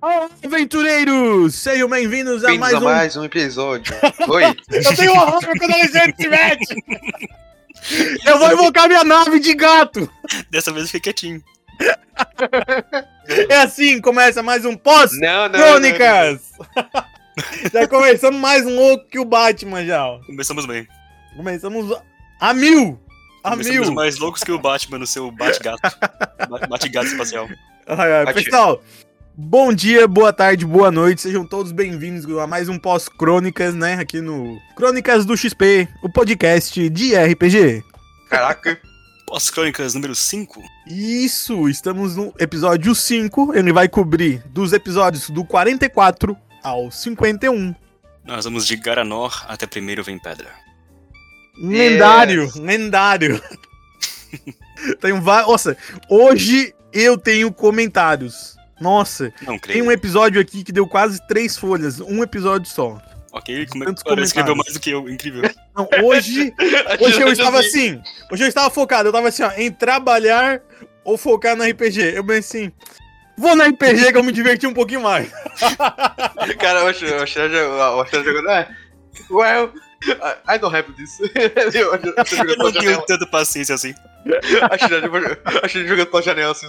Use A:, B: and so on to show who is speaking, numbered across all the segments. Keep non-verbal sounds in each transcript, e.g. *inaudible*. A: Olá, aventureiros! Sejam bem-vindos a mais
B: Bem-vindos a
A: um.
B: mais um episódio.
A: *laughs*
B: Oi,
A: Eu tenho horror quando a Alexandre se mete! Eu vou invocar minha nave de gato!
C: Dessa vez eu fiquei quietinho.
A: É assim, começa mais um pós
B: não, não.
A: Crônicas! Já começamos mais um louco que o Batman já. ó.
C: Começamos bem.
A: Começamos a mil! A
C: Começamos
A: mil!
C: mais loucos que o Batman no seu bate-gato. *laughs* Ba- Bate-gato espacial.
B: um
A: *laughs* Ai, ai,
B: Bate-
A: Pessoal, bom dia, boa tarde, boa noite, sejam todos bem-vindos a mais um pós Crônicas, né? Aqui no Crônicas do XP, o podcast de RPG.
B: não. Caraca,
C: Pós-crônicas número 5.
A: Isso, estamos no episódio 5. Ele vai cobrir dos episódios do 44 ao 51.
C: Nós vamos de Garanor até primeiro vem pedra.
A: Lendário, lendário. *laughs* Tenho vários. Nossa, hoje eu tenho comentários. Nossa,
C: Não
A: tem
C: creio.
A: um episódio aqui que deu quase três folhas, um episódio só.
C: Ok, como é
A: tantos
C: que o escreveu
A: comentários.
C: mais do que eu? Incrível.
A: Não, hoje, hoje eu estava assim. Hoje eu estava focado, eu estava assim, ó, em trabalhar ou focar no RPG. Eu bem assim, vou no RPG que eu me diverti um pouquinho mais.
B: assim, Cara, eu acho, eu acho, eu acho jogando. Ah, well, I- I don't have this. *laughs* Eu acho eu acho
C: Eu
B: jogando
C: não
B: pela
C: tenho
B: janela.
C: tanta paciência assim.
B: Acho eu acho jogando pela janela assim.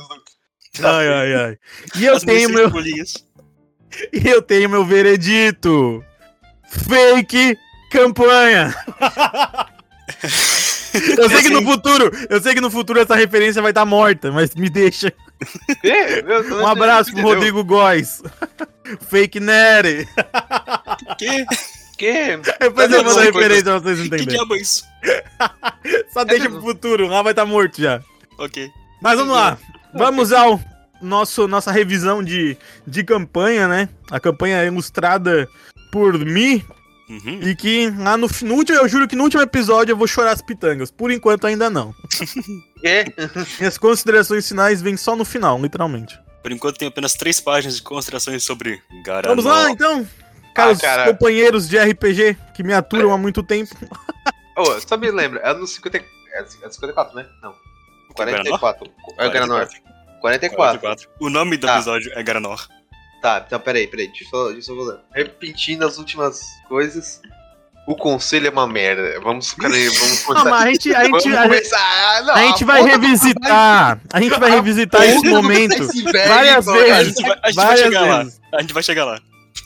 A: Ai, ai, ai. E eu tenho meu,
C: bolinhas. *laughs*
A: e eu tenho meu veredito. Fake campanha.
C: *laughs*
A: eu sei que
C: Assim.
A: no futuro, eu sei que no futuro essa referência vai estar morta, mas me deixa.
B: É, meu Deus,
A: Um abraço pro
B: entendeu?
A: Rodrigo Góes. *laughs* Fake
C: *laughs*
A: Nere. *laughs*
C: Que?
B: Que?
A: Depois eu mando a
C: Essas
A: referência pra vocês
C: Que é
A: entenderem.
C: diabo é isso?
A: Só deixa pro futuro, lá vai estar morto já.
C: Ok.
A: Mas vamos lá. Vamos ao nosso nossa revisão de, de campanha, né? A campanha ilustrada por mim,
C: Uhum.
A: E que lá no, fi- no último, eu juro que no último episódio eu vou chorar as pitangas. Por enquanto ainda não.
B: Que?
A: Minhas considerações finais vêm só no final, literalmente.
C: Por enquanto tem apenas três páginas de considerações sobre Garanor.
A: Vamos lá então? Caros
B: Ah, cara.
A: companheiros de RPG que me aturam há muito tempo.
B: Ô, só me lembra, é no 50, é no 54, né? Não. 44. É o Garanor. 44.
C: 44. O nome do
B: Tá.
C: episódio é Garanor.
B: Tá, então peraí, peraí, deixa eu só, deixa eu só Repetindo as últimas coisas. O conselho é uma merda. Vamos, cara, vamos
A: Ah,
B: começar.
A: mas a gente, a
B: vamos
A: gente, a, gente-
B: começar. Ah, não,
A: a gente
C: Tá,
A: vai
B: porra,
A: revisitar. A gente vai revisitar
C: *laughs*
A: esse
B: porra,
A: momento.
B: esse velho,
A: várias
B: mano.
C: A
A: vezes.
C: gente vai, a gente vai
A: Várias
C: chegar lá.
A: vezes.
C: A gente vai chegar lá.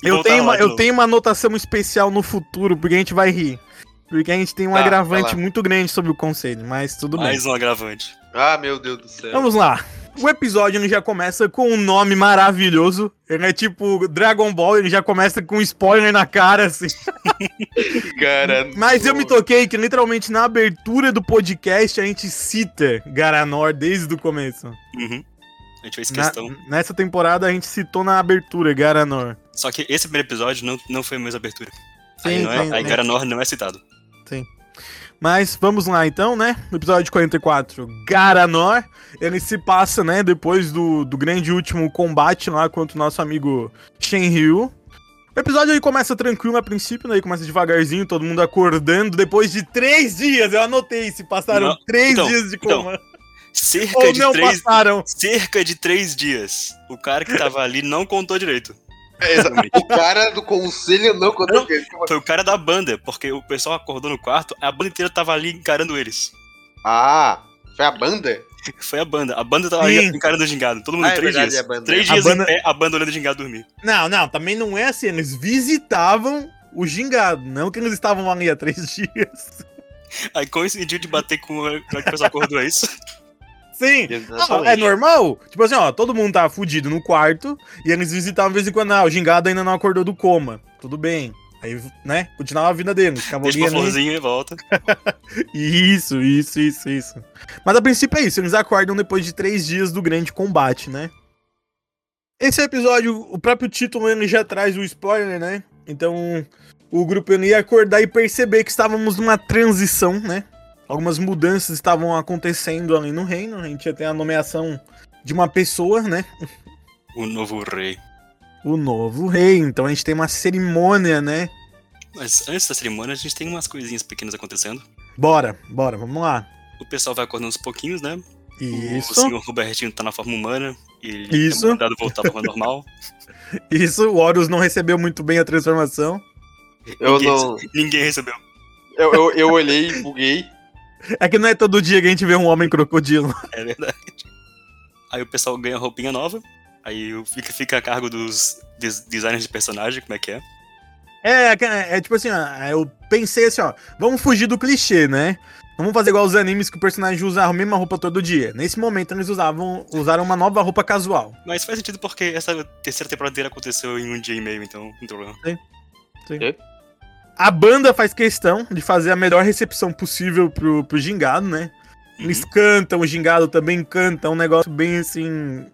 C: E
A: Eu
C: voltar
A: tenho,
C: lá
A: uma,
C: de
A: eu
C: novo.
A: tenho uma anotação especial no futuro, porque a gente vai rir. Porque a gente tem um
B: Tá, vai
A: agravante
B: lá.
A: muito grande sobre o conselho, mas tudo bem.
C: Mais um agravante.
B: Ah, meu Deus do céu.
A: Vamos lá. O episódio ele já começa com um nome maravilhoso. Ele é tipo Dragon Ball, ele já começa com um spoiler na cara, assim.
B: Garanor.
A: Mas eu me toquei que literalmente na abertura do podcast a gente cita Garanor desde o começo.
C: Uhum. A gente fez
A: Na-
C: questão.
A: nessa temporada a gente citou na abertura Garanor.
C: Só que esse primeiro episódio não, não foi mais abertura. aí
A: Sim,
C: não é,
A: sim,
C: aí
A: sim.
C: Garanor não é citado.
A: Mas vamos lá então, né? No episódio 44, Garanor, ele se passa, né, depois do, do grande último combate lá contra o nosso amigo Shenryu. O episódio aí começa tranquilo a princípio, né? Ele começa devagarzinho, todo mundo acordando. Depois de três dias, eu anotei, se passaram
C: Não,
A: três
C: então,
A: dias de
C: então,
A: coma.
C: Cerca
A: Ou
C: de
A: não
C: três.
A: passaram.
C: Cerca de três dias. O cara que tava ali não contou direito.
B: É, exa- O cara do conselho não contou que
C: Foi o cara da banda, porque o pessoal acordou no quarto, a banda inteira tava ali encarando eles.
B: Ah, foi a banda?
C: Foi a banda. A banda tava ali
A: Sim.
C: encarando o gingado. Todo mundo
B: Ah, é
C: três
B: verdade,
C: dias.
B: é a banda.
C: Três
A: A
C: dias
A: banda-
C: em pé, a banda olhando o gingado dormir.
A: Não, não, também não é assim. Eles visitavam o gingado, não que eles estavam ali há três *laughs* dias.
C: Aí coincidiu de bater com o que o pessoal acordou, é isso?
A: Sim, Ah, é normal? Tipo assim, ó, todo mundo tava fudido no quarto e eles visitavam de vez em quando. Ah, o gingado ainda não acordou do coma. Tudo bem. Aí, né, continuava a vida deles. né?
C: Deixa uma
A: Cavaleiro.
C: florzinha e volta.
A: Isso, isso, isso, isso. Mas a princípio é isso, eles acordam depois de três dias do grande combate, né? Esse episódio, o próprio título ele já traz o spoiler, né? Então o grupo ele ia acordar e perceber que estávamos numa transição, né? Algumas mudanças estavam acontecendo ali no reino. A gente ia ter a nomeação de uma pessoa, né?
C: O Um novo rei.
A: O novo rei. Então a gente tem uma cerimônia, né?
C: Mas antes da cerimônia, a gente tem umas coisinhas pequenas acontecendo.
A: Bora, bora, vamos lá.
C: O pessoal vai acordando aos pouquinhos, né?
A: Isso.
C: O senhor Robertinho tá na forma humana. E ele
A: Isso.
C: é mandado voltar pra forma normal. *laughs*
A: Isso, o Horus não recebeu muito bem a transformação.
B: Eu
C: ninguém,
B: não.
C: rece- ninguém recebeu.
B: Eu, eu, eu olhei e buguei.
A: É que não é todo dia que a gente vê um homem crocodilo. *laughs*
C: É verdade. Aí o pessoal ganha roupinha nova. Aí o- fica, fica a cargo dos des- designers de personagem, como é que é.
A: É, é, é tipo assim, ó, eu pensei assim, ó, vamos fugir do clichê, né? Não Vamos fazer igual os animes que o personagem usava a mesma roupa todo dia. Nesse momento eles usavam, usaram uma nova roupa casual.
C: Mas faz sentido porque essa terceira temporada inteira aconteceu em um dia e meio, então não tem problema.
A: A banda faz questão de fazer a melhor recepção possível pro, pro gingado, né? Eles cantam, o gingado também canta, é um negócio bem assim.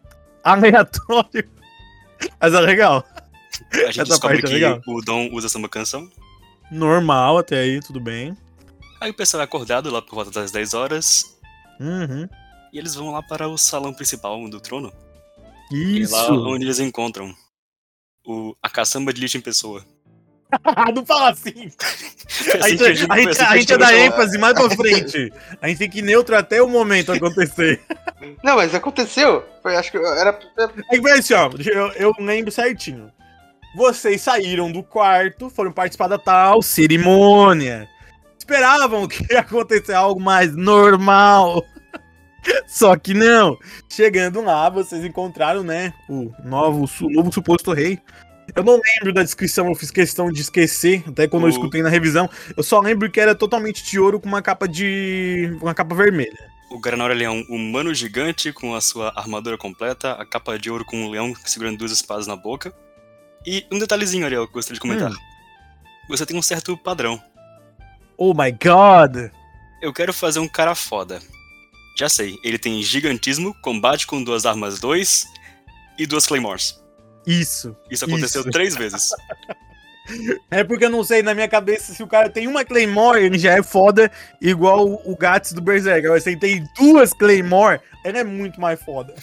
A: aleatório. *laughs* Mas é legal.
C: A gente
A: Essa
C: descobre
A: parte é
C: que
A: legal.
C: o Dom usa samba canção.
A: Normal até aí, tudo bem.
C: Aí o pessoal é acordado lá por volta das 10 horas.
A: Uhum.
C: E eles vão lá para o salão principal do trono. E é
A: Isso.
C: lá onde eles encontram o, a caçamba de lixo em pessoa. *laughs*
A: não fala assim. A gente,
C: Faz sentido,
A: a gente-
C: faz
A: a
C: sentido,
A: gente ia dar
C: então,
A: ênfase mais pra frente. A gente tem que ir neutro até o momento acontecer.
B: Não, mas aconteceu. Foi, acho que eu- era.
A: Aí vai assim, ó. Eu, eu lembro certinho. Vocês saíram do quarto, foram participar da tal cerimônia. Esperavam que *laughs* ia acontecer algo mais normal. *laughs* Só que não. Chegando lá, vocês encontraram, né? O novo, su- novo suposto rei. Eu não lembro da descrição, eu fiz questão de esquecer, até quando eu
C: O-
A: escutei na revisão. Eu só lembro que era totalmente de ouro com uma capa de. uma capa vermelha.
C: O Granor ele é um humano gigante com a sua armadura completa, a capa de ouro com um leão segurando duas espadas na boca. E um detalhezinho, Ariel, que eu gostaria de comentar.
A: Hum.
C: Você tem um certo padrão.
A: Oh my god!
C: Eu quero fazer um cara foda. Já sei, ele tem gigantismo, combate com duas armas 2 e duas claymores.
A: Isso.
C: Isso aconteceu
A: Isso.
C: três vezes.
A: É porque eu não sei na minha cabeça se o cara tem uma Claymore, ele já é foda, igual o, o Gats do Berserk. Agora, se ele tem duas Claymore, ele é muito mais
C: *laughs*
A: foda.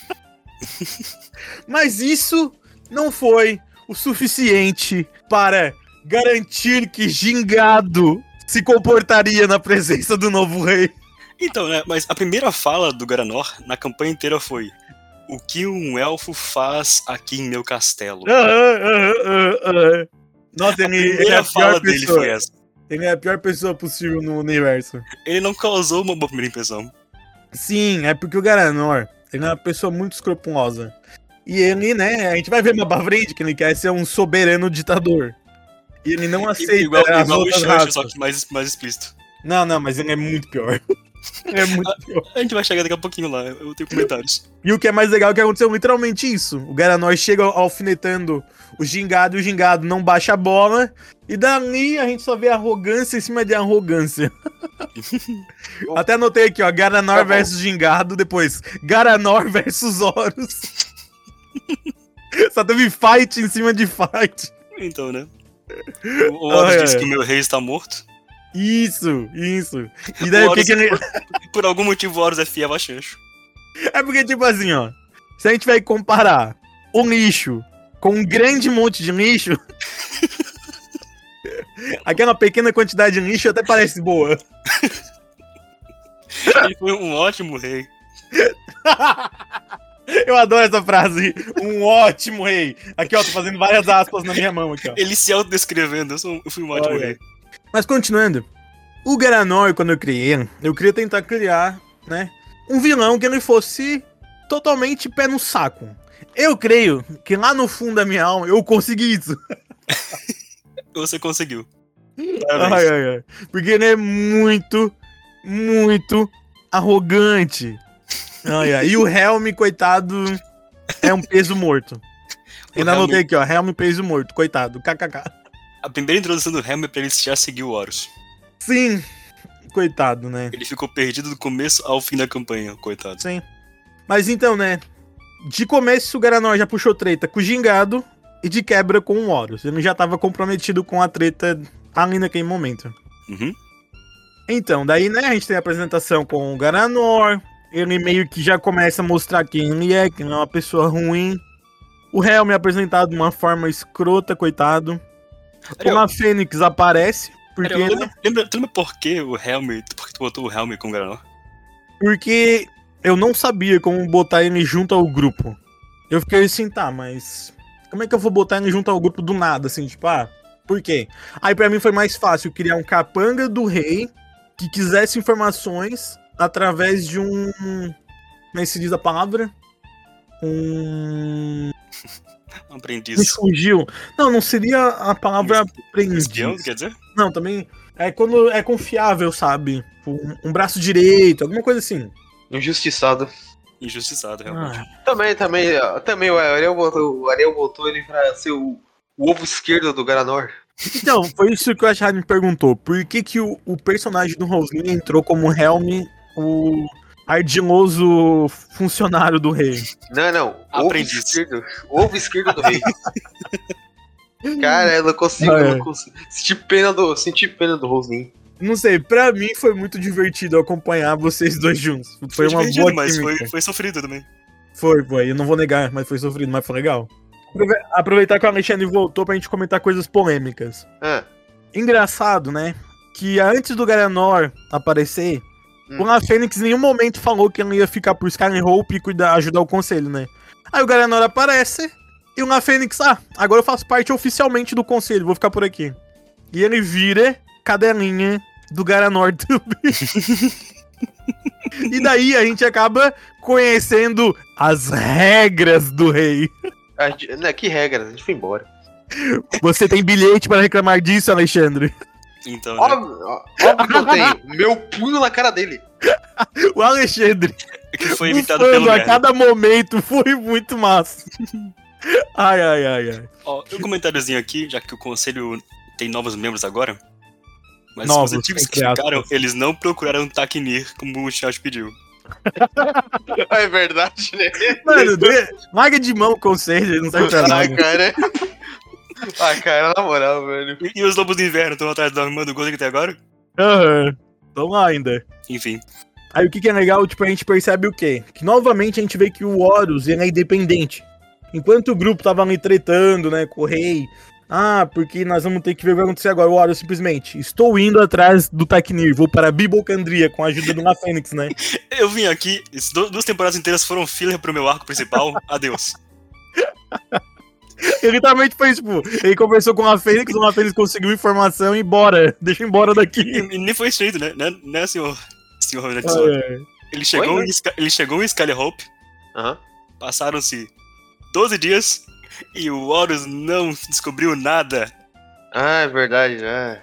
A: Mas isso não foi o suficiente para garantir que Gingado se comportaria na presença do novo rei.
C: Então, né, mas a primeira fala do Garanor na campanha inteira foi O que um elfo faz aqui em meu castelo?
A: Ah, ah, ah, ah, ah. Nossa,
C: A
A: ele, ele é
C: primeira
A: a pior
C: fala dele
A: pessoa.
C: foi essa.
A: Ele é a pior pessoa possível no universo.
C: Ele não causou uma boa primeira impressão.
A: Sim, é porque o Garanor, ele é uma pessoa muito escrupulosa. E ele, né, a gente vai ver mais pra frente que ele quer ser um soberano ditador. E ele não aceita
C: igual
A: as
C: igual o
A: outras
C: Xande,
A: raças.
C: só que mais, mais explícito.
A: Não, não, mas ele é muito pior. *laughs* ele é muito
C: *laughs*
A: pior.
C: A gente vai chegar daqui a pouquinho lá, eu tenho comentários.
A: E o que é mais legal é que aconteceu literalmente isso. O Garanor chega alfinetando o gingado e o gingado não baixa a bola. E dali a gente só vê arrogância em cima de arrogância. Até anotei aqui, ó. Garanor
B: Tá bom.
A: versus gingado, depois Garanor versus Horus. *laughs* só teve fight em cima de fight.
C: Então, né? O Horus
A: Ai,
C: disse
A: ai.
C: que o meu rei está morto.
A: Isso, isso. E daí
C: O
A: o que
C: Horus-
A: que ele...
C: Por algum motivo, o Horus é fiel a Xancho.
A: É porque, tipo assim, ó. Se a gente vai comparar um lixo com um grande monte de lixo. *laughs* aquela pequena quantidade de lixo até parece boa.
C: Ele foi um ótimo rei.
A: Eu adoro essa frase. Um ótimo rei. Aqui, ó, tô fazendo várias aspas na minha mão aqui, ó.
C: Ele se autodescrevendo, eu, sou, eu fui um ótimo
A: Olha.
C: rei.
A: Mas continuando. O Garanor, quando eu criei, eu queria tentar criar, né? Um vilão que ele fosse totalmente pé no saco. Eu creio que lá no fundo da minha alma eu consegui isso.
C: Você conseguiu.
A: Ai,
C: Parabéns.
A: ai, ai. Porque ele é muito, muito arrogante. Ai, ai. E o Helm, coitado, é um peso morto.
C: O
A: Ainda anotei
C: Helm-
A: aqui, ó. Helm, peso morto, coitado. KKK.
C: A primeira introdução do Helm é pra ele já seguir o Horus.
A: Sim, coitado, né?
C: Ele ficou perdido do começo ao fim da campanha, coitado.
A: Sim. Mas então, né? De começo, o Garanor já puxou treta com o Gingado e de quebra com o Horus. Ele já tava comprometido com a treta ali naquele momento.
C: Uhum.
A: Então, daí, né, a gente tem a apresentação com o Garanor. Ele meio que já começa a mostrar quem ele é, que ele é uma pessoa ruim. O Helm é apresentado de uma forma escrota, coitado.
C: Ariel.
A: Uma Fênix aparece, porque,
C: Cara, eu
A: né,
C: lembra, lembra, tu lembra por que o Helm, por que tu botou o Helm com o Granor?
A: porque eu não sabia como botar ele junto ao grupo. Eu fiquei assim, tá, mas como é que eu vou botar ele junto ao grupo do nada, assim, tipo, ah, por quê? Aí pra mim foi mais fácil criar um capanga do rei que quisesse informações através de um. Como é que se diz a palavra? Um. Me
C: Um Aprendiz.
A: fugiu. Não, não seria a palavra aprendiz.
C: Espião, quer dizer?
A: Não, também. É quando é confiável, sabe? Tipo, Um, um braço direito, alguma coisa assim.
B: Injustiçado.
C: Injustiçado, realmente.
A: Ah,
B: Também, também, ó, também o Ariel botou, o Ariel botou ele pra ser o, o ovo esquerdo do Garanor.
A: Então, foi isso que o Ashad me perguntou. Por que, que o, o personagem do Roslin entrou como Helm, o ardiloso funcionário do rei?
B: Não, não. Ovo
C: Aprendiz.
B: esquerdo. Ovo esquerdo do *laughs* rei. Cara, eu não consigo, eu não consigo. Senti pena do, senti pena do Roslin.
A: Não sei, pra mim foi muito divertido acompanhar vocês dois juntos. Foi, uma
C: divertido,
A: boa
C: mas foi,
A: química.
C: foi sofrido também.
A: Foi, foi. Eu não vou negar, mas foi sofrido, mas foi legal. Aprove- Aproveitar que o Alexandre voltou pra gente comentar coisas polêmicas.
B: Ah,
A: Engraçado, né? Que antes do Garanor aparecer,
B: Hum.
A: o La Fênix em nenhum momento falou que ele ia ficar pro Skyhope e cuidar, ajudar o conselho, né? Aí o Garanor aparece e o La Fênix, ah, agora eu faço parte oficialmente do conselho, vou ficar por aqui. E ele vira cadelinha do Garanor também. *laughs* e daí a gente acaba conhecendo as regras do rei.
B: a gente- né, que regra, a gente foi embora.
A: Você tem bilhete para reclamar disso, Alexandre?
C: Então, né?
B: Óbvio, ó- óbvio que eu tenho. *laughs* Meu punho na cara dele.
A: O Alexandre
C: é que foi evitado
A: bufando
C: pelo
A: a
C: merda.
A: cada momento foi muito massa. *laughs* Ai, ai, ai, ai.
C: Ó, tem um comentáriozinho aqui, já que o conselho tem novos membros agora. Mas
A: Novos,
C: os antigos que
A: entre aspas.
C: ficaram, eles não procuraram Takinir como o Chat pediu.
B: É verdade, né?
A: Mano, dê- larga de mão o conselho, ele não tá serve pra
B: Ai,
A: nada.
B: Ah, cara. Ai, cara, na moral, velho.
C: E, e os Lobos do Inverno estão atrás da irmã do Golden até agora?
A: Aham. Vamos lá ainda.
C: Enfim,
A: Aí o que, que é legal, tipo, a gente percebe o quê? Que novamente a gente vê que o Horus ele é independente. Enquanto o grupo tava ali tretando, né, com o rei. Ah, porque nós vamos ter que ver o que vai acontecer agora. O Horus simplesmente, estou indo atrás do Taknir, vou para Bibocandria com a ajuda do La Fênix, né?
C: eu vim aqui, esses du- duas temporadas inteiras foram filler pro meu arco principal, adeus.
A: Ele literalmente foi tipo, ele conversou com a Fênix, uma Fênix conseguiu informação e bora, *laughs* deixa eu ir embora
C: E,
A: daqui.
C: e nem foi estreito, né? Né, né senhor? Senhor Red Sword?
A: É.
C: Ele chegou,
B: Foi,
C: em, Sky- ele chegou em Scalia Hope,
B: Aham.
C: passaram-se 12 dias e o Horus não descobriu nada.
B: Ah, é verdade, é.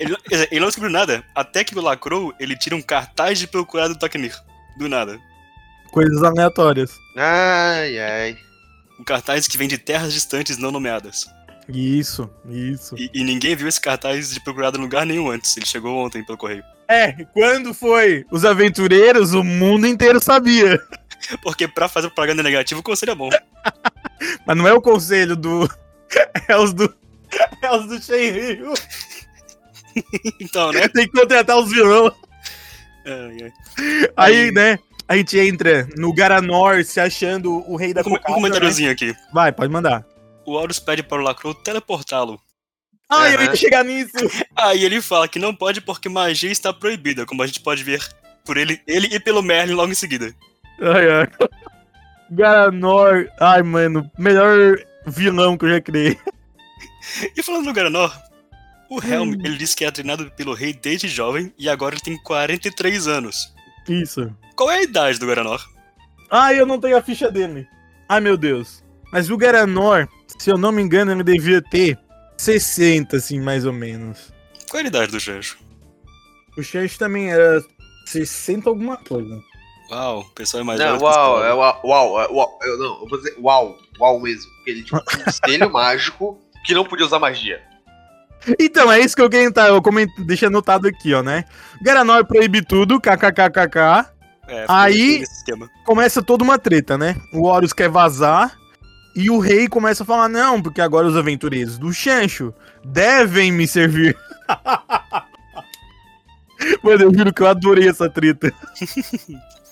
C: Ele, não- quer dizer, ele não descobriu nada, até que o Lacrow ele tira um cartaz de procurar do Taknir. Do nada.
A: Coisas aleatórias.
B: Ai, ai.
C: Um cartaz que vem de terras distantes não nomeadas.
A: Isso, isso.
C: E, e ninguém viu esse cartaz de procurado em lugar nenhum antes. Ele chegou ontem pelo correio.
A: É, quando foi os aventureiros, o mundo inteiro sabia.
C: Porque pra fazer propaganda negativa, o conselho é bom. *laughs*
A: Mas não é o conselho do. *laughs* É os do. É os do Shenryu. *laughs*
C: Então, né?
A: Tem que contratar os vilões.
C: Ai, ai.
A: Aí,
C: Aí.
A: né? A gente entra no Garanor se achando o rei da
C: Um,
A: cocada,
C: um comentáriozinho aqui.
A: né? Vai, pode mandar.
C: O Horus pede para o Lacrow teleportá-lo.
A: Ah, eu
B: Aham.
A: ia chegar nisso.
C: Aí ele fala que não pode porque magia está proibida, como a gente pode ver por ele, ele e pelo Merlin logo em seguida.
A: Ai, ai. Garanor. Ai, mano. Melhor vilão que eu já criei.
C: E falando do Garanor, o Helm, ele disse que é treinado pelo rei desde jovem e agora ele tem 43 anos.
A: Isso.
C: Qual é a idade do Garanor?
A: Ai, eu não tenho a ficha dele. Ai, meu Deus. Mas o Garanor, se eu não me engano, ele devia ter 60, assim, mais ou menos.
C: Qual é a idade do Janjo?
A: O Chance também era 60 alguma coisa.
C: Uau, o pessoal é mais
B: Não,
C: velho que
B: uau,
C: esse
B: é uau, uau, é uau. Eu não, eu vou dizer uau, uau mesmo. Porque ele tinha um
A: *laughs*
B: conselho mágico que não podia usar magia.
A: Então, é isso que eu queria entrar. Eu comento, deixei anotado aqui, ó, né? Garanor proíbe tudo, kkkk.
C: cara. É,
A: Aí-
C: nesse esquema.
A: começa toda uma treta, né? O Horus quer vazar e o rei começa a falar: não, porque agora os aventureiros do Chancho devem me servir. *laughs* Mano, eu juro que eu adorei essa treta.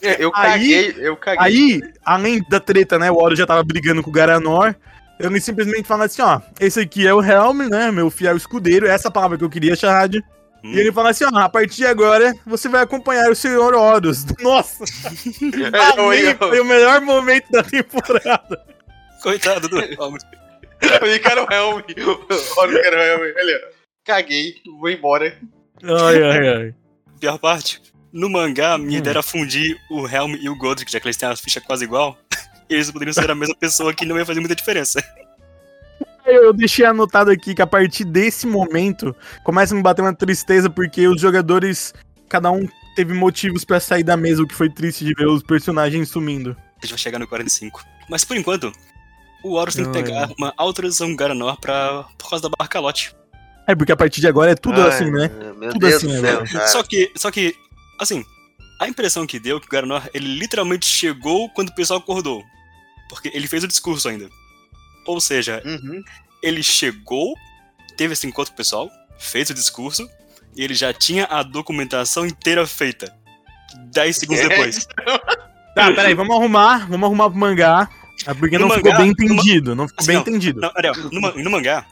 B: É, Eu
A: Aí-
B: caguei, eu caguei.
A: Aí, além da treta, né? O Horus já tava brigando com o Garanor. Ele é simplesmente fala assim: ó, esse aqui é o Helm, né? Meu fiel escudeiro. Essa palavra que eu queria, Shahad.
C: Hum.
A: E ele fala assim: ó, a partir de agora você vai acompanhar o Senhor Horus. *laughs* Nossa!
B: É, eu,
A: ali
B: eu,
A: foi o melhor momento da temporada.
C: Coitado *laughs* do Helmut.
B: eu, eu quero o Helm. Olha, eu quero o Helm. Olha, Caguei, vou embora.
A: Ai, ai, ai.
C: Pior parte, no mangá, minha
A: Hum.
C: ideia era fundir o Helm e o Godric, já que eles têm a ficha quase igual. *laughs* Eles poderiam ser a mesma pessoa que não ia fazer muita diferença.
A: Eu deixei anotado aqui que a partir desse momento começa a me bater uma tristeza porque os jogadores, cada um teve motivos pra sair da mesa, o que foi triste de ver os personagens sumindo.
C: A gente vai chegar no 45. Mas por enquanto, o Horus tem que
A: Ai.
C: pegar uma autorização Garanor pra, por causa da Barcalote.
A: É porque a partir de agora é tudo
B: Ai,
A: assim, né?
B: Meu
A: Tudo
B: Deus
A: assim,
B: do
A: né,
B: céu, cara.
C: Só que, só que, assim, a impressão que deu é que o Garanor, ele literalmente chegou quando o pessoal acordou. Porque ele fez o discurso ainda. Ou seja,
B: Uhum.
C: ele chegou, teve esse encontro pessoal, fez o discurso, e ele já tinha a documentação inteira feita. 10 segundos
B: É.
C: depois.
A: Tá, peraí, vamos arrumar, vamos arrumar pro mangá. Ah, Porque
C: No
A: não ficou
C: mangá,
A: bem
C: no ma-
A: entendido, não ficou
C: Assim,
A: bem
C: ó, *laughs*
A: entendido.
C: Não, Ariel, no, ma- no mangá,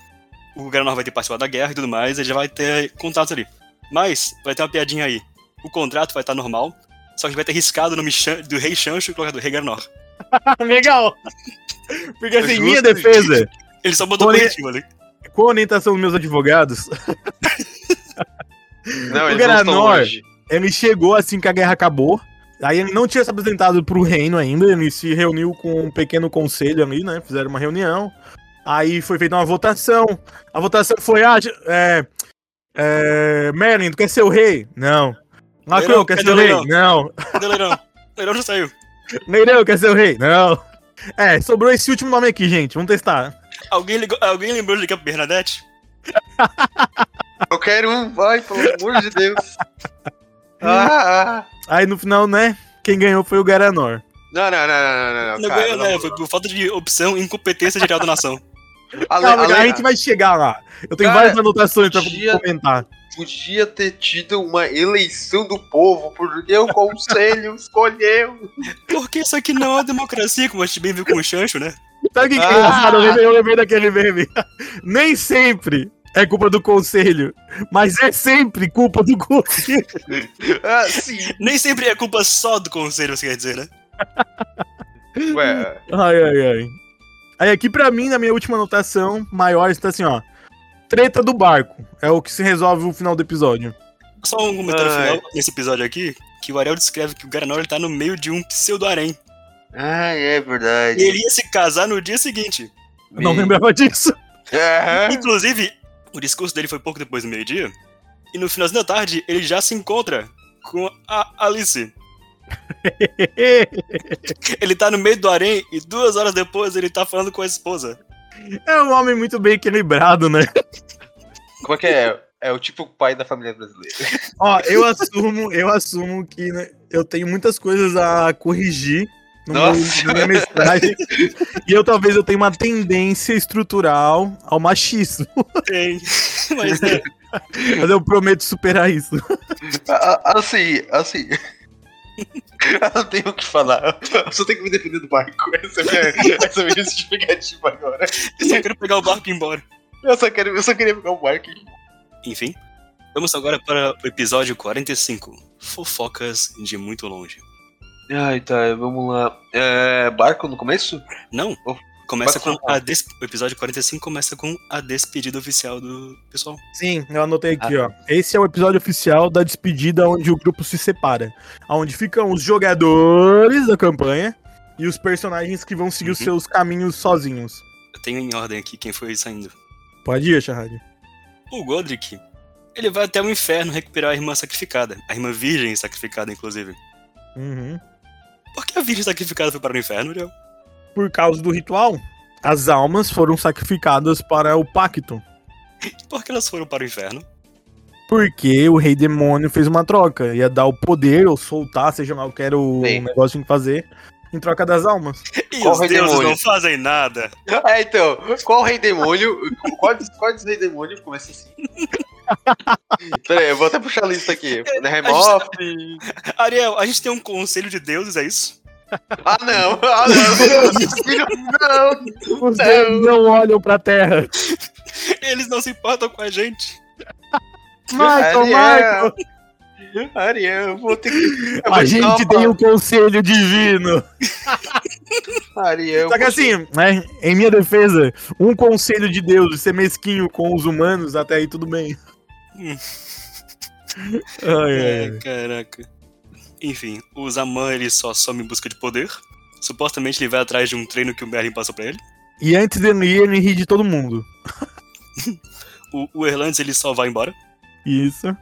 C: o Garanor vai ter participado da guerra e tudo mais, ele já vai ter contatos ali. Mas, vai ter uma piadinha aí. O contrato vai estar normal, só que vai ter riscado o nome Xan- do Rei Xancho e colocado do Rei Garanor.
A: Legal! Porque assim,
B: Justo
A: minha defesa,
C: Ele só botou
A: Olha-
C: bonitinho ali.
A: com a orientação dos meus advogados,
B: Não,
A: O
B: eles não estão
A: Garanor.
B: longe.
A: ele chegou assim que a guerra acabou. Aí ele não tinha se apresentado pro reino ainda, ele se reuniu com um pequeno conselho ali, né? Fizeram uma reunião. Aí foi feita uma votação. A votação foi, ah, ge- é. É. Merlin, tu quer ser o rei? Não. Macron,
C: Leirão,
A: quer ser
C: cadê
A: o
C: o
A: rei?
C: leirão?
A: Não.
C: Cadê o Leirão? O Leirão já saiu.
A: Neirão, quer ser o rei? Não. É, sobrou esse último nome aqui, gente. Vamos testar.
C: Alguém, ligou- alguém lembrou de que é Bernadette?
B: Eu quero um, vai, pelo amor
A: *laughs*
B: de Deus. Ah, ah.
A: Aí no final, né? Quem ganhou foi o Garanor.
B: Não, não, não, não, não, não,
C: Não
B: cara,
C: ganhou,
B: não.
C: né? Foi por falta de opção e incompetência geral da nação.
B: Ale-
A: Calma,
B: Ale-
A: a gente vai chegar lá. Eu tenho
B: Cara,
A: várias anotações pra
B: dia-
A: comentar.
B: Podia ter tido uma eleição do povo, porque o conselho *laughs* escolheu.
C: Porque isso aqui não é uma democracia, como a gente bem viu com o Chancho, né?
A: Sabe o que, que é
B: Ah!
A: engraçado? Eu lembrei, eu lembrei daquele meme. *laughs* Nem sempre é culpa do conselho, mas é sempre culpa do conselho.
B: Ah, sim.
C: Nem sempre é culpa só do conselho, você quer dizer, né?
B: Ué,
A: Ai, ai, ai. Aí aqui pra mim, na minha última anotação maior, está assim, ó. Treta do barco. É o que se resolve no final do episódio.
C: Só um comentário
B: Ai.
C: final nesse episódio aqui, que o Ariel descreve que o Garanor ele tá no meio de um pseudo-harém.
B: ah, é
C: E
B: verdade.
C: ele ia se casar no dia seguinte.
A: Eu não lembrava *laughs* disso.
B: É. Aham.
C: Inclusive, o discurso dele foi pouco depois do meio-dia, e no finalzinho da tarde ele já se encontra com a Alice.
A: É
C: Ele tá no meio do harém e duas horas depois ele tá falando com a esposa.
A: É um homem muito bem equilibrado, né?
B: Como é que é? É o tipo pai da família brasileira.
A: Ó, eu assumo, eu assumo que né, eu tenho muitas coisas a corrigir no meu-
B: Nossa.
A: na minha mestragem. e eu talvez eu tenha uma tendência estrutural ao machismo.
C: Tem. *laughs* Mas né,
A: Mas eu prometo superar isso.
B: A- a- Assim, assim. *laughs* Eu não tenho o que falar. Eu só tenho que me defender do barco. Essa é a *laughs* minha, essa é a minha justificativa agora.
C: eu só quero pegar o barco e ir embora.
B: Eu só, quero, eu só queria pegar o barco.
C: Enfim, vamos agora para o episódio 45. Fofocas de muito longe.
B: Ai, tá, vamos lá. É, barco no começo?
C: Não,
B: Oh,
C: começa com
B: pode falar.
C: a des... o episódio 45 começa com a despedida oficial do pessoal.
A: Sim, eu anotei aqui, ó. Esse é o episódio oficial da despedida onde o grupo se separa. Onde ficam os jogadores da campanha e os personagens que vão seguir os
C: Uhum.
A: seus caminhos sozinhos.
C: Eu tenho em ordem aqui quem foi saindo.
A: Pode ir, Shahad.
C: O Godric, ele vai até o inferno recuperar a irmã sacrificada, a irmã virgem sacrificada, inclusive.
A: Uhum.
C: Por que a virgem sacrificada foi para o inferno, Léo?
A: por causa do ritual, as almas foram sacrificadas para o pacto.
C: Por que elas foram para o inferno?
A: Porque o rei demônio fez uma troca. Ia dar o poder, ou soltar, seja lá o que era o um
B: Bem.
A: negócio que tinha que fazer, em troca das almas.
C: E
B: Qual
C: os
B: rei
C: deuses
B: demônio?
C: não fazem nada.
B: *laughs* É, então, qual rei demônio? Qual, qual dos rei demônio começa assim? Pera aí, eu vou até puxar a lista aqui. Nehemoff.
C: Ariel, a gente tem um conselho de deuses, é isso?
B: Ah, não. Ah, não. Não.
A: Os deuses não olham pra terra.
C: Eles não se importam com a gente.
A: Michael, Michael!
B: Ariel. Ariel, eu vou ter que. eu
A: A
B: vou
A: gente
B: dar
A: tem
B: uma-
A: um conselho divino.
B: Ariel,
A: Só que
B: eu
A: assim, né, em minha defesa, um conselho de Deus de ser mesquinho com os humanos, até aí tudo
B: *laughs*
A: bem.
C: Hum.
A: ai,
B: É.
A: ai.
C: Ai, caraca. Enfim, o Zaman ele só some em busca de poder. Supostamente ele vai atrás de um treino que o Merlin passou pra ele.
A: E antes dele ir, ele ri de todo mundo.
C: O, o Erlandes ele só vai embora.
A: Isso.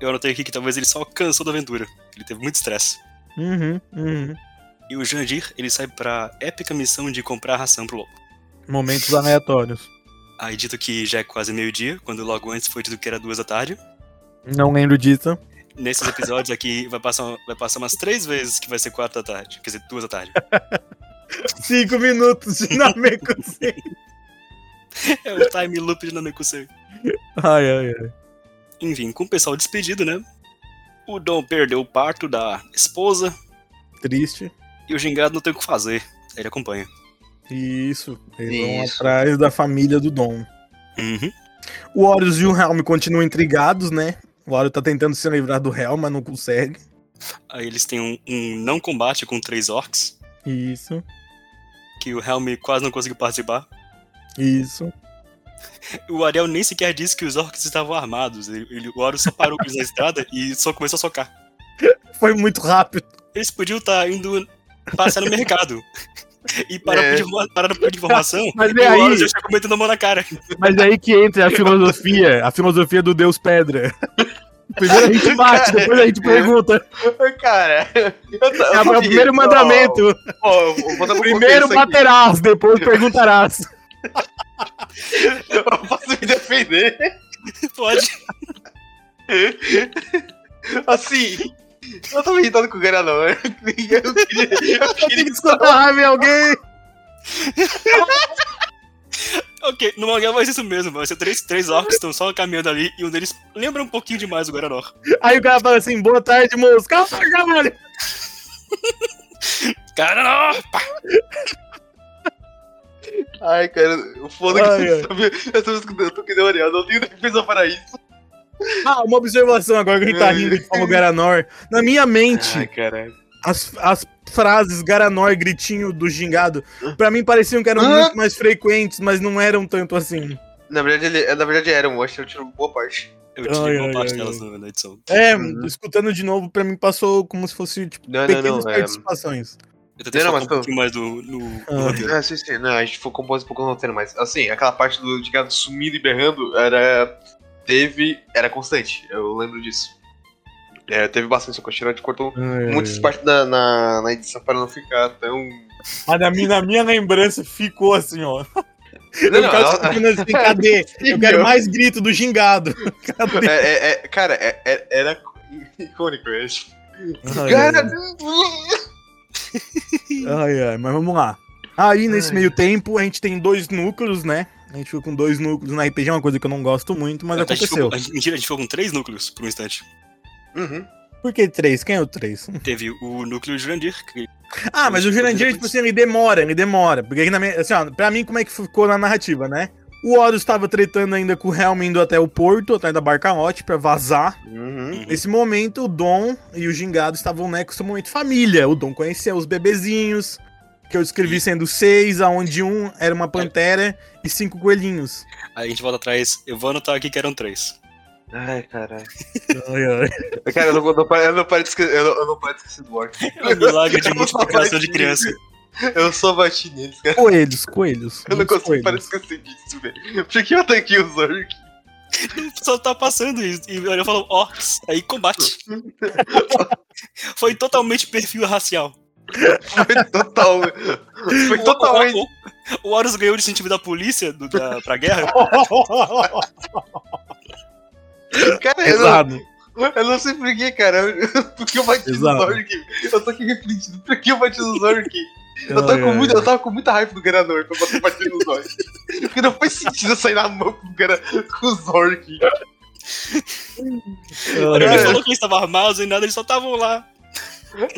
C: Eu anotei aqui que talvez ele só cansou da aventura. Ele teve muito estresse.
A: Uhum, uhum.
C: E o Jandir ele sai pra épica missão de comprar ração pro lobo.
A: Momentos aleatórios.
C: Aí dito que já é quase meio-dia, quando logo antes foi dito que era duas da tarde.
A: Não lembro disso.
C: Nesses episódios aqui vai passar, vai passar umas três vezes que vai ser quatro da tarde. Quer dizer, duas da tarde. *laughs*
A: Cinco minutos de Namekusei.
C: É o time loop de Namekusei.
A: Ai, ai, ai.
C: Enfim, com o pessoal despedido, né? O Dom perdeu o parto da esposa
A: Triste.
C: e o gingado não tem o que fazer. Ele acompanha.
A: Isso. Eles
B: Isso.
A: vão atrás da família do Dom.
C: Uhum.
A: O Horus e o Helm continuam intrigados, né? O Horus tá tentando se livrar do Helm, mas não consegue.
C: Aí eles têm um, um não combate com três orcs,
A: Isso.
C: que o Helm quase não conseguiu participar.
A: Isso.
C: O Ariel nem sequer disse que os orcs estavam armados. Ele, ele- o Ariel só parou com eles na estrada e só começou a socar.
A: Foi muito rápido.
C: Eles podiam estar indo passar no mercado. E pararam
B: É.
C: por informa- pararam por informação.
A: Mas
C: E
A: é
C: o Horus
A: aí,
C: já está cometendo a mão na cara.
A: mas é aí que entra a filosofia, a filosofia do Deus
B: *laughs*
A: Pedra. Primeiro a gente bate,
B: Cara,
A: depois a gente pergunta.
B: Ai, Cara, eu tô-
A: assim, É
B: eu
A: o
B: tô-
A: primeiro
B: Ó,
A: mandamento.
B: ó, eu vou botar pra
A: Primeiro
B: vocês aqui.
A: baterás, depois perguntarás.
B: Eu posso me defender.
C: Pode.
B: Assim, eu tô me irritando com o cara, não. *laughs* Eu queria, eu queria- eu
A: Eu tenho *laughs*
B: queria-
A: que escutar a raiva em alguém.
C: Ok, no mangá vai ser isso mesmo. Vai ser três, três orcs que estão só caminhando ali e um deles lembra um pouquinho demais o Guaranor.
A: Aí o cara fala assim, boa tarde, moço. Calma, caralho.
C: Guaranor! Pá!
B: Ai, cara, o foda é
A: Ai,
B: que
A: ai.
B: você sabe. Eu tô escutando, eu tô que nem o Ariel, não tenho defesa para isso.
A: Ah, uma observação agora que a gente
B: É.
A: tá rindo de como Garanor. Na minha mente,
B: caralho.
A: as, as frases Garanor, gritinho do gingado, pra mim pareciam que eram
B: Hã?
A: muito mais frequentes, mas não eram tanto assim.
B: Na verdade, ele, na verdade era um monstro, eu tiro boa parte.
C: Eu tirei
A: Ai,
C: uma
A: ai,
C: parte
A: ai,
C: delas na na edição.
A: É,
B: Uhum.
A: escutando de novo, pra mim passou como se fosse tipo,
B: Não, não,
A: pequenas
B: não. É...
A: participações.
C: Eu tentei
B: Não,
C: focar
B: mas
C: um
B: tô-
C: pouquinho mais do, no, no
A: Ah.
C: roteiro.
B: Ah, sim, sim. Não, a gente foi composto um pouco não tendo mais. Assim, aquela parte do gado sumindo e berrando era. Teve. Era constante, eu lembro disso. É, teve bastante, só que o Shirante cortou
A: É.
B: muitas partes da- na, na edição para não ficar tão.
A: Mas na minha, na minha lembrança ficou assim, ó.
B: Não, é,
A: eu ficava escutando
B: *laughs*
A: assim, cadê? Eu quero mais grito do gingado. Cadê?
B: É, é, é, cara, é- é- era icônico, eu acho.
A: Ai,
B: Cara,
A: Ai, ai, mas vamos lá. Aí, nesse
B: Ai.
A: meio tempo, a gente tem dois núcleos, né? A gente ficou com dois núcleos na RPG, é uma coisa que eu não gosto muito, mas
C: A gente ficou-
A: aconteceu.
C: a gente- Mentira, a gente ficou com três núcleos por um instante.
B: Uhum.
A: Por que três? Quem é o três?
C: Teve o núcleo de Jurandir, que
A: Ah, mas o Jurandir, tipo assim, ele demora, ele demora. Porque aqui na minha, assim, ó, pra mim, como é que ficou na narrativa, né? O Horus tava tretando ainda com o Helm indo até o porto, atrás da Barcaote, pra vazar.
B: Uhum.
A: Nesse momento, o Dom e o Gingado estavam, né, com seu momento família. O Dom conheceu os bebezinhos, que eu escrevi sendo seis, aonde um era uma pantera e cinco coelhinhos.
C: Aí a gente volta atrás. Eu vou anotar aqui que eram três.
B: Ai, caralho. É,
A: Ai, ai.
B: Cara, eu não, eu não paro- eu não paro de esquecer, eu não, eu não paro de esquecer do
C: *laughs*
B: Orc.
C: É um milagre de
B: Eu
C: multiplicação
B: só
C: de
B: bati
C: criança.
B: neles. Eu só bati neles, cara.
A: Coelhos, coelhos.
B: Eu não
A: muitos
B: consigo parar de
A: coelhos.
B: esquecer disso, velho. Por que eu ataquei os Orc?
C: Só tá passando e, e eu falo orcs, aí
B: *laughs*
C: combate. Foi totalmente perfil racial.
B: Foi total. *laughs* Foi totalmente.
C: O, o, o Horus ganhou de incentivo da polícia do, da, pra guerra.
B: Cara, eu não,
A: Pesado.
B: eu não sei por que, cara. Eu- Por que eu bati nos
A: Exato.
B: Orc? Eu tô aqui refletindo. Por que eu bati nos Orc? Eu tava, com muita, eu tava com muita raiva do Granor pra bater bater nos Zork. Porque não faz sentido eu sair na mão com, o Gara, com os Zork. *laughs*
C: Ele
B: é.
C: falou que eles estavam armados e nada, eles só estavam lá.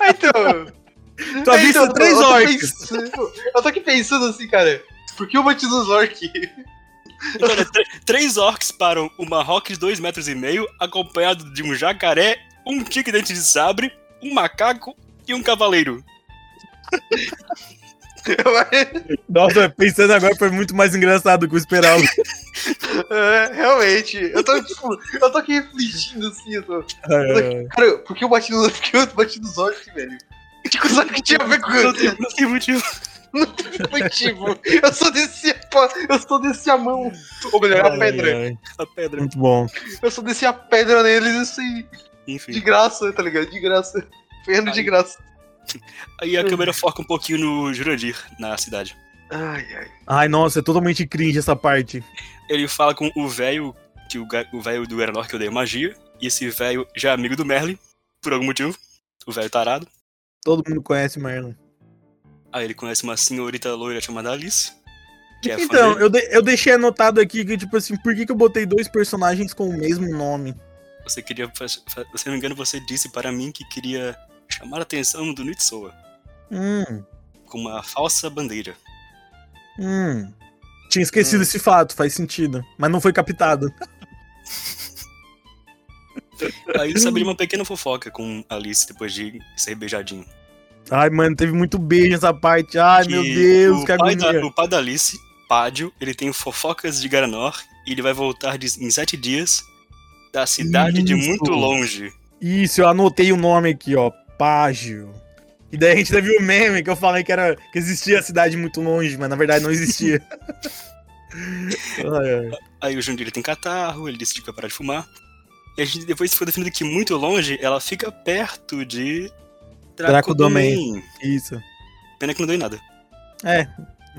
B: Ah, Então.
A: Tu
B: é, então,
A: avista três
B: eu tô
A: orcs.
B: pensando- Eu tô aqui pensando assim, cara. Por que eu bati nos Zork?
C: Então, olha, tre- três orcs param uma rock de dois metros e meio, acompanhado de um jacaré, um tigre dente de sabre, um macaco e um cavaleiro.
A: Nossa, pensando agora foi muito mais engraçado do que eu esperava.
B: *laughs* É, realmente, eu tô, tipo, eu tô aqui refletindo assim, eu tô... *laughs*
A: É.
B: Cara, por que eu bati, no, por que eu bati nos orcs, velho? Tipo, sabe o que tinha a ver com
C: Não tem, não
B: *laughs*
C: tem motivo.
B: Não tem motivo. Eu só desci a, pa- eu só desci a mão. Ou melhor, É a pedra.
A: Ai, ai.
C: A pedra.
A: Muito bom.
B: Eu só desci a pedra neles assim, de
C: Enfim.
B: graça, tá ligado? De graça. Ferro de graça.
C: Aí a câmera foca um pouquinho no Jurandir, na cidade.
B: Ai, ai.
A: Ai, nossa, é totalmente cringe essa parte.
C: Ele fala com o velho, que o ga- o velho do Garanor que odeia magia, e esse velho já é amigo do Merlin, por algum motivo. O velho tarado.
A: Todo mundo conhece Merlin.
C: Aí ele conhece uma senhorita loira chamada Alice. Que é fã
A: Então,
C: dele.
A: eu, de- eu deixei anotado aqui que, tipo assim, por que, que eu botei dois personagens com o mesmo nome?
C: Você queria. fa- fa- Se não me engano, você disse para mim que queria chamar a atenção do Nitsoa
A: Hum,
C: com uma falsa bandeira.
A: hum. Tinha esquecido
B: Hum.
A: esse fato, faz sentido. Mas não foi captado.
C: Aí ele saberia uma pequena fofoca com Alice depois de ser beijadinho.
A: Ai, mano, teve muito beijo nessa parte. Ai, meu
C: Que
A: Deus,
C: o
A: que
C: pai, da,
A: agonia.
C: o pai da Alice, Pádio, ele tem fofocas de Garanor e ele vai voltar de- em sete dias da cidade de
A: Isso.
C: muito longe.
A: Isso, eu anotei o nome aqui, ó. Págio. E daí a gente teve o meme que eu falei que, era, que existia a cidade muito longe, mas na verdade não *laughs* existia. Ai, ai.
C: Aí o Jundir tem catarro, ele decide que vai parar de fumar. E a gente depois foi definido que muito longe, ela fica perto de
A: Dracodomen. Isso.
C: Pena que não deu em nada.
A: É,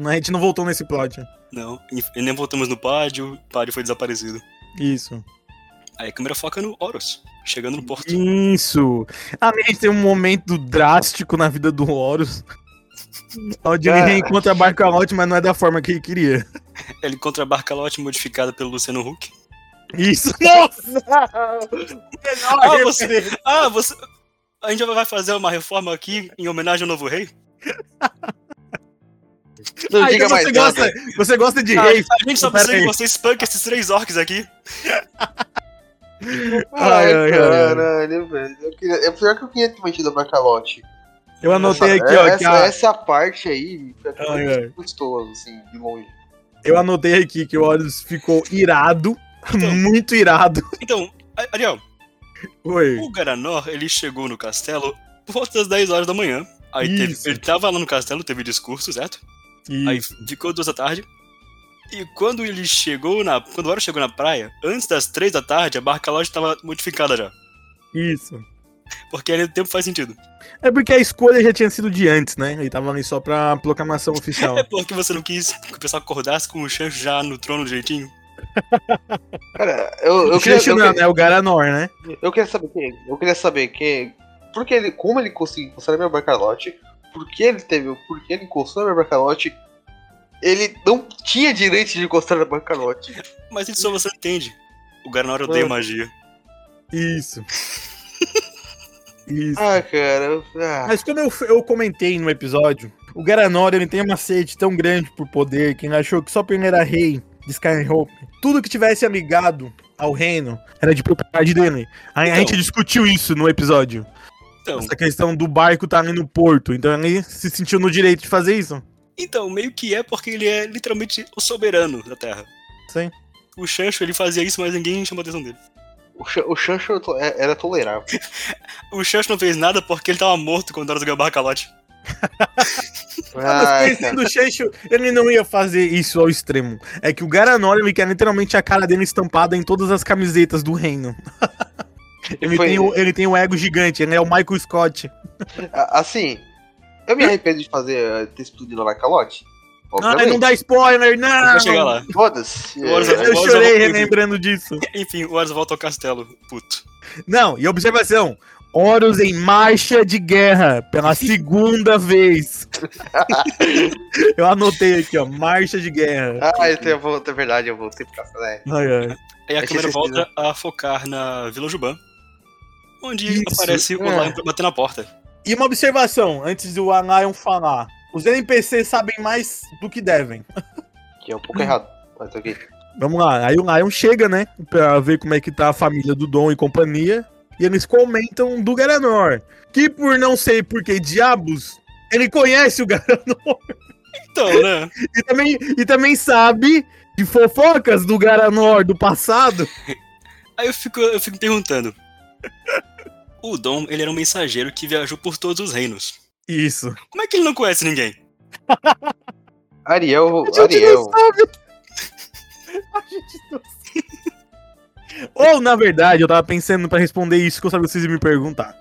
A: a gente não voltou nesse plot.
C: Não, e nem voltamos no pádio, o pádio foi desaparecido.
A: Isso.
C: Aí a câmera foca no Horus, chegando no porto.
A: Isso! A gente tem um momento drástico na vida do Horus. Onde ele
B: É.
A: reencontra a Barcalote, mas não é da forma que ele queria.
C: Ele encontra a barca lote modificada pelo Luciano
A: *laughs*
C: Huck.
A: Isso, nossa!
C: Ah, você- Ah, você. A gente vai fazer uma reforma aqui em homenagem ao novo rei?
B: Não
A: Ah,
B: diga
A: então
B: mais
A: você,
B: nada.
A: gosta, você gosta de
C: Ah,
A: rei?
C: a gente só
A: Pera
C: precisa que
A: aí.
C: vocês punk esses três orcs aqui.
B: Ai,
A: Ai, ai, ai, ai.
B: caralho, velho. Eu queria... É pior que eu queria ter mantido a Barcalote.
A: Eu anotei
B: Essa-
A: aqui, ó.
B: Essa,
A: que a-
B: essa parte aí foi a que
A: Ai, ai.
B: mais gostoso, assim, de longe.
A: Eu anotei aqui que o Horus ficou irado.
C: Então.
A: Muito irado.
C: Então, A- Ariel,
A: Oi.
C: o Garanor, ele chegou no castelo por volta das 10 horas da manhã. Aí teve-
A: Isso.
C: ele tava lá no castelo, teve discurso, certo? Aí
A: Isso.
C: ficou duas da tarde. E quando ele chegou na. Quando o Oro chegou na praia, antes das três da tarde, a barca loja tava modificada já.
A: Isso.
C: Porque aí o tempo faz sentido.
A: É porque a escolha já tinha sido de antes, né? Ele tava ali só pra proclamação oficial.
C: É porque você não quis que o pessoal acordasse com o Xancho já no trono direitinho?
B: Cara, *laughs* eu, eu
A: Eu
B: queria...
A: queria,
B: Eu
A: não,
B: queria,
A: né? O Garanor, né?
B: eu queria saber quem... Eu queria saber quem... Por que ele... Como ele conseguiu encostar na minha Barcalote? Por que ele teve... Por que ele encostou na minha Barcalote? Ele não tinha direito de encostar
A: *laughs*
B: na Barcalote.
C: Mas isso só você não entende. O Garanor odeia
A: É.
B: Ah.
C: magia.
A: Isso.
B: *laughs*
A: Isso.
B: Ah, cara... Ah.
A: Mas como eu, eu comentei no episódio, o Garanor ele tem uma sede tão grande por poder que ele achou que só porque ele era rei de Skyrim tudo que tivesse ligado ao reino era de propriedade dele. A, a
C: Então.
A: gente discutiu isso no episódio.
C: Então,
A: Essa questão do barco tá ali no porto. Então ele se sentiu no direito de fazer isso.
C: então, meio que é porque ele é literalmente o soberano da terra.
A: Sim.
C: O Xancho, ele fazia isso, mas ninguém chamou a atenção dele.
B: O, Xan- o Xanxo to- é- era tolerável.
C: O Xancho não fez nada porque ele tava morto quando o Oro jogou a barca lote.
A: Mas
B: Ai, cara.
A: conhecendo o Xenxo, ele não ia fazer isso ao extremo. É que o Garanor, ele quer literalmente a cara dele estampada em todas as camisetas do reino. *laughs* Ele,
B: Foi-
A: tem, o, ele tem um ego gigante, ele é o Michael Scott.
B: A- Assim, eu me
A: Hum?
B: arrependo de fazer eh, ter explodido na calote.
A: Ai, não dá spoiler, Ah, não!
C: Vai chegar lá.
B: Foda-se.
C: Eu
B: É,
A: *laughs* Eu
C: Agora
A: chorei
C: eu vou-
A: relembrando disso.
C: Enfim, o Horus volta ao castelo, puto.
A: Não, e observação: Horus em marcha de guerra pela segunda vez. *laughs* Eu anotei aqui, ó: marcha de guerra.
B: Ah, então eu vou, é verdade, eu vou ter que ficar, né?
A: Ai, ai.
C: Aí a
B: Achei sentido.
C: câmera volta a focar na Vila Juban, onde
A: Isso,
C: aparece o
B: é.
C: Lion pra bater na porta.
A: E uma observação antes do Anion falar: os NPCs sabem mais do que devem. Hum.
B: Que é um pouco errado. Mas tá ok.
A: Vamos lá. Aí o Lion chega, né? Pra ver como é que tá a família do Dom e companhia. E eles comentam do Garanor. Que por não sei por que diabos, ele conhece o Garanor. *laughs*
C: Então, né?
A: E também, e também sabe de fofocas do Garanor do passado.
C: Aí eu fico, eu fico me perguntando. O Dom, ele era um mensageiro que viajou por todos os reinos.
A: Isso.
C: Como é que ele não conhece ninguém?
B: Ariel,
A: A gente
B: Tipo, Ariel.
A: não sabe. *laughs* A gente não sabe. Ou, na verdade, eu tava pensando pra responder isso que eu sabia que vocês iam me perguntar.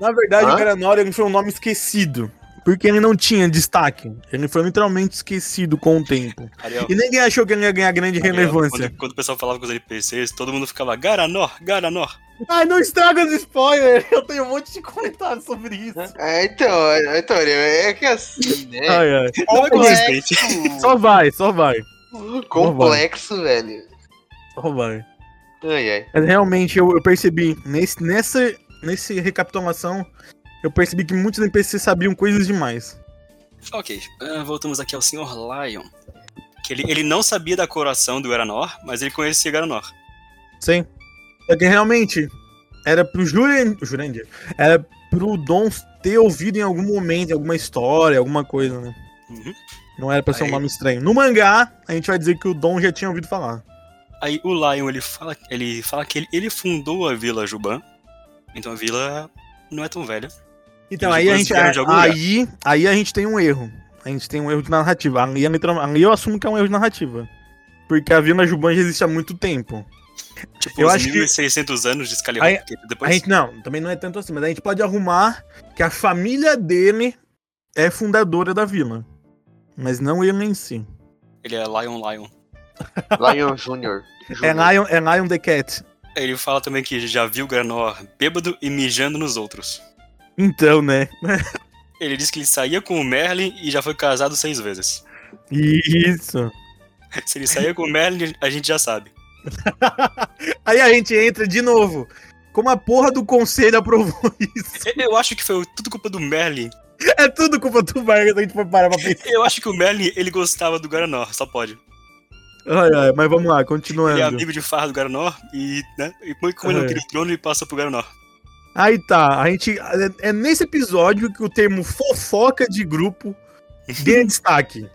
A: Na verdade,
B: Hã?
A: o Garanor ele foi um nome esquecido. Porque ele não tinha destaque. Ele foi literalmente esquecido com o tempo.
C: Ariel,
A: E ninguém achou que ele ia ganhar grande
C: Ariel,
A: relevância.
C: Quando, quando o pessoal falava com os NPCs, todo mundo ficava Garanor, Garanor.
A: Ai, não estraga os spoilers! Eu tenho um monte de comentários sobre isso.
B: É, então, é, então, Ariel, é que assim, né?
A: Ai, ai.
C: Não é consistente.
B: Complexo,
A: Só vai, só vai,
B: *laughs* complexo, velho.
A: só vai.
B: Ai, ai.
A: Mas realmente eu, eu percebi, nesse, nessa, nesse recapitulação, eu percebi que muitos NPCs sabiam coisas demais.
C: Ok, ah, voltamos aqui ao Sr. Lion. Que ele, ele não sabia da coração do Garanor, mas ele conhecia Garanor.
A: Sim. Só que realmente era pro Juren- Jurandir. Era pro Dom ter ouvido em algum momento, em alguma história, alguma coisa, né?
C: Uhum.
A: Não era pra ser um
C: Aí.
A: nome estranho. No mangá, a gente vai dizer que o Dom já tinha ouvido falar.
C: Aí o Lion, ele fala, ele fala que ele, ele fundou a Vila Juban. Então a vila não é tão velha.
A: Então,
C: Eles
A: aí a gente.
C: vieram de algum lugar.
A: Aí, aí a gente tem um erro. A gente tem um erro de narrativa. Ali, é literal- ali eu assumo que é um erro de narrativa. Porque a Vila Juban já existe há muito tempo.
C: Tipo,
A: Eu
C: uns
A: acho que-
C: 1600 anos de Excalibur.
A: Aí-
C: porque
A: A
C: depois...
A: gente, não, também não é tanto assim, mas a gente pode arrumar que a família dele é fundadora da vila. Mas não ele em si.
C: Ele é Lion Lion.
B: Lion Jr.
A: É
B: Jr.
A: Lion, é Lion the Cat.
C: Ele fala também que já viu Granor bêbado e mijando nos outros.
A: Então, né?
C: Ele diz que ele saía com o Merlin e já foi casado seis vezes. *laughs*
A: Isso.
C: Se ele saía com o Merlin, a gente já sabe.
A: *laughs* Aí a gente entra de novo. Como a porra do conselho aprovou *laughs* isso.
C: Eu acho que foi tudo culpa do Merlin.
A: É tudo culpa do Vargas, a gente foi parar pra pensar.
C: Eu acho que o Merlin, ele gostava do Garanor, só pode.
A: Ai, ai, mas vamos lá,
C: Ele é
A: continuando.
C: amigo de Farra do Garanor e, né, e como ele não
A: É.
C: queria o trono, ele passa pro Garanor.
A: Aí tá, a gente. é- É nesse episódio que o termo fofoca de grupo ganha destaque.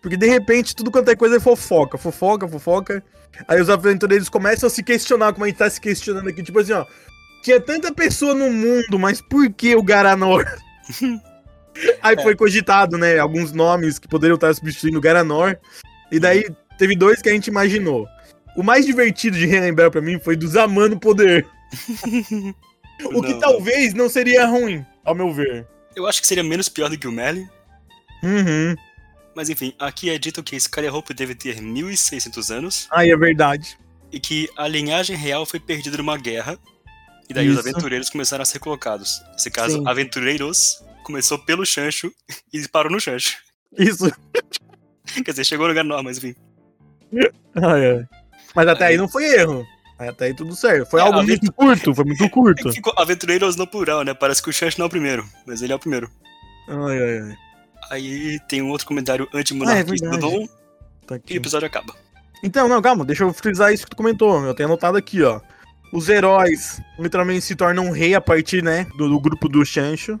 A: Porque de repente tudo quanto é coisa é fofoca, fofoca, fofoca. Aí os aventureiros começam a se questionar, como a gente tá se questionando aqui, tipo assim, ó. Tinha tanta pessoa no mundo, mas por que o Garanor? *laughs* Aí foi cogitado, né? Alguns nomes que poderiam estar substituindo o Garanor. E daí teve dois que a gente imaginou. O mais divertido de relembrar pra mim foi do Zaman no poder. O que
C: Não,
A: talvez não seria ruim, ao meu ver.
C: Eu acho que seria menos pior do que o Merlin.
A: Uhum.
C: Mas enfim, aqui é dito que Skyhope deve ter 1600 anos
A: Aí é verdade.
C: e que a linhagem real foi perdida numa guerra. E daí os
A: Isso.
C: aventureiros começaram a ser colocados. Nesse caso,
A: Sim.
C: aventureiros começou pelo Chancho *laughs* e parou no Chancho.
A: Isso.
C: *laughs* Quer dizer, chegou no Garanor, mas enfim.
A: Ai, ai. Mas até aí não foi erro. Aí Até aí tudo certo. Foi
C: É,
A: algo
C: a
A: muito curto, foi muito
C: É *laughs*
A: curto.
C: que ficou aventureiros no plural, né? Parece que o Chancho não é o primeiro, mas ele é o primeiro.
A: Ai, ai, ai.
C: Aí tem um outro comentário anti-monarquista do
A: Ah, é verdade.
C: Dom
A: Tá
C: e o
A: aqui.
C: episódio acaba.
A: Então, não, calma, deixa eu frisar isso que tu comentou. Eu tenho anotado aqui, ó. Os heróis literalmente se tornam um rei a partir, né, do, do grupo do Chancho.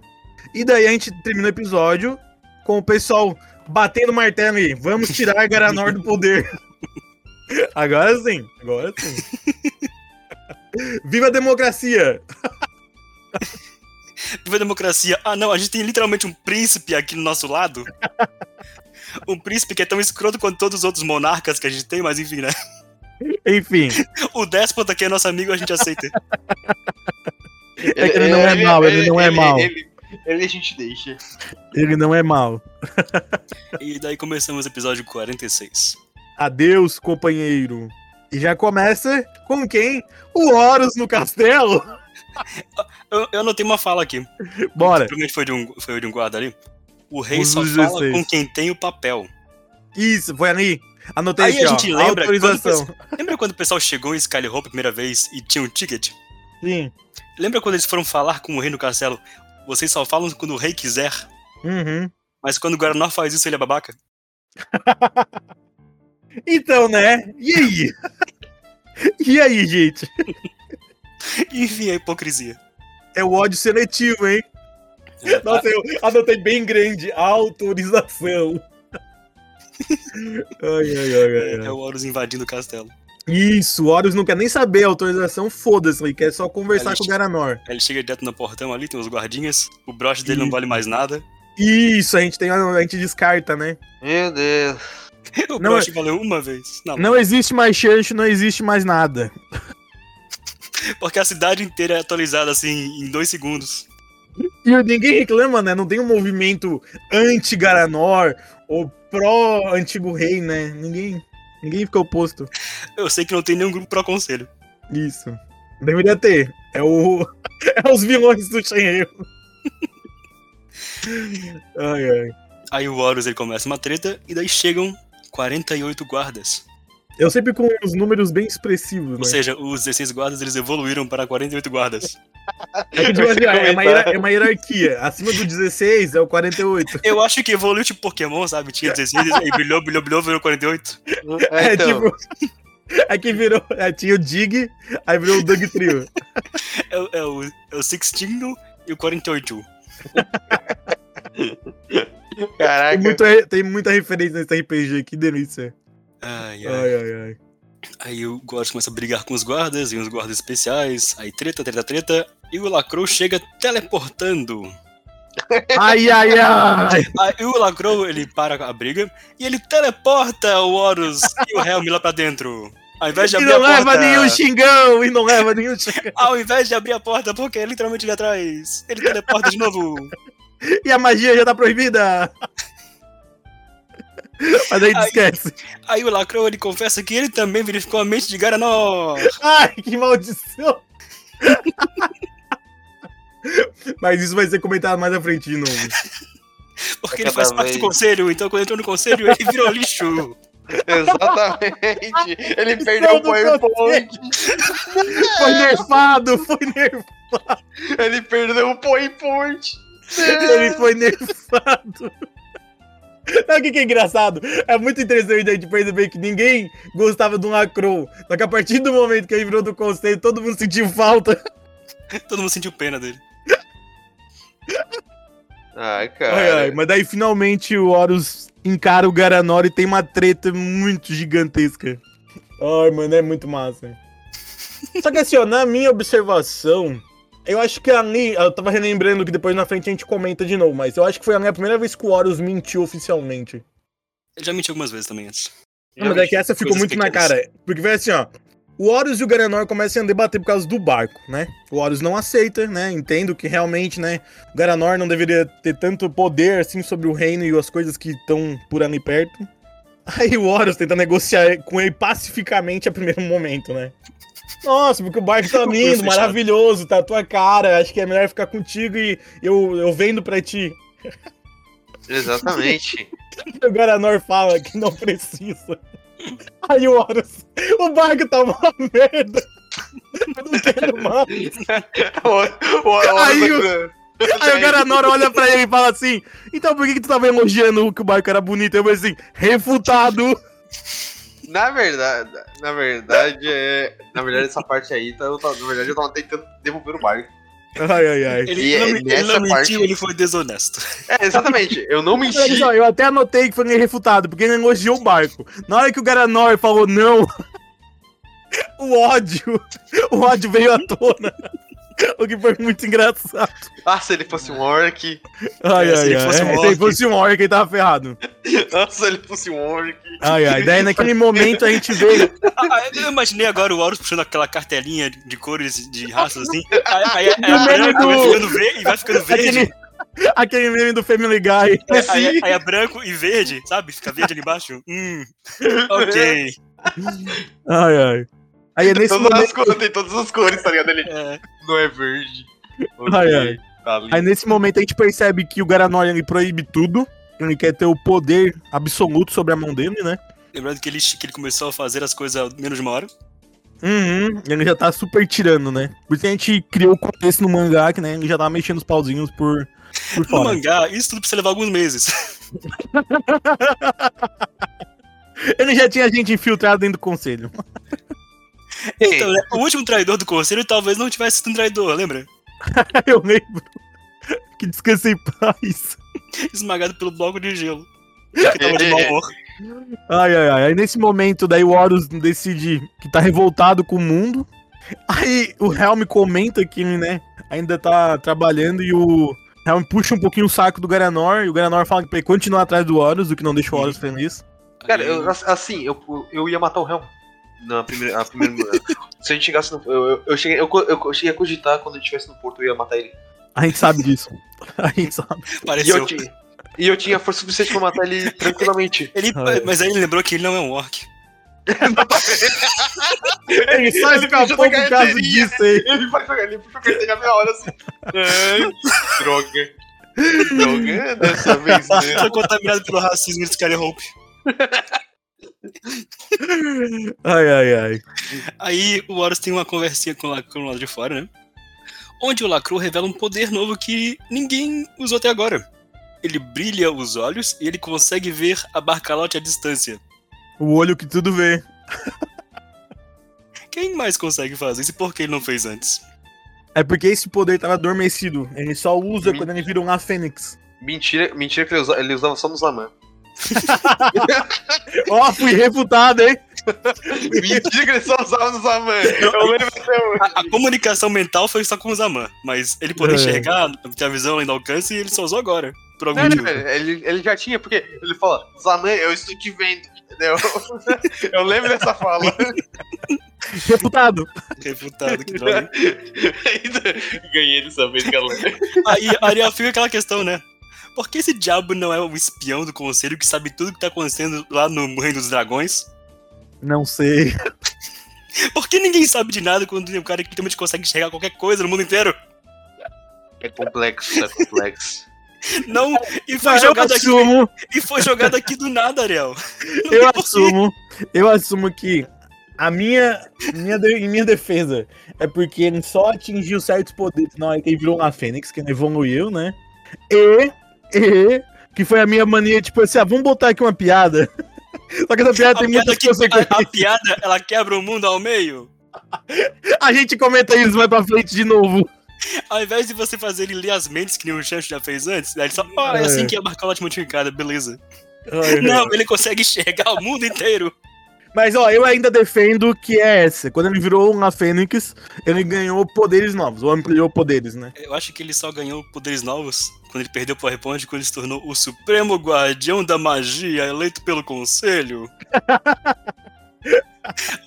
A: E daí a gente termina o episódio com o pessoal batendo o martelo aí. Vamos tirar Garanor do poder. *laughs* agora sim, agora
C: *laughs*
A: sim. Viva a democracia!
C: Viva a democracia. Ah, não, a gente tem literalmente um príncipe aqui no nosso lado. Um príncipe que é tão escroto quanto todos os outros monarcas que a gente tem, mas enfim, né?
A: Enfim,
C: O déspota que é nosso amigo, a gente aceita.
A: É que ele não é mau, ele não é mau.
B: Ele, ele a gente deixa.
A: ele não é mau.
C: E daí começamos o episódio 46.
A: Adeus, companheiro. E já começa com quem? O Horus no castelo. *laughs*
C: Eu, eu anotei uma fala aqui.
A: Bora.
C: Primeiro foi de um, foi de um guarda ali. O rei
A: Os
C: só
A: dos
C: fala
A: 16.
C: com quem tem o papel.
A: Isso, foi ali. Anotei
C: Aí
A: aqui,
C: a
A: ó.
C: gente lembra quando
A: Autorização.
C: Lembra quando o pessoal chegou em Skyhope a primeira vez e tinha um ticket?
A: Sim.
C: Lembra quando eles foram falar com o rei no castelo? Vocês só falam quando o rei quiser.
A: Uhum.
C: Mas quando o Guaranor faz isso, ele é babaca.
A: Então, né? E aí? *laughs* E aí, gente?
C: Enfim, a hipocrisia.
A: É o ódio seletivo, hein?
C: É,
A: Nossa, eu anotei bem grande. Autorização. *laughs* Ai, ai, ai, ai,
C: é
A: ai.
C: o Horus invadindo o castelo.
A: Isso, o Horus não quer nem saber a autorização, foda-se, ele quer só conversar
C: Ele-
A: com o Garanor.
C: Aí Ele chega direto no portão ali, tem uns guardinhas, o broche dele não vale mais nada.
A: Isso, a gente tem a gente descarta, né?
B: Meu Deus.
C: O
A: Não,
C: broche valeu uma vez. Não,
A: Não é- existe mais chance, não existe mais nada.
C: porque a cidade inteira é atualizada assim em dois segundos.
A: E ninguém reclama, né? Não tem um movimento anti-Garanor ou pró-antigo rei, né? Ninguém, ninguém fica oposto.
C: Eu sei que não tem nenhum grupo pro conselho.
A: Isso. Deveria ter. É o. *laughs* É os vilões do Shenryu. *laughs* ai, ai.
C: Aí o Horus ele começa uma treta e daí chegam 48 guardas.
A: Eu sempre com os números bem expressivos,
C: Ou
A: né?
C: seja, os 16 guardas eles evoluíram para 48 guardas.
A: É, que, tipo assim, ó, é uma hiera- é uma hierarquia. Acima do 16 é o 48.
C: Eu acho que evoluiu tipo Pokémon, sabe? Tinha 16 e brilhou, brilhou, brilhou, virou 48.
A: *laughs* É,
B: É, então,
A: tipo. *laughs* É que virou. é, tinha o Dig, aí virou o Doug Trio.
C: É, o- é o, é o 16 e o 48.
A: Tem,
B: caraca.
A: é muito re- tem muita referência nesse RPG, que delícia.
C: Ai, ai.
A: Ai, ai, ai.
C: Aí o Gorge começa a brigar com os guardas e uns guardas especiais. Aí treta, treta, treta. E o Lacroix chega teleportando.
A: Ai, ai, ai.
C: *laughs* Aí o Lacroix, ele para a briga e ele teleporta o Horus e o Helm lá pra dentro. Ao invés
A: E
C: de abrir
A: não
C: a
A: leva
C: porta...
A: nenhum xingão, e não leva nenhum xingão.
C: Ao invés de abrir a porta, porque é literalmente ali atrás. Ele teleporta de novo.
A: E a magia já tá proibida. Mas aí tu
C: Ai.
A: esquece.
C: Aí o Lacroix, ele confessa que ele também verificou a mente de Garanor.
A: Ai, que maldição. Mas isso vai ser comentado mais à frente de novo.
C: Porque
B: É
C: ele faz
B: cada
C: parte do
B: vez.
C: conselho, então quando entrou no conselho, ele virou lixo.
A: *laughs*
B: Exatamente. Ele perdeu
A: Não,
B: o
A: não consegui.
B: PowerPoint.
A: Foi nerfado, foi nerfado.
B: Ele perdeu o PowerPoint.
A: *laughs* Ele foi nerfado. Sabe o que, que é engraçado? É muito interessante a gente perceber que ninguém gostava de um Acron. Só que a partir do momento que ele virou do conselho, todo mundo sentiu falta.
C: Todo mundo sentiu pena dele.
B: Ai,
A: *laughs* Ai,
B: cara.
A: ai, mas daí finalmente o Horus encara o Garanor e tem uma treta muito gigantesca. Ai, mano, é muito massa. Só que assim, ó, na minha observação, eu acho que ali. Eu tava relembrando que depois na frente a gente comenta de novo, mas eu acho que foi ali a primeira vez que o Horus mentiu oficialmente.
C: Ele já mentiu algumas vezes também antes.
A: Não, mas é que essa ficou
C: coisas
A: muito na
C: pequenas.
A: cara. Porque foi assim, ó. O Horus e o Garanor começam a debater por causa do barco, né? O Horus não aceita, né? Entendo que realmente, né? O Garanor não deveria ter tanto poder, assim, sobre o reino e as coisas que estão por ali perto. *laughs* Aí o Horus tenta negociar com ele pacificamente a primeiro momento, né? Nossa, porque o barco
C: *laughs*
A: tá
C: Foi
A: lindo,
C: fechado.
A: maravilhoso, tá a tua cara, acho que é melhor ficar contigo e eu, eu vendo pra ti. *laughs*
B: Exatamente. *laughs*
A: O Garanor fala que não precisa. Aí o Horus, o barco tá uma merda. Eu não quero mais.
B: O- o- o-
A: Aí Aí o
B: Daí-
A: Garanor olha pra ele e fala assim: Então por que, que tu tava elogiando que o barco era bonito? Eu falei assim: refutado.
B: *laughs* Na verdade, na verdade, é, na verdade essa parte aí, tá, eu tava- na verdade eu tava tentando devolver o barco.
A: Ai, ai, ai.
C: Ele,
B: E
C: não,
B: é
C: me- ele não
B: nessa
C: mentiu,
B: parte-
C: ele foi desonesto.
B: É, exatamente, eu não menti.
A: Só, eu até anotei que foi refutado, porque ele elogiou o barco. Na hora que o Garanor falou não, *laughs* o ódio, o ódio veio à tona. *laughs* O que foi muito engraçado.
B: Ah, se ele fosse um orc. *laughs*
A: Ai,
C: É, se
A: ai,
C: ele
A: ai.
C: fosse um
A: É, Se ele
C: orc.
A: fosse um orc, ele tava ferrado.
B: Ah, se ele fosse um orc.
A: Ai, ai, daí naquele momento a gente vê.
C: Ah, Eu imaginei agora o Horus puxando aquela cartelinha de cores, de raças, assim. Aí, aí, aí
A: E o
C: a
A: meme
C: branca vai
A: do-
C: ficando verde, vai ficando verde. *laughs*
A: Aquele, aquele meme do Family Guy.
C: Aí- Aí, aí é branco e verde, sabe? Fica verde ali embaixo. *laughs* Hum, ok.
A: Ai, ai. Aí é nesse
B: Todas
A: momento.
B: as cores, tem todas as cores, tá ligado? Ele
C: É,
B: não é verde. Ok,
A: Ai, ai.
B: Tá lindo.
A: Aí nesse momento a gente percebe que o Garanor ele proíbe tudo. Ele quer ter o poder absoluto sobre a mão dele, né?
C: lembrando que ele, que ele começou a fazer as coisas há menos de uma hora.
A: Uhum. Ele já tá super tirando, né? Por isso que a gente criou o contexto no mangá, que né? Ele já tava mexendo os pauzinhos por, por
C: No
A: fora.
C: mangá, isso tudo precisa levar alguns meses.
A: Ele já tinha gente infiltrada dentro do conselho. *laughs*
C: Então, né, o último traidor do conselho talvez não tivesse sido um traidor, lembra?
A: Eu lembro. Que descanse em paz.
C: Esmagado pelo bloco de gelo. Que tava de mau humor.
A: Ai, ai, ai. Aí nesse momento, daí o Horus decide que tá revoltado com o mundo. Aí o Helm comenta que, né, ainda tá trabalhando e o Helm puxa um pouquinho o saco do Garanor. E o Garanor fala pra ele continuar atrás do Horus, o que não deixa o Horus feliz.
B: Cara,
C: é.
B: eu- assim, eu, eu ia matar o Helm. Na primeira. na primeira- se a gente chegasse no. Eu, eu, eu cheguei, eu, co- eu co- cheguei a cogitar quando ele estivesse no porto, eu ia matar ele.
A: A gente sabe disso. *laughs* A gente sabe.
B: E eu,
C: Pareceu.
B: tinha, e eu tinha força suficiente pra matar ele tranquilamente.
C: Ele,
A: Ai.
C: mas aí ele lembrou que ele não é um orc.
A: Ele só escapou um por causa disso aí.
B: *laughs* Ele puxou, ele puxou carteirinha na hora assim. Ai, droga. Droga, é dessa vez
C: Eu
B: né?
C: tô contaminado pelo racismo desse cara Hope.
A: Ai, ai, ai.
C: Aí o Horus tem uma conversinha com o Lacro lá de fora, né? Onde o Lacro revela um poder novo que ninguém usou até agora. Ele brilha os olhos e ele consegue ver a Barcalote à distância.
A: O olho que tudo vê.
C: Quem mais consegue fazer isso e por que ele não fez antes?
A: É porque esse poder tava adormecido. Ele só usa
B: Hum.
A: quando ele vira um uma fênix.
B: Mentira, mentira que ele usava, ele usava só nos Laman.
A: Ó, fui refutado, hein?
B: mentira que ele só usava nos É Laman. Eu lembro até hoje.
C: A, a comunicação mental foi só com o Zaman, mas ele poder
A: É.
C: enxergar, ter a visão além do alcance, ele só usou agora. Por algum
B: Não, né,
C: motivo.
B: velho, ele, ele já tinha, porque ele fala, Zaman, eu estou te vendo. entendeu? *laughs* Eu lembro dessa fala.
A: Refutado.
C: Refutado, que
B: *laughs*
C: droga.
B: Ainda Ganhei dessa vez, galera.
C: Aí, aí fica aquela questão, né? Por que esse diabo não é o espião do conselho que sabe tudo que tá acontecendo lá no Reino dos Dragões?
A: Não sei.
C: Por que ninguém sabe de nada quando tem um cara que literalmente consegue enxergar qualquer coisa no mundo inteiro?
B: É complexo, é complexo.
C: Não, e foi
A: eu
C: jogado aqui,
A: assumo,
C: e foi jogado aqui do nada, Ariel.
A: eu
C: Não tem por quê.
A: assumo, eu assumo que a minha, minha, de- em minha defesa é porque ele só atingiu certos poderes na hora que ele virou uma fênix, que ele evoluiu, né? E, e, que foi a minha mania, tipo assim, ah, vamos botar aqui uma piada. *laughs* Só que essa
C: A
A: piada tem
C: piada,
A: muitas
C: que, tá a, a
A: consequências.
C: piada, ela quebra o mundo ao meio.
A: A gente comenta isso, vai pra frente de novo.
C: Ao invés de você fazer ele ler as mentes que nem o Chancho já fez antes, né, ele só, ah, é
A: É.
C: assim que a Barcalote modificada, beleza. Não, ele consegue enxergar o mundo inteiro.
A: Mas ó, eu ainda defendo que é essa. Quando ele virou uma fênix, ele ganhou poderes novos, ou ampliou poderes, né?
C: Eu acho que ele só ganhou poderes novos quando ele perdeu o PowerPoint, quando ele se tornou o Supremo Guardião da Magia, eleito
A: *laughs*
C: pelo Conselho.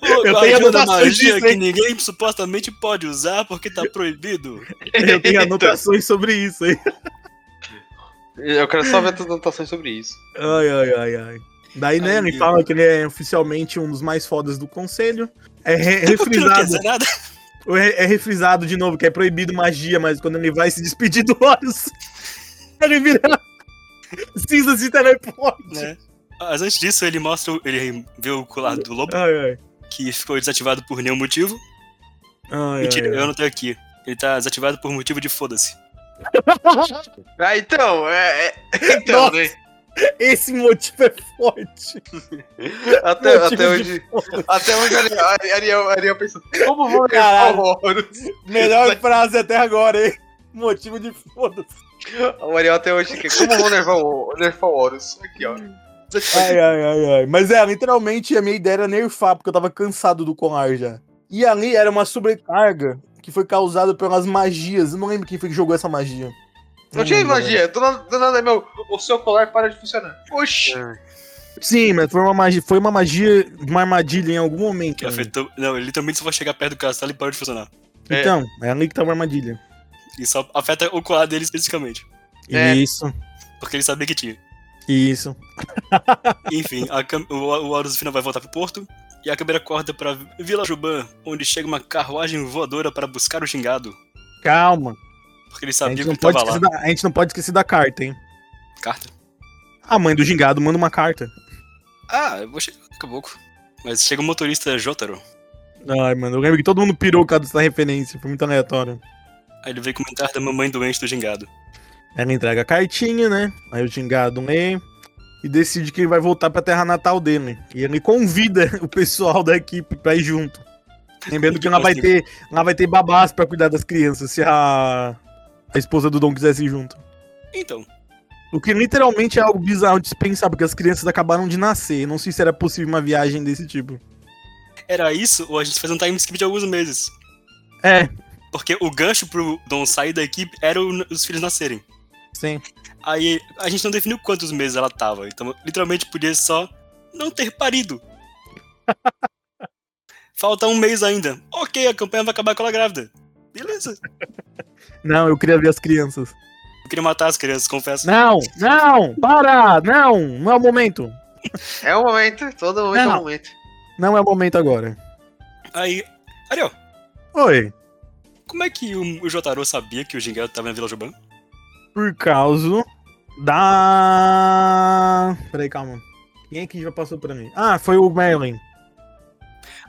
C: o
A: tenho
C: Guardião da
A: anotações
C: Magia
A: disso,
C: que
A: hein?
C: ninguém supostamente pode usar porque tá
A: *laughs*
C: proibido.
A: Eu
C: *laughs*
A: tenho anotações sobre isso aí.
B: Eu quero só ver as anotações sobre isso.
A: Ai, ai, ai, ai. Daí, né,
C: Ai,
A: ele
C: meu
A: fala que ele é oficialmente um dos mais fodas do conselho. É,
C: *laughs*
A: re-
C: Porque não quer
A: refrisado,
C: dizer nada.
A: é, é refrisado de novo, que é proibido magia, mas quando ele vai se despedir do Horus, *laughs* ele vira *laughs* cinza se teleporte.
C: Né? Mas antes disso, ele mostra. o- Ele vê o colar do lobo,
A: Ai, ai.
C: que ficou desativado por nenhum motivo.
A: ai,
C: Mentira,
A: ai,
C: eu não tenho aqui. Ele tá desativado por motivo de foda-se.
B: Ah, então, é. é- então,
A: Nossa.
B: né?
A: ai. Esse motivo é forte.
B: Até,
A: Motivo de
B: até hoje. Até hoje Ariel, Ariel, Ariel pensou. Como vou ganhar
A: Caralho.
B: o Horus?
A: Melhor frase até agora, hein? Motivo de foda-se.
B: O Ariel até hoje quer. Como vou nervar o, nerfar o Horus? Aqui, ó.
A: Ai, ai, ai, ai. Mas é, literalmente a minha ideia era nerfar, porque eu tava cansado do colar já. E ali era uma sobrecarga que foi causada pelas magias. Eu não lembro quem foi que jogou essa magia.
B: Não tinha
A: lembro, velho.
B: magia. Do nada, do nada, é meu. O seu colar para de funcionar. Oxi.
A: Sim, mas foi uma magia, foi uma magia, uma armadilha em algum momento.
C: Que
A: né?
C: afetou. Não, ele também só vai chegar perto do castelo e para de funcionar.
B: É.
A: Então, é ali que tava a armadilha.
C: E só afeta o colar dele especificamente.
B: É.
A: Isso,
C: Porque ele sabia que tinha.
A: isso.
C: Enfim, a cam- o, o Horus no final vai voltar pro porto. E a câmera corta pra Vila Juban, onde chega uma carruagem voadora para buscar o xingado.
A: Calma.
C: Porque ele
A: A
C: sabia
A: gente,
C: que
A: não
C: ele
A: pode
C: tava lá.
A: esquecer da, a gente não pode esquecer da carta, hein?
C: Carta.
A: A mãe do gingado manda uma carta.
C: Ah, eu vou chegar daqui a pouco. Mas chega o motorista Jotaro.
A: Ai, mano, eu lembro que todo mundo pirou por causa dessa referência. Foi muito aleatório.
C: Aí ele veio comentar da mamãe doente do gingado.
A: Ela entrega a cartinha, né? Aí o gingado lê. e decide que ele vai voltar pra terra natal dele. E ele convida *laughs* o pessoal da equipe pra ir junto. Lembrando que lá vai ter, lá vai ter babás pra cuidar das crianças, se a, a esposa do Dom quisesse ir junto.
C: Então,
A: O que literalmente é algo bizarro de se pensar, porque as crianças acabaram de nascer. Não sei se era possível uma viagem desse tipo.
C: era isso ou a gente fez um time skip de alguns meses.
A: É,
C: Porque o gancho pro Don sair da equipe era o- os filhos nascerem.
A: sim.
C: Aí a gente não definiu quantos meses ela tava. Então, literalmente, podia só não ter
A: *laughs*
C: parido. Falta um mês ainda. Ok, a campanha vai acabar com ela grávida. Beleza.
A: Não, eu queria ver as crianças.
C: Eu queria matar as crianças, confesso.
A: Não, não, para, não, não é o momento.
B: É o momento, todo momento é
A: Não.
B: o momento.
A: Não é o momento agora.
C: Aí, Ariel,
A: Oi,
C: como é que o, o Jotaro sabia que o Jingel tava na Vila Juban?
A: por causa da... Peraí, calma. Quem é que já passou pra mim? Ah, foi o Merlin.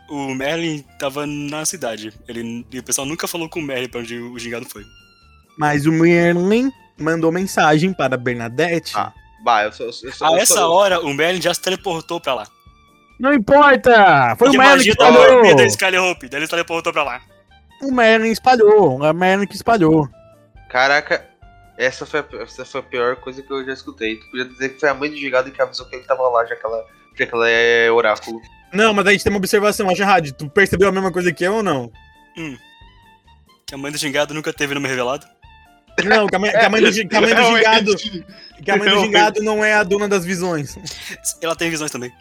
C: O Merlin tava na cidade. Ele, e o pessoal nunca falou com o Merlin pra onde o Gingado foi.
A: Mas o Merlin mandou mensagem para Bernadette.
B: Ah. Bah, eu sou. Eu sou, eu sou
C: A
B: eu
C: essa
B: sou-
C: hora, o Merlin já se teleportou pra lá.
A: Não importa! Foi
C: Porque
A: o Merlin que
C: magia tá
B: falou.
A: espalhou!
C: proibida da Skyhope. Daí ele se teleportou pra lá.
A: O Merlin espalhou, é o Merlin que espalhou.
B: Caraca, essa foi, a, essa foi a pior coisa que eu já escutei. Tu podia dizer que foi a mãe do Gigado que avisou que ele tava lá, já que ela, já que ela é oráculo.
A: Não, mas a gente tem uma observação, acha errado. Tu percebeu a mesma coisa que eu ou não?
C: Que a mãe do Gingado nunca teve nome revelado.
A: Não, que a mãe, que a mãe do, gi- que a mãe
B: É
A: do gigado. Que a mãe do
B: Realmente.
A: gigado não é a dona das visões.
C: Ela tem visões também.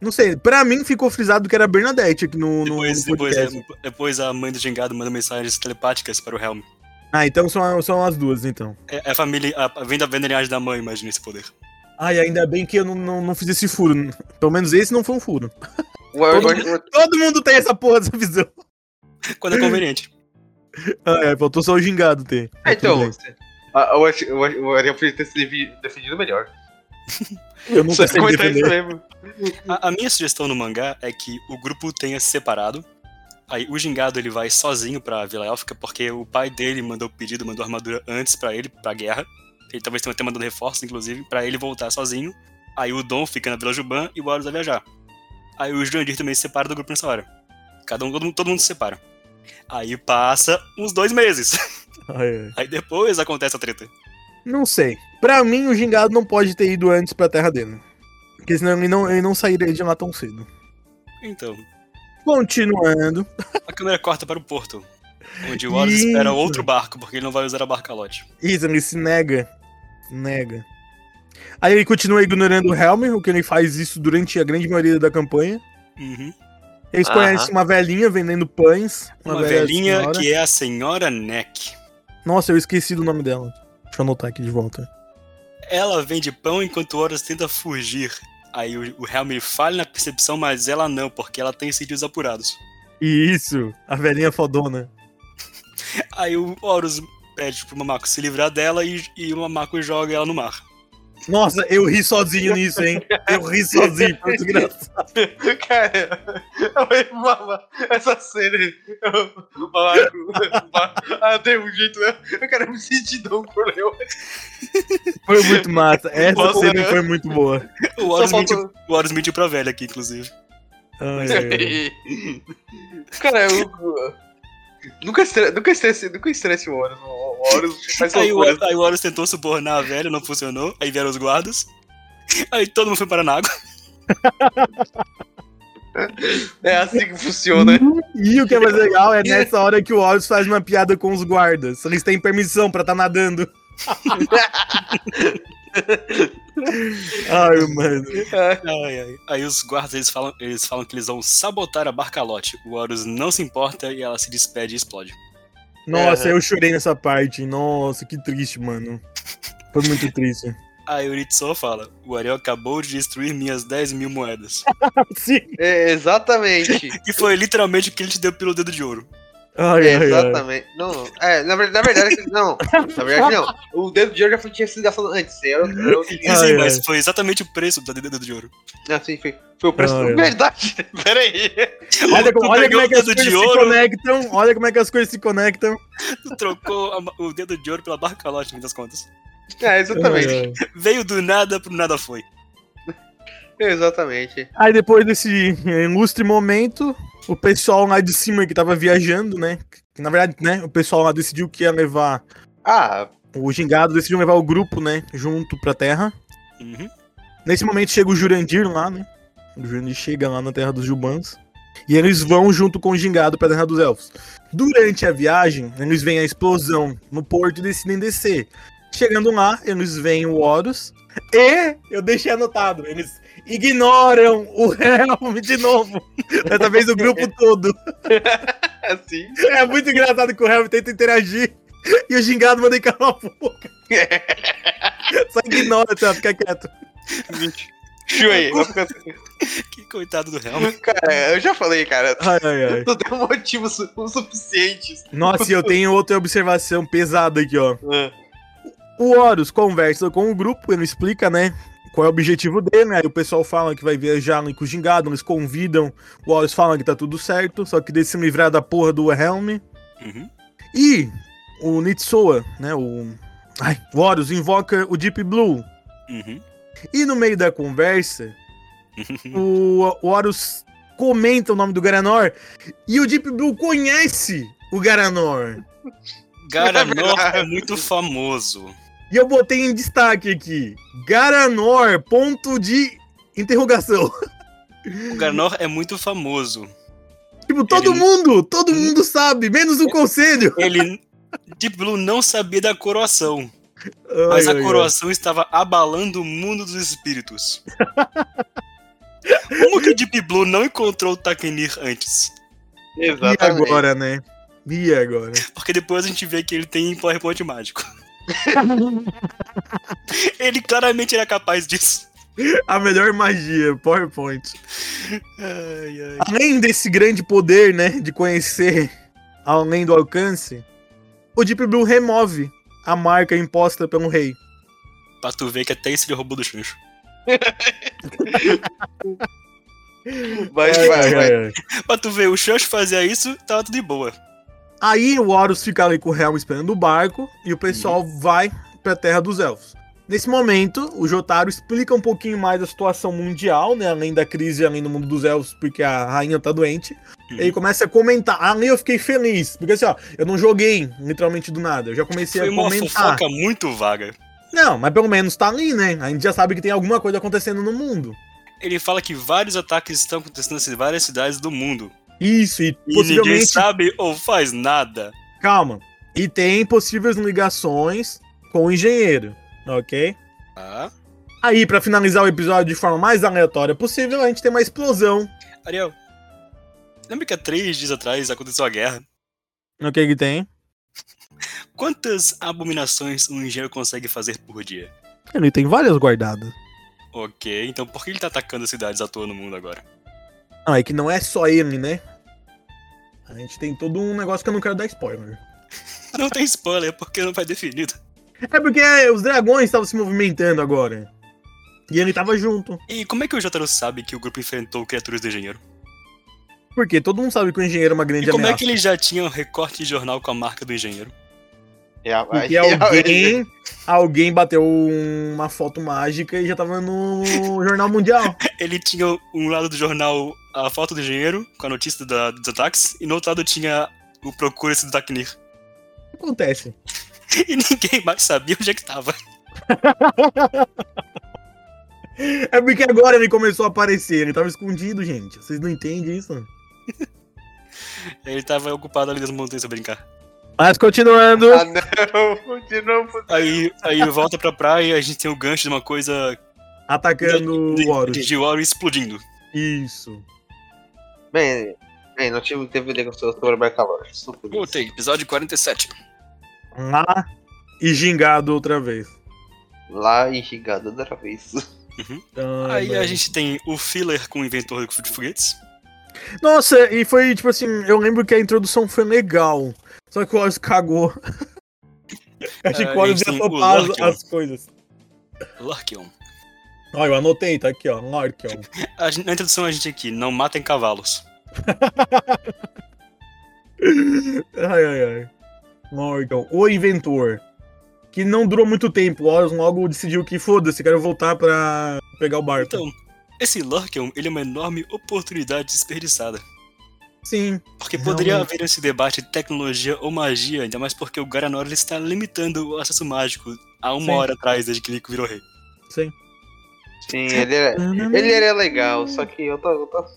A: Não sei, pra mim ficou frisado que era a Bernadette aqui no, no,
C: Depois,
A: no
C: depois,
A: podcast.
C: é, depois a mãe do Gingado manda mensagens telepáticas para o Helm.
A: Ah, então são, são as duas, então.
C: É é a família, a, a- vem da veneridade da mãe, imagina esse poder. *laughs*
A: Ai, ainda bem que eu não, não, não fiz esse furo. Pelo menos esse não foi um furo.
B: Ué, eu
A: Todo
B: gosto muito-
A: Todo mundo tem essa porra dessa visão.
C: Quando é conveniente.
A: Ah, é, faltou só o gingado ter.
B: Ah,
A: Mas tá tudo
B: então.
A: bem.
B: ah, Eu acho eu acho- o Ariel podia ter se defi- defendido melhor.
A: Eu nunca *laughs* sei
B: comentar
A: defender.
B: isso mesmo. *laughs*
C: A, a minha sugestão no mangá é que o grupo tenha se separado. Aí o Gingado ele vai sozinho pra Vila Élfica porque o pai dele mandou o pedido, mandou a armadura antes pra ele, pra guerra. Ele talvez tenha até mandado reforço, inclusive, pra ele voltar sozinho. Aí o Dom fica na Vila Juban e o Horus vai viajar. Aí o Jurandir também se separa do grupo nessa hora. Cada um, todo mundo, todo mundo se separa. Aí passa uns dois meses. *laughs*
A: Ai, ai.
C: Aí depois acontece a treta.
A: Não sei. Pra mim, o gingado não pode ter ido antes pra terra dele. Porque senão ele não, ele não sairia de lá tão cedo.
C: Então,
A: Continuando.
C: a câmera corta para o porto, onde o Horus
A: Isso.
C: espera outro barco, porque ele não vai usar a barca lote.
A: Isso, ele se nega. Se nega. Aí ele continua ignorando o Helm, o que ele faz isso durante a grande maioria da campanha.
C: Uhum.
A: Eles
B: Aham.
A: conhecem uma velhinha vendendo pães.
C: Uma,
A: velha
C: velhinha
A: senhora.
C: que é a senhora Neck.
A: Nossa, eu esqueci do nome dela. Deixa eu anotar aqui de volta.
C: Ela vende pão enquanto o Horus tenta fugir. Aí o, o Helm falha na percepção, mas ela não, porque ela tem cílios apurados.
A: Isso, a velhinha fodona.
C: Aí o Horus pede pro Mamaco se livrar dela e, e o Mamaco joga ela no mar.
A: Nossa, eu ri sozinho nisso, hein? Eu ri sozinho, foi muito engraçado.
B: Cara, eu amava essa cena. Eu, o Marco, o Marco- ah, tem um jeito, né? Eu quero me sentir Dom Corleone.
A: Foi muito massa. Essa
B: Nossa,
A: cena
B: né?
A: foi muito boa.
C: O
B: Só
C: Horus, mentiu,
B: falta.
C: o Horus mentiu pra velha aqui, inclusive.
A: Ai, ai, ai.
B: *laughs* Cara, eu. Nunca estresse, nunca estresse, nunca estresse o Horus. O
C: *laughs*
B: Horus faz
C: Aí o,
B: loucuras.
C: aí o Horus tentou subornar a velha, não funcionou. Aí vieram os guardas. Aí todo mundo foi parar na água.
B: É assim
A: *laughs*
B: que funciona.
A: E o que é mais legal é nessa hora que o Horus faz uma piada com os guardas. Eles têm permissão pra estar nadando. Ai, mano.
C: Ai, ai. Aí os guardas eles falam, eles falam que eles vão sabotar a barca lote. O Horus não se importa e ela se despede e explode.
A: Nossa,
B: É.
A: eu chorei nessa parte. Nossa, que triste, mano. Foi muito triste.
C: A Euritso fala: O Ariel acabou de destruir minhas 10 mil moedas.
A: Sim.
B: É, exatamente.
C: E foi literalmente o que ele te deu pelo dedo de ouro.
A: Ai, ai, ai.
B: Exatamente. Não, não. É, na, ver- na verdade, não. Na verdade, não. O dedo de ouro já foi, tinha sido gastado antes. Era, era outro-
C: E sim,
A: Ai,
C: mas
A: ai.
C: foi exatamente o preço do dedo de ouro. *laughs*
B: assim, foi, foi o preço.
A: Ai, ai.
B: verdade. *laughs* Pera aí.
A: Olha, como,
C: Tu
A: olha como
C: pegou
A: é
C: o
A: que as
C: dedo de
A: coisas se
C: ouro?
A: conectam. Olha como é que as coisas se conectam.
C: Tu trocou a ma- o dedo de ouro pela barca lote, no fim das contas.
B: É, exatamente.
A: É.
C: Veio do nada pro nada foi.
B: Exatamente.
A: Aí depois desse é, ilustre momento, o pessoal lá de cima que tava viajando, né? Que, na verdade, né? O pessoal lá decidiu que ia levar.
B: Ah,
A: O gingado decidiu levar o grupo, né? Junto pra terra.
C: Uhum.
A: Nesse momento chega o Jurandir lá, né? O Jurandir chega lá na Terra dos Jubans. E eles vão junto com o Gingado pra Terra dos Elfos. Durante a viagem, eles veem a explosão no porto e decidem descer. Chegando lá, eles veem o Horus. E, eu deixei anotado, eles ignoram o *laughs* Helm de novo. Dessa vez o grupo todo.
B: assim.
A: É muito engraçado que o Helm tenta interagir. E o Gingado manda encarar a boca. Só ignora, tá? fica quieto.
B: Shui, vai ficar assim.
C: Que coitado do Helm.
B: Cara, eu já falei, cara.
A: Ai, ai, ai.
B: Tu tem motivos *laughs* su suficientes.
A: Nossa, e eu tenho outra observação pesada aqui, ó.
B: É,
A: O Horus conversa com o grupo, ele explica, né? Qual é o objetivo dele, né? Aí o pessoal fala que vai viajar no Gingado, eles convidam. O Horus fala que tá tudo certo, só que deixa se livrar da porra do Helm.
C: Uhum.
A: E o Nitsoa, né? O. Ai, o Horus invoca o Deep Blue.
C: Uhum.
A: E no meio da conversa, o, o Horus comenta o nome do Garanor. E o Deep Blue conhece o Garanor.
C: Garanor é
B: verdade.
C: muito famoso.
A: E eu botei em destaque aqui. Garanor, ponto de interrogação. *laughs*
C: O Garanor é muito famoso.
A: Tipo, todo
C: Ele-
A: mundo, todo mundo sabe, menos o conselho.
C: Ele. Deep Blue não sabia da coroação, mas
A: Ai, ai,
C: a coroação estava abalando o mundo dos espíritos. Como que o Deep Blue não encontrou o Takenir antes?
A: ai. E
B: Exatamente.
A: agora, né? E agora?
C: Porque depois a gente vê que ele tem
A: *laughs*
C: PowerPoint mágico. ele claramente era capaz disso.
A: A melhor magia, PowerPoint.
C: Ai, ai.
A: Além desse grande poder, né, de conhecer além do alcance, o Deep Blue remove a marca imposta pelo rei.
C: Pra tu ver que até isso ele roubou do Xancho.
B: Vai, vai, vai.
C: Pra tu ver, o Xancho fazia isso, tava tudo de boa.
A: Aí o Horus fica ali com o Helm esperando o barco e o pessoal vai pra Terra dos Elfos. Nesse momento, o Jotaro explica um pouquinho mais a situação mundial, né? Além da crise, além do mundo dos elfos, porque a rainha tá doente.
C: Uhum.
A: Ele começa a comentar. Ali eu fiquei feliz, porque assim, ó, eu não joguei literalmente do nada. Eu já comecei
C: Foi
A: a
C: uma
A: comentar.
C: fofoca muito vaga.
A: Não, mas pelo menos tá ali, né? A gente já sabe que tem alguma coisa acontecendo no mundo.
C: Ele fala que vários ataques estão acontecendo em várias cidades do mundo.
A: Isso, e
C: E ninguém
A: possivelmente
C: sabe ou faz nada.
A: Calma. E tem possíveis ligações com o engenheiro, ok?
C: Tá.
A: Aí, pra finalizar o episódio de forma mais aleatória possível, a gente tem uma explosão.
C: Ariel, lembra que há três dias atrás aconteceu a guerra?
A: No que que tem?
C: Quantas abominações um engenheiro consegue fazer por dia?
A: Ele tem várias guardadas.
C: Ok, então por que ele tá atacando as cidades à toa no mundo agora?
A: Não, é que não é só ele, né? A gente tem todo um negócio que eu não quero dar spoiler.
C: Não tem spoiler, porque não vai definido.
A: É porque os dragões estavam se movimentando agora. E ele tava junto.
C: E como é que o Jotaro sabe que o grupo enfrentou criaturas do engenheiro?
A: Porque todo mundo sabe que o engenheiro é uma grande
C: E como é
A: ameaça.
C: que ele já tinha um recorte de jornal com a marca do engenheiro?
B: É, vai.
A: Porque
C: *laughs*
A: alguém, alguém bateu uma foto mágica e já tava no Jornal Mundial.
C: Ele tinha um lado do jornal a foto do engenheiro, com a notícia da- dos ataques, e no outro lado tinha o procura-se do Taknir. *laughs*
A: O que acontece?
C: E ninguém mais sabia onde é que tava.
A: É porque agora ele começou a aparecer. Ele tava escondido, gente. Vocês não entendem isso?
C: Ele tava ocupado ali nas montanhas pra brincar.
A: Mas continuando.
B: *laughs* Ah, não. De novo.
C: Aí, aí volta pra praia e a gente tem o gancho de uma coisa
A: atacando
C: de,
A: o Horus.
C: de Horus explodindo.
A: Isso.
B: Bem, bem, não tive tempo de gostar sobre Barcalor.
C: Voltei, episódio 47.
A: Lá e gingado outra vez.
B: Lá e gigado outra vez.
A: Então,
C: Aí
A: mano.
C: a gente tem o filler com o inventor de foguetes.
A: Nossa, e foi tipo assim, eu lembro que a introdução foi legal. Só que o Horus cagou. *laughs* Eu Achei que o
C: Ah,
A: Horus
C: eles
A: ia
C: são o
A: topar as,
C: Lorcan.
A: as coisas.
C: Larkion.
A: Ó, eu anotei, tá aqui, ó. *laughs* Lorcan.
C: A gente- na introdução a gente aqui, não matem cavalos.
A: ai, ai, ai. Lorcan, o inventor. que não durou muito tempo. O Horus logo decidiu que foda-se, quero voltar pra pegar o barco.
C: Então, esse Lurkion, ele é uma enorme oportunidade desperdiçada.
A: Sim.
C: Porque poderia
A: Realmente.
C: haver esse debate de tecnologia ou magia, ainda mais porque o Garanor ele está limitando o acesso mágico a uma
A: Sim.
C: hora atrás, desde que ele virou rei.
A: Sim.
B: Sim, ele era, ele era legal, só que eu tava. Eu tava...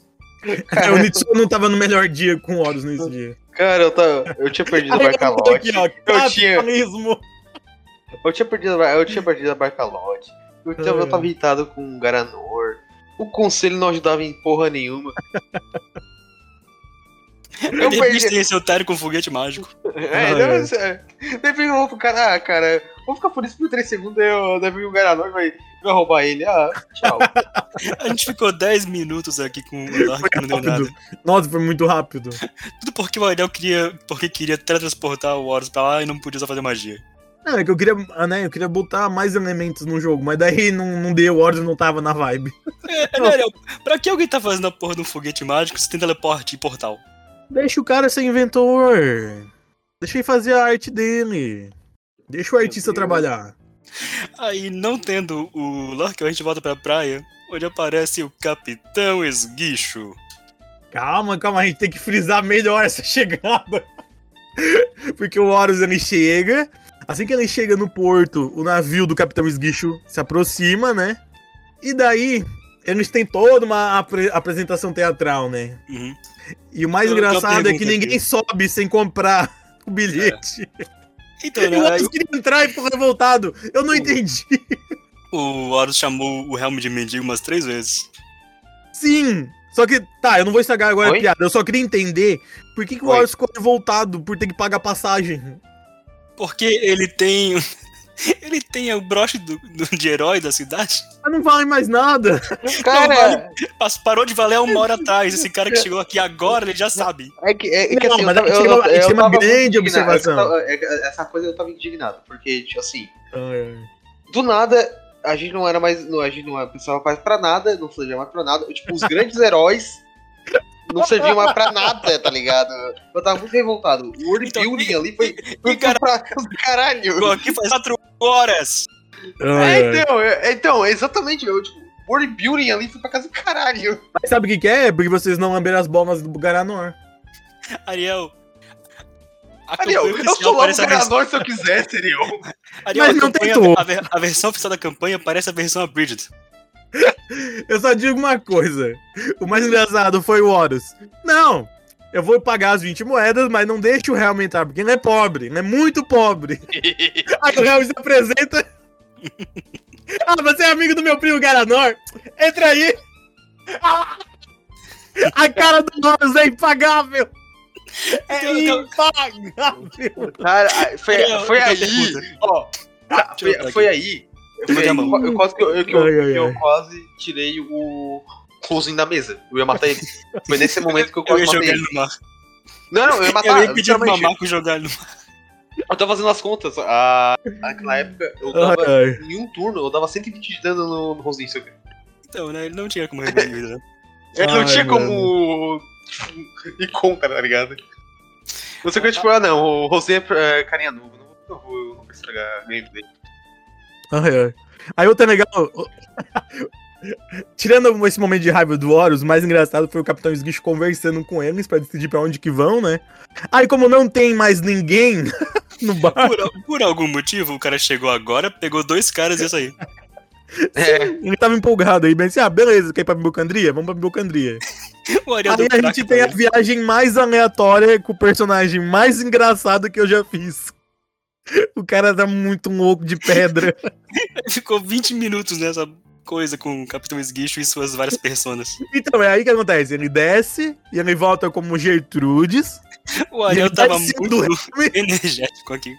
A: É,
B: Cara,
A: o Nitsuo não tava no melhor dia com o Horus nesse dia.
B: cara, eu tava. Eu tinha perdido o Barcalote. Eu tinha,
A: capitalismo.
B: eu tinha perdido, a Bar- eu tinha perdido a Barcalote. Eu tava, eu tava irritado com o Garanor. O conselho não ajudava em porra *laughs* nenhuma.
C: Eu
B: Eu
C: de repente
B: perdi.
C: tem esse otário com foguete mágico.
B: É, não, mas, é. Depois eu vou pro cara, ah, cara, vou ficar por isso por 3 segundos, aí eu deve vir um garanor vai, vai roubar ele. Ah,
A: *laughs*
B: tchau.
C: A gente ficou 10 minutos aqui com o Lurkion que não deu nada.
A: rápido. Nossa, foi muito rápido.
C: Tudo porque o Ariel queria, porque queria teletransportar o Horus pra lá e não podia só fazer magia.
A: Não, é que eu queria, ah, né, eu queria botar mais elementos no jogo, mas daí não, não deu, o Horus não tava na vibe.
C: É, né, Ariel, pra que alguém tá fazendo a porra de um foguete mágico se tem teleporte e portal?
A: Deixa o cara ser inventor. Deixa ele fazer a arte dele. Deixa o
B: Meu
A: artista
B: Deus.
A: trabalhar.
C: Aí, não tendo o Lurkion, a gente volta pra praia, onde aparece o Capitão Esguicho.
A: Calma, calma, a gente tem que frisar melhor essa *laughs* chegada. Porque o Horus ele chega. Assim que ele chega no porto, o navio do Capitão Esguicho se aproxima, né? E daí, eles têm toda uma apre- apresentação teatral, né?
C: Uhum.
A: E o mais
C: Eu- eu
A: engraçado é que
C: pergunto
A: ninguém
C: aqui.
A: sobe sem comprar *laughs* o bilhete.
C: Então,
A: E
C: né,
A: o
C: aí
A: Horus queria entrar e ficou revoltado. Eu não
C: Pô.
A: entendi.
C: o Horus chamou o Helm de mendigo umas três vezes.
A: Sim! Só que, tá, eu não vou estragar agora
B: Oi?
A: a piada. Eu só queria entender por que, que o
B: Oi.
A: Horus ficou revoltado por ter que pagar passagem.
C: Porque ele tem. um, *laughs* ele tem o broche do, do- de herói da cidade.
A: Mas não vale mais nada.
B: Cara,
C: Mas Parou de valer uma hora atrás. Esse cara que chegou aqui agora, ele já sabe.
B: é que, é, que
A: Não,
B: assim,
A: mas
B: eu, tava-
A: isso é
B: eu-
A: uma-
B: eu
A: isso é uma
B: tava muito
A: grande
B: indignado,
A: observação.
B: eu tava- é- essa coisa eu tava indignado, porque, tipo assim, do nada a gente não era mais. Não, a gente não era- pensava mais pra nada, não servia mais pra nada. Tipo, os grandes heróis não serviam mais pra nada, tá ligado? Eu tava muito revoltado. O world
C: Então,
B: building ali foi. foi
C: cara-
B: pra- caralho!
C: Ficou aqui faz quatro horas.
B: É,
A: Ai, ai.
B: então, é, então, exatamente, eu, tipo, bodybuilding ali foi pra casa do caralho.
A: Mas sabe o que, que é? Porque vocês não lamberam as bolas do Garanor.
C: Ariel. A
B: Ali, eu,
C: campanha
B: eu
C: oficial
B: sou lá no
C: parece a vers-
B: Garanor se eu quiser, seria eu.
C: Ariel,
A: Mas
C: a
A: não
C: campanha-
A: tentou.
C: a ver- a versão oficial da campanha parece a versão a Bridget.
A: Eu só digo uma coisa. O mais engraçado foi o Horus. Não! Eu vou pagar as 20 moedas, mas não deixe o réu entrar, porque ele é pobre, ele é muito pobre. *laughs* Aí o réu se apresenta. *laughs* Ah, você é amigo do meu primo Garanor? Entra aí! *laughs* Ah! A cara do Horus é impagável! É
C: Então,
A: impagável!
C: *laughs*
B: Cara, a- foi,
C: Ariel,
B: foi
C: eu tenho
B: aí,
C: pergunta.
B: ó, a-
C: Deixa eu
B: foi,
C: botar
B: foi aí,
C: Eu
B: foi
C: vou dar
B: aí
C: a mão.
B: que eu quase, que eu, eu- que eu-
A: Ai, ai,
B: que eu
A: ai.
B: quase tirei o cozinho da mesa, eu ia matar ele. Foi nesse momento que eu Ah, tá,
C: Eu
B: quase
C: ia
B: matei
C: jogar ele
B: ele.
C: no mar.
B: Não, não, eu ia matar,
C: Eu ia pedir pro
B: literalmente.
C: Mamaco jogar ele no mar.
B: Eu tava fazendo as contas, a, naquela época, eu tava,
A: Ai, ai.
B: em um turno, eu dava 120 de dano no, no Rosinho, seu
C: Então, né? Ele não tinha como resolver isso, né?
B: É, não
A: Ai,
B: tinha
A: mano.
B: como tipo, ir contra, tá ligado? Você que tipo, ah não, o Rosé é carinha nova, não, não vou, não vou estragar a gameplay.
A: Ai, ai. Aí outra legal. *laughs* Tirando esse momento de raiva do Horus, o mais engraçado foi o Capitão Esguicho conversando com eles pra decidir pra onde que vão, né? Aí, como não tem mais ninguém *laughs* no bar,
C: Por, al- por algum motivo, o cara chegou agora, pegou dois caras e ia sair.
B: É,
A: ele tava empolgado aí, bem assim: ah, beleza, quer ir pra Bibocandria? Vamos pra Bibocandria.
C: O Ariel
A: Aí
C: deu
A: a
C: craque
A: gente
C: pra
A: tem a
C: ele. é
A: viagem mais aleatória com o personagem mais engraçado que eu já fiz. *laughs* O cara tá muito louco de pedra.
C: Ficou 20 minutos nessa coisa com o Capitão Esguicho e suas várias personas.
A: Então, é aí que acontece: ele desce e ele volta como Gertrudes.
C: O Ariel
A: Ele tá
C: tava
A: sendo
C: muito energético aqui.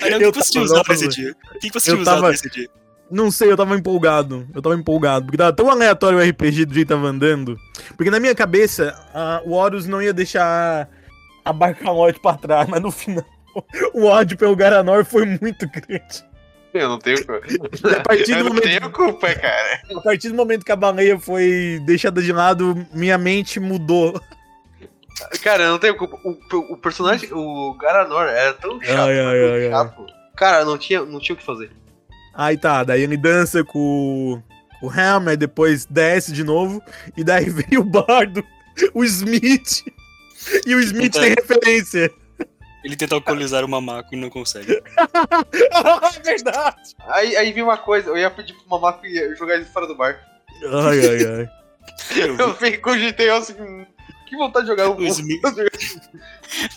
C: Ariel,
A: Eu
C: o que
A: tava
C: você tinha usado
A: novo.
C: nesse dia? O que você
A: Eu
C: tinha usado
A: tava-
C: nesse dia?
A: Não sei, eu tava empolgado. Eu tava empolgado. Porque tava tão aleatório o RPG do jeito que tava andando. Porque na minha cabeça, a- o Horus não ia deixar a Barcalote pra trás. Mas no final, *laughs* o ódio pelo Garanor foi muito grande.
B: eu não tenho culpa.
A: A partir
B: Eu
A: do
B: não
A: momento,
B: tenho culpa, cara.
A: a partir do momento que a baleia foi deixada de lado, minha mente mudou. *laughs*
B: Cara, eu não tenho culpa. O, o personagem, o Garanor, era tão chato,
A: Ai, ai,
B: tão
A: ai, ai.
B: chato. Cara, não tinha, não tinha o que fazer.
A: Aí tá, daí ele dança com o- com o Hammer, depois desce de novo, e daí *laughs* vem o bardo, o Smith. *laughs*
B: Tipo,
A: E o Smith
B: tá.
A: tem referência. *laughs*
C: Ele tenta alcoolizar o mamaco e não consegue.
A: Ah, verdade!
B: Aí, aí vi uma coisa, eu ia pedir pro mamaco e ia jogar ele fora do bar.
A: Ai, ai, ai.
B: Eu fiquei cogitei eu assim, hum, que vontade de jogar um o
C: O Smith.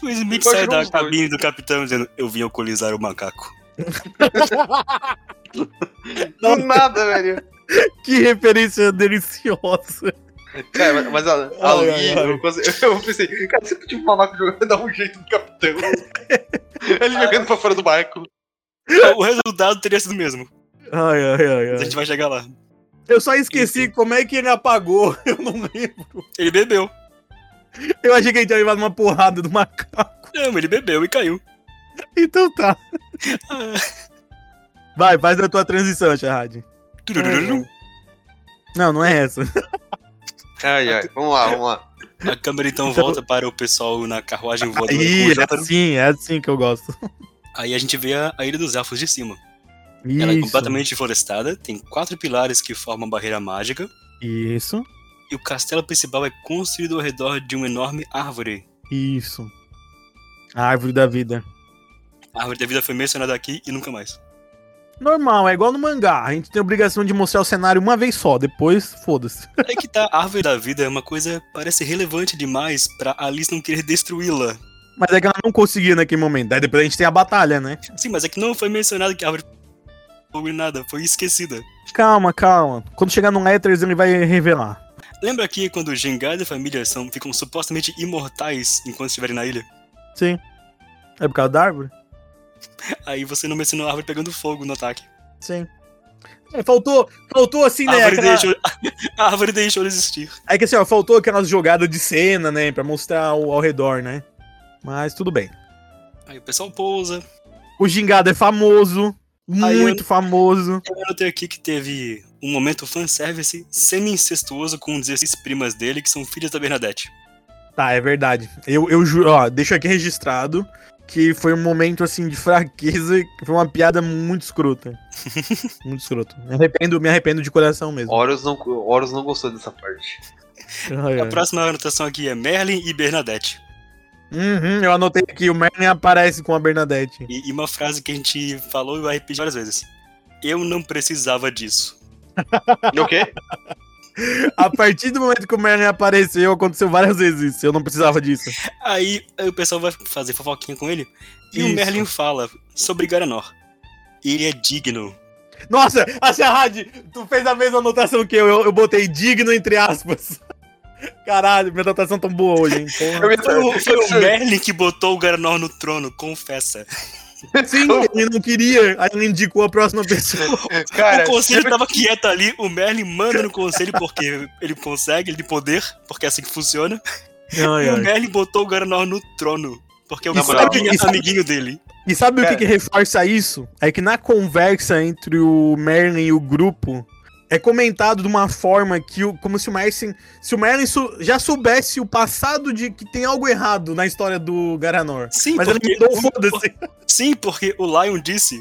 C: O Smith
B: Eu
C: sai
B: acho
C: da
B: justo.
C: cabine do capitão dizendo: Eu vim alcoolizar o macaco. *laughs*
B: Do nada, velho.
A: *laughs* Que referência deliciosa.
B: Cara, mas, mas olha,
A: Ai,
B: ali
A: ai, ai.
B: Eu, consegui- *laughs* eu pensei, cara, se tipo, eu pedir pro mamaco jogar, dar um jeito no capitão. *laughs* ele jogando pra fora do barco.
C: O resultado teria sido o mesmo.
A: Ai, ai, ai,
C: Mas a
A: ai.
C: gente vai chegar lá.
A: Eu só esqueci como é que ele apagou. *laughs* Eu não lembro.
C: Ele bebeu.
A: Eu achei que ele tinha levado uma porrada do macaco.
C: Não, ele bebeu e caiu.
A: *laughs* Então tá.
C: Ah.
A: Vai, faz a tua transição, Charad.
C: Turururum.
A: Não, não é essa.
B: Ai, ai, vamos lá, vamos lá.
C: A câmera então,
A: Então-
C: volta para o pessoal na carruagem voadora. com
A: Aí,
C: o
A: é
C: Jotaro.
A: assim, é assim que eu gosto.
C: Aí a gente vê a, a Ilha dos Elfos de cima.
A: Isso.
C: Ela é completamente florestada, tem quatro pilares que formam barreira mágica,
A: Isso.
C: e o castelo principal é construído ao redor de uma enorme árvore.
A: Isso. A árvore da vida.
C: A árvore da vida foi mencionada aqui e nunca mais.
A: Normal, é igual no mangá. A gente tem a obrigação de mostrar o cenário uma vez só, depois, foda-se.
C: É que tá, a árvore da vida é uma coisa parece relevante demais pra Alice não querer destruí-la.
A: Mas é que ela não conseguia naquele momento. Daí depois a gente tem a batalha, né?
C: Sim, mas é que não foi mencionado que a árvore foi nada, foi esquecida.
A: Calma, calma. Quando chegar no Letters, ele vai revelar.
C: Lembra aqui quando Gengar e a família são, ficam supostamente imortais enquanto estiverem na ilha?
A: Sim. É por causa da árvore?
C: Aí você não mencionou a árvore pegando fogo no ataque.
A: Sim. É, faltou, faltou assim,
C: A
A: né?
C: árvore,
A: aquela-
C: deixou, *laughs* a árvore deixou de existir.
A: É que assim, ó, faltou aquelas jogadas de cena, né? Pra mostrar o, ao redor, né? Mas tudo bem.
C: Aí o pessoal pousa.
A: O Gingado é famoso.
C: Aí eu-
A: Muito famoso.
C: Eu anotei aqui que teve um momento fanservice semi-incestuoso com 16 primas dele que são filhas da Bernadette.
A: Tá, é verdade. Eu, eu juro, ó, deixo aqui registrado que foi um momento assim de fraqueza, que foi uma piada muito escrota.
C: *laughs*
A: muito escroto. Me arrependo, me arrependo de coração mesmo.
B: Horus não, Horus não gostou dessa parte.
A: Ai,
C: A
A: ai.
C: próxima anotação aqui é Merlin e Bernadette.
A: Uhum, eu anotei aqui, o Merlin aparece com a Bernadette.
C: E, e uma frase que a gente falou e vai repetir várias vezes. Eu não precisava disso.
B: E
A: *laughs*
B: o quê?
A: A partir do momento que o Merlin apareceu, aconteceu várias vezes isso. Eu não precisava disso.
C: Aí, aí o pessoal vai fazer fofoquinha com ele e
A: Isso.
C: o Merlin fala sobre Garanor. Ele é digno.
A: Nossa, a Shahad, tu fez a mesma anotação que eu. Eu, eu botei digno entre aspas. Caralho, minha anotação tão boa hoje, hein? Porra.
B: ia-
C: Foi o, foi o
B: eu-
C: Merlin que botou o Garanor no trono, confessa.
A: Sim, ele um, não queria, aí ele indicou a próxima pessoa.
B: *laughs* Cara,
C: o conselho
B: sempre-
C: tava quieto ali, o Merlin manda no conselho porque ele consegue, ele tem poder, porque é assim que funciona.
A: Ai,
C: E o
A: ai.
C: Merlin botou o Garanor no trono, porque o
A: E
C: Garanor
B: sabe-
C: é
A: e sabe-
C: amiguinho dele.
A: E sabe o
B: Cara.
A: que, que reforça isso? É que na conversa entre o Merlin e o grupo, é comentado de uma forma que, o, como se o Merlin, se o Merlin su- já soubesse o passado de que tem algo errado na história do Garanor.
C: *laughs* Sim,
A: Mas ele
C: porque,
A: mandou um foda-se.
C: sim, porque o Lion disse,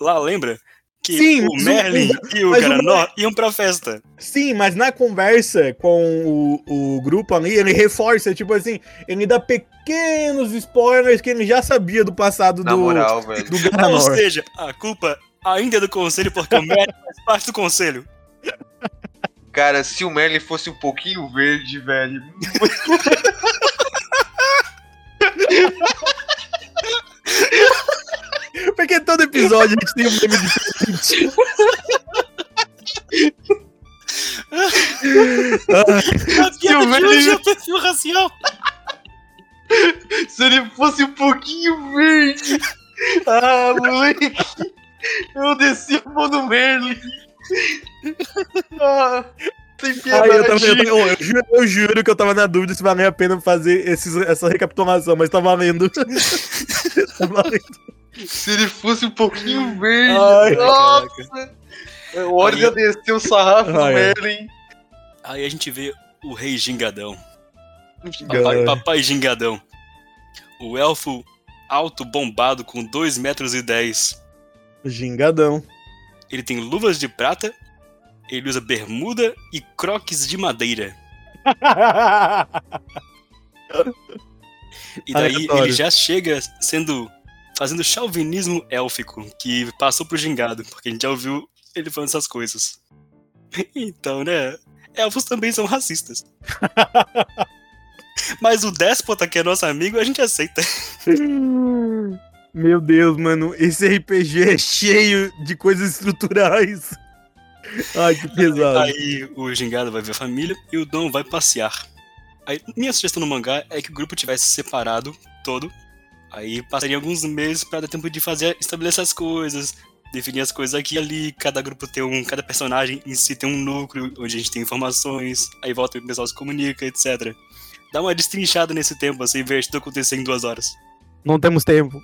C: lá lembra, que
A: Sim,
C: o
A: mas o-
C: Merlin e o
A: mas o
C: Garanor iam pra festa.
A: Sim, mas na conversa com o, o grupo ali, ele reforça, tipo assim, ele dá pequenos spoilers que ele já sabia do passado
B: Na
A: do,
B: moral, velho.
A: do
C: Ou
A: Garanor.
C: seja, a culpa ainda é do conselho, porque o Merlin faz parte do conselho.
B: Cara, se o Merlin fosse um pouquinho verde, velho. *laughs*
A: Porque todo episódio a gente tem um meme diferente. Ah,
C: A piada de
B: Merlin-
C: hoje é o perfil racial.
B: se ele fosse um pouquinho verde. *laughs* Ah, moleque. Eu desci a mão do Merlin. *laughs* Ah, tem
A: Ai, eu, tava- eu
B: piedade.
A: tava- eu juro, eu juro que eu tava na dúvida se valia a pena fazer esses- essa recapitulação, mas tá valendo. *laughs* tá valendo.
B: Se ele fosse um pouquinho verde.
A: Ai,
B: Nossa.
C: caraca.
B: O Horus ia descer o sarrafo do
A: Ai, ai.
B: Merlin.
C: Aí a gente vê o rei gingadão.
A: Ai.
C: Papai, papai gingadão. O elfo alto bombado com 2 metros e 10.
A: *laughs* Gingadão.
C: Ele tem luvas de prata, ele usa bermuda e croques de madeira. E daí
A: Aleatório.
C: ele já chega sendo. fazendo chauvinismo élfico, que passou pro gingado, porque a gente já ouviu ele falando essas coisas. *laughs* Então, né? Elfos também são racistas. Mas o déspota, que é nosso amigo, a gente aceita.
A: Meu Deus, mano, esse RPG é cheio de coisas estruturais. Ai, que pesado.
C: Aí o gingado vai ver a família e o Dom vai passear. Aí, minha sugestão no mangá é que o grupo tivesse separado todo. Aí passaria alguns meses pra dar tempo de fazer, estabelecer as coisas, definir as coisas aqui e ali. Cada grupo tem um, cada personagem em si tem um núcleo onde a gente tem informações. Aí volta e o pessoal se comunica, etc. Dá uma destrinchada nesse tempo, assim, ver tudo acontecer em duas horas.
A: Não temos tempo.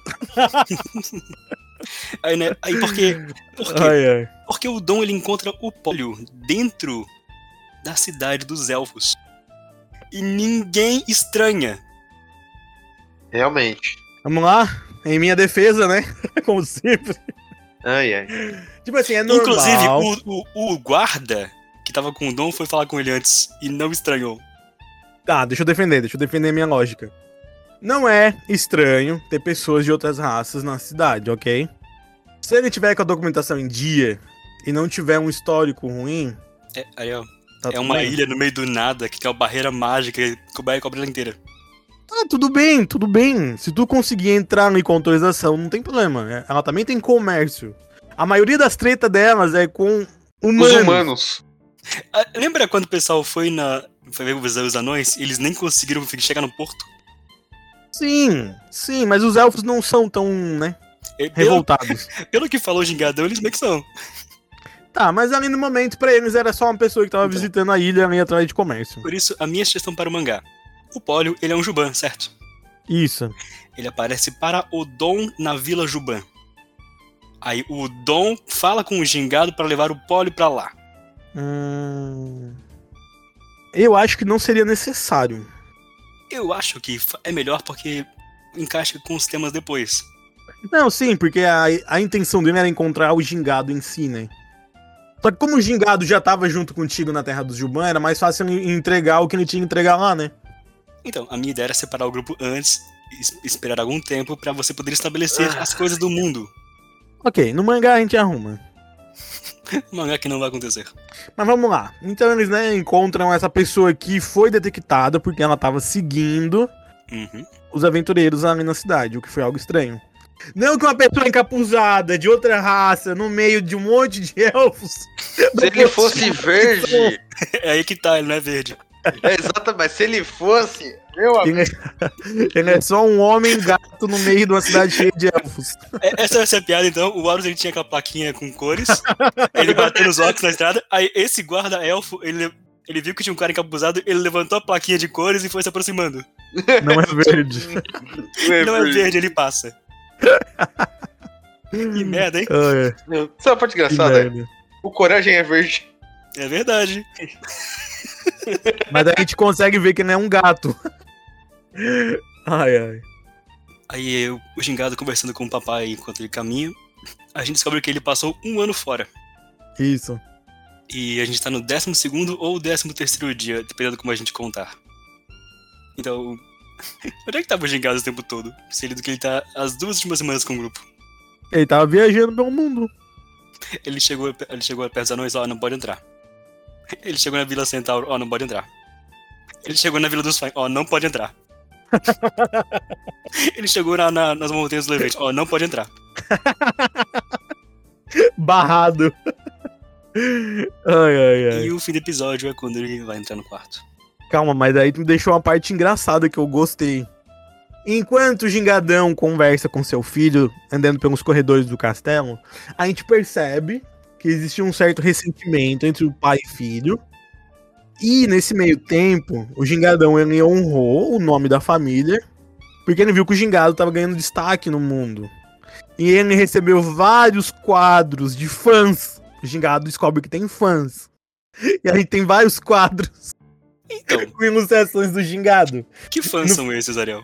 C: Aí, né? Aí porque. porque
A: Ai, ai.
C: Porque o Dom ele encontra o Polio dentro da cidade dos elfos. E ninguém estranha.
B: Realmente.
A: Vamos lá, em minha defesa, né? *laughs* Como sempre.
B: Ai, ai.
A: Tipo assim, é normal.
C: Inclusive, o, o- o guarda que tava com o Dom foi falar com ele antes e não estranhou.
A: Tá, deixa eu defender, deixa eu defender a minha lógica. Não é estranho ter pessoas de outras raças na cidade, ok? Se ele tiver com a documentação em dia e não tiver um histórico ruim,
C: É, aí, ó,
A: tá
C: é
A: tudo
C: uma
A: bem.
C: ilha no meio do nada que tem uma barreira mágica que cobre cobre ela inteira.
A: Ah, tudo bem, tudo bem. Se tu conseguir entrar em autorização, não tem problema. É- Ela também tem comércio. A maioria das tretas delas é com humanos.
B: Os humanos.
C: Ah, lembra quando o pessoal foi na. Foi ver os, os anões e eles nem conseguiram fi- chegar no porto?
A: Sim, sim, mas os elfos não são tão, né,
C: E É, Pelo,
A: revoltados.
C: pelo que falou o Gingadão, eles meio que são.
A: tá, mas ali no momento, pra eles, era só uma pessoa que tava
C: Então.
A: visitando a ilha ali atrás de comércio.
C: Por isso, a minha sugestão para o mangá. O Polio, ele é um Juban, certo?
A: Isso.
C: Ele aparece para o Dom na Vila Juban. Aí o Dom fala com o gingado para levar o Polio para lá.
A: Hum... Eu acho que não seria necessário.
C: Eu acho que fa- é melhor porque encaixa com os temas depois.
A: Não, sim, porque a, a intenção dele era encontrar o gingado em si, né? Só que como o gingado já tava junto contigo na Terra dos Juban, era mais fácil ele entregar o que ele tinha que entregar lá, né?
C: Então, a minha ideia era separar o grupo antes, es- esperar algum tempo para você poder estabelecer as coisas do mundo.
A: Ok, no mangá a gente arruma.
C: Mangá que não vai acontecer.
A: Mas vamos lá. Então eles, né, encontram essa pessoa que foi detectada porque ela tava seguindo
C: Uhum. *laughs*
A: os aventureiros ali na cidade, o que foi algo estranho. Não que uma pessoa encapuzada de outra raça no meio de um monte de elfos.
B: Se ele fosse verde.
C: É aí que tá, ele não é verde.
B: É exatamente, mas se ele fosse. Meu amigo.
A: Ele é, *laughs* ele é só um homem gato no meio de uma cidade cheia de elfos.
C: É- Essa vai ser a piada, então. O Horus, ele tinha aquela plaquinha com cores. Ele bateu nos óculos na estrada. Aí esse guarda elfo, ele, ele viu que tinha um cara encapuzado, ele levantou a plaquinha de cores e foi se aproximando.
A: Não é verde.
C: Não é verde, ele passa. Que merda, hein?
A: Ai,
B: Sabe a parte
A: que
B: engraçada?
A: merda.
B: O coragem é verde.
C: É verdade.
A: Mas daí a gente consegue ver que ele é um gato. *laughs* Ai, ai.
C: Aí eu, o gingado conversando com o papai enquanto ele caminha. A gente descobre que ele passou um ano fora.
A: Isso.
C: E a gente tá no 12 ou 13 terceiro dia, dependendo como a gente contar. Então. *laughs* Onde é que tava o gingado o tempo todo? Sendo que ele tá as duas últimas semanas com o grupo.
A: Ele tava viajando pelo mundo.
C: Ele chegou, ele chegou perto dos anões, ó, não pode entrar. Ele chegou na Vila Centauro, ó, não pode entrar. Ele chegou na Vila dos Fãs, ó, não pode entrar. ele chegou na, na- nas montanhas do Levante, ó, não pode entrar.
A: Barrado. *laughs* Ai, ai, ai.
C: E o fim do episódio é quando ele vai entrar no quarto.
A: Calma, mas aí tu me deixou uma parte engraçada que eu gostei. Enquanto o Gingadão conversa com seu filho, andando pelos corredores do castelo, a gente percebe que existe um certo ressentimento entre o pai e filho. E nesse meio tempo, o Gingadão ele honrou o nome da família, porque ele viu que o Gingado estava ganhando destaque no mundo. E ele recebeu vários quadros de fãs. O Gingado descobre que tem fãs. E aí tem vários quadros
C: Então,
A: com ilustrações do gingado.
C: que fãs
A: No-
C: são esses, Ariel?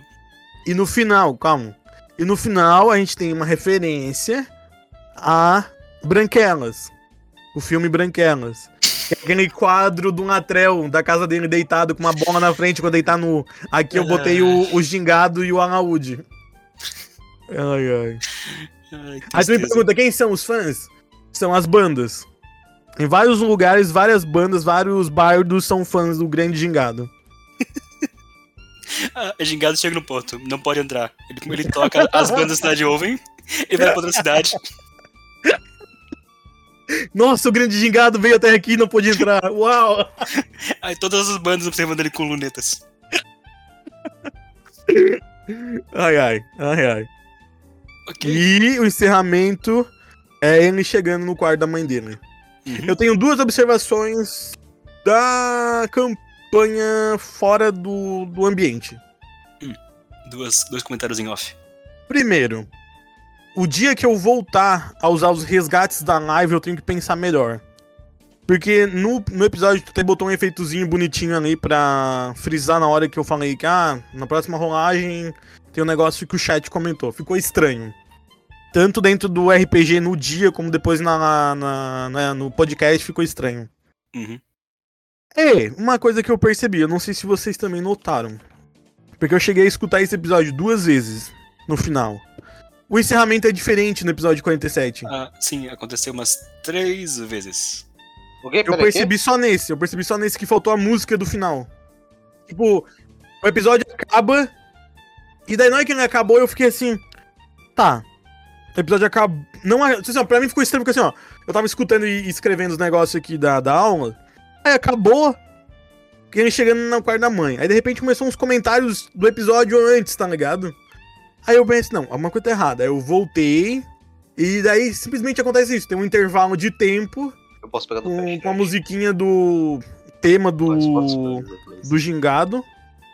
A: E no final, calma. E no final a gente tem uma referência a Branquelas. O filme Branquelas. Que é aquele quadro de um atrel da casa dele deitado com uma bola na frente quando ele tá no. Aqui eu botei o, o gingado e o alaúde. Ai, ai.
C: Ai,
A: Aí tu me
C: tristeza.
A: pergunta, quem são os fãs? São as bandas. Em vários lugares, várias bandas, vários bardos são fãs do Grande Gingado.
C: Ah, o gingado chega no ponto, não pode entrar. Ele, ele toca, as bandas da cidade ouvem, ele vai pra outra cidade.
A: Nossa, o Grande Gingado veio até aqui e não pôde entrar. Uau!
C: Aí todas as bandas observando ele com lunetas.
A: Ai, ai, ai, ai.
C: Ok.
A: E o encerramento é ele chegando no quarto da mãe dele.
C: Uhum.
A: Eu tenho duas observações da campanha fora do, do ambiente.
C: Duas, dois comentários em off.
A: Primeiro, o dia que eu voltar a usar os resgates da live, eu tenho que pensar melhor. Porque no, no episódio tu até botou um efeitozinho bonitinho ali pra frisar na hora que eu falei que, ah, na próxima rolagem tem um negócio que o chat comentou. Ficou estranho. Tanto dentro do RPG no dia, como depois na, na- na- no podcast ficou estranho.
C: Uhum.
A: É, uma coisa que eu percebi, eu não sei se vocês também notaram. Porque eu cheguei a escutar esse episódio duas vezes no final. O encerramento é diferente no episódio 47.
C: Ah, sim, aconteceu umas três vezes.
B: Alguém
A: Eu
B: pera aí, quê?
A: percebi só nesse, eu percebi só nesse que faltou a música do final. Tipo, o episódio acaba, e daí na hora que ele acabou eu fiquei assim, tá, o episódio acabou, não, é- assim, ó, pra mim ficou estranho, porque assim, ó, eu tava escutando e escrevendo os negócios aqui da, da aula, aí acabou, e ele chegando no quarto da mãe, aí de repente começou uns comentários do episódio antes, tá ligado? Aí eu pensei, não, alguma coisa tá errada, aí eu voltei, e daí simplesmente acontece isso, tem um intervalo de tempo
B: Eu posso pegar no
A: com,
B: flash,
A: com a
B: né?
A: musiquinha do tema
B: Posso- posso
A: do,
B: pegar no flash.
A: do gingado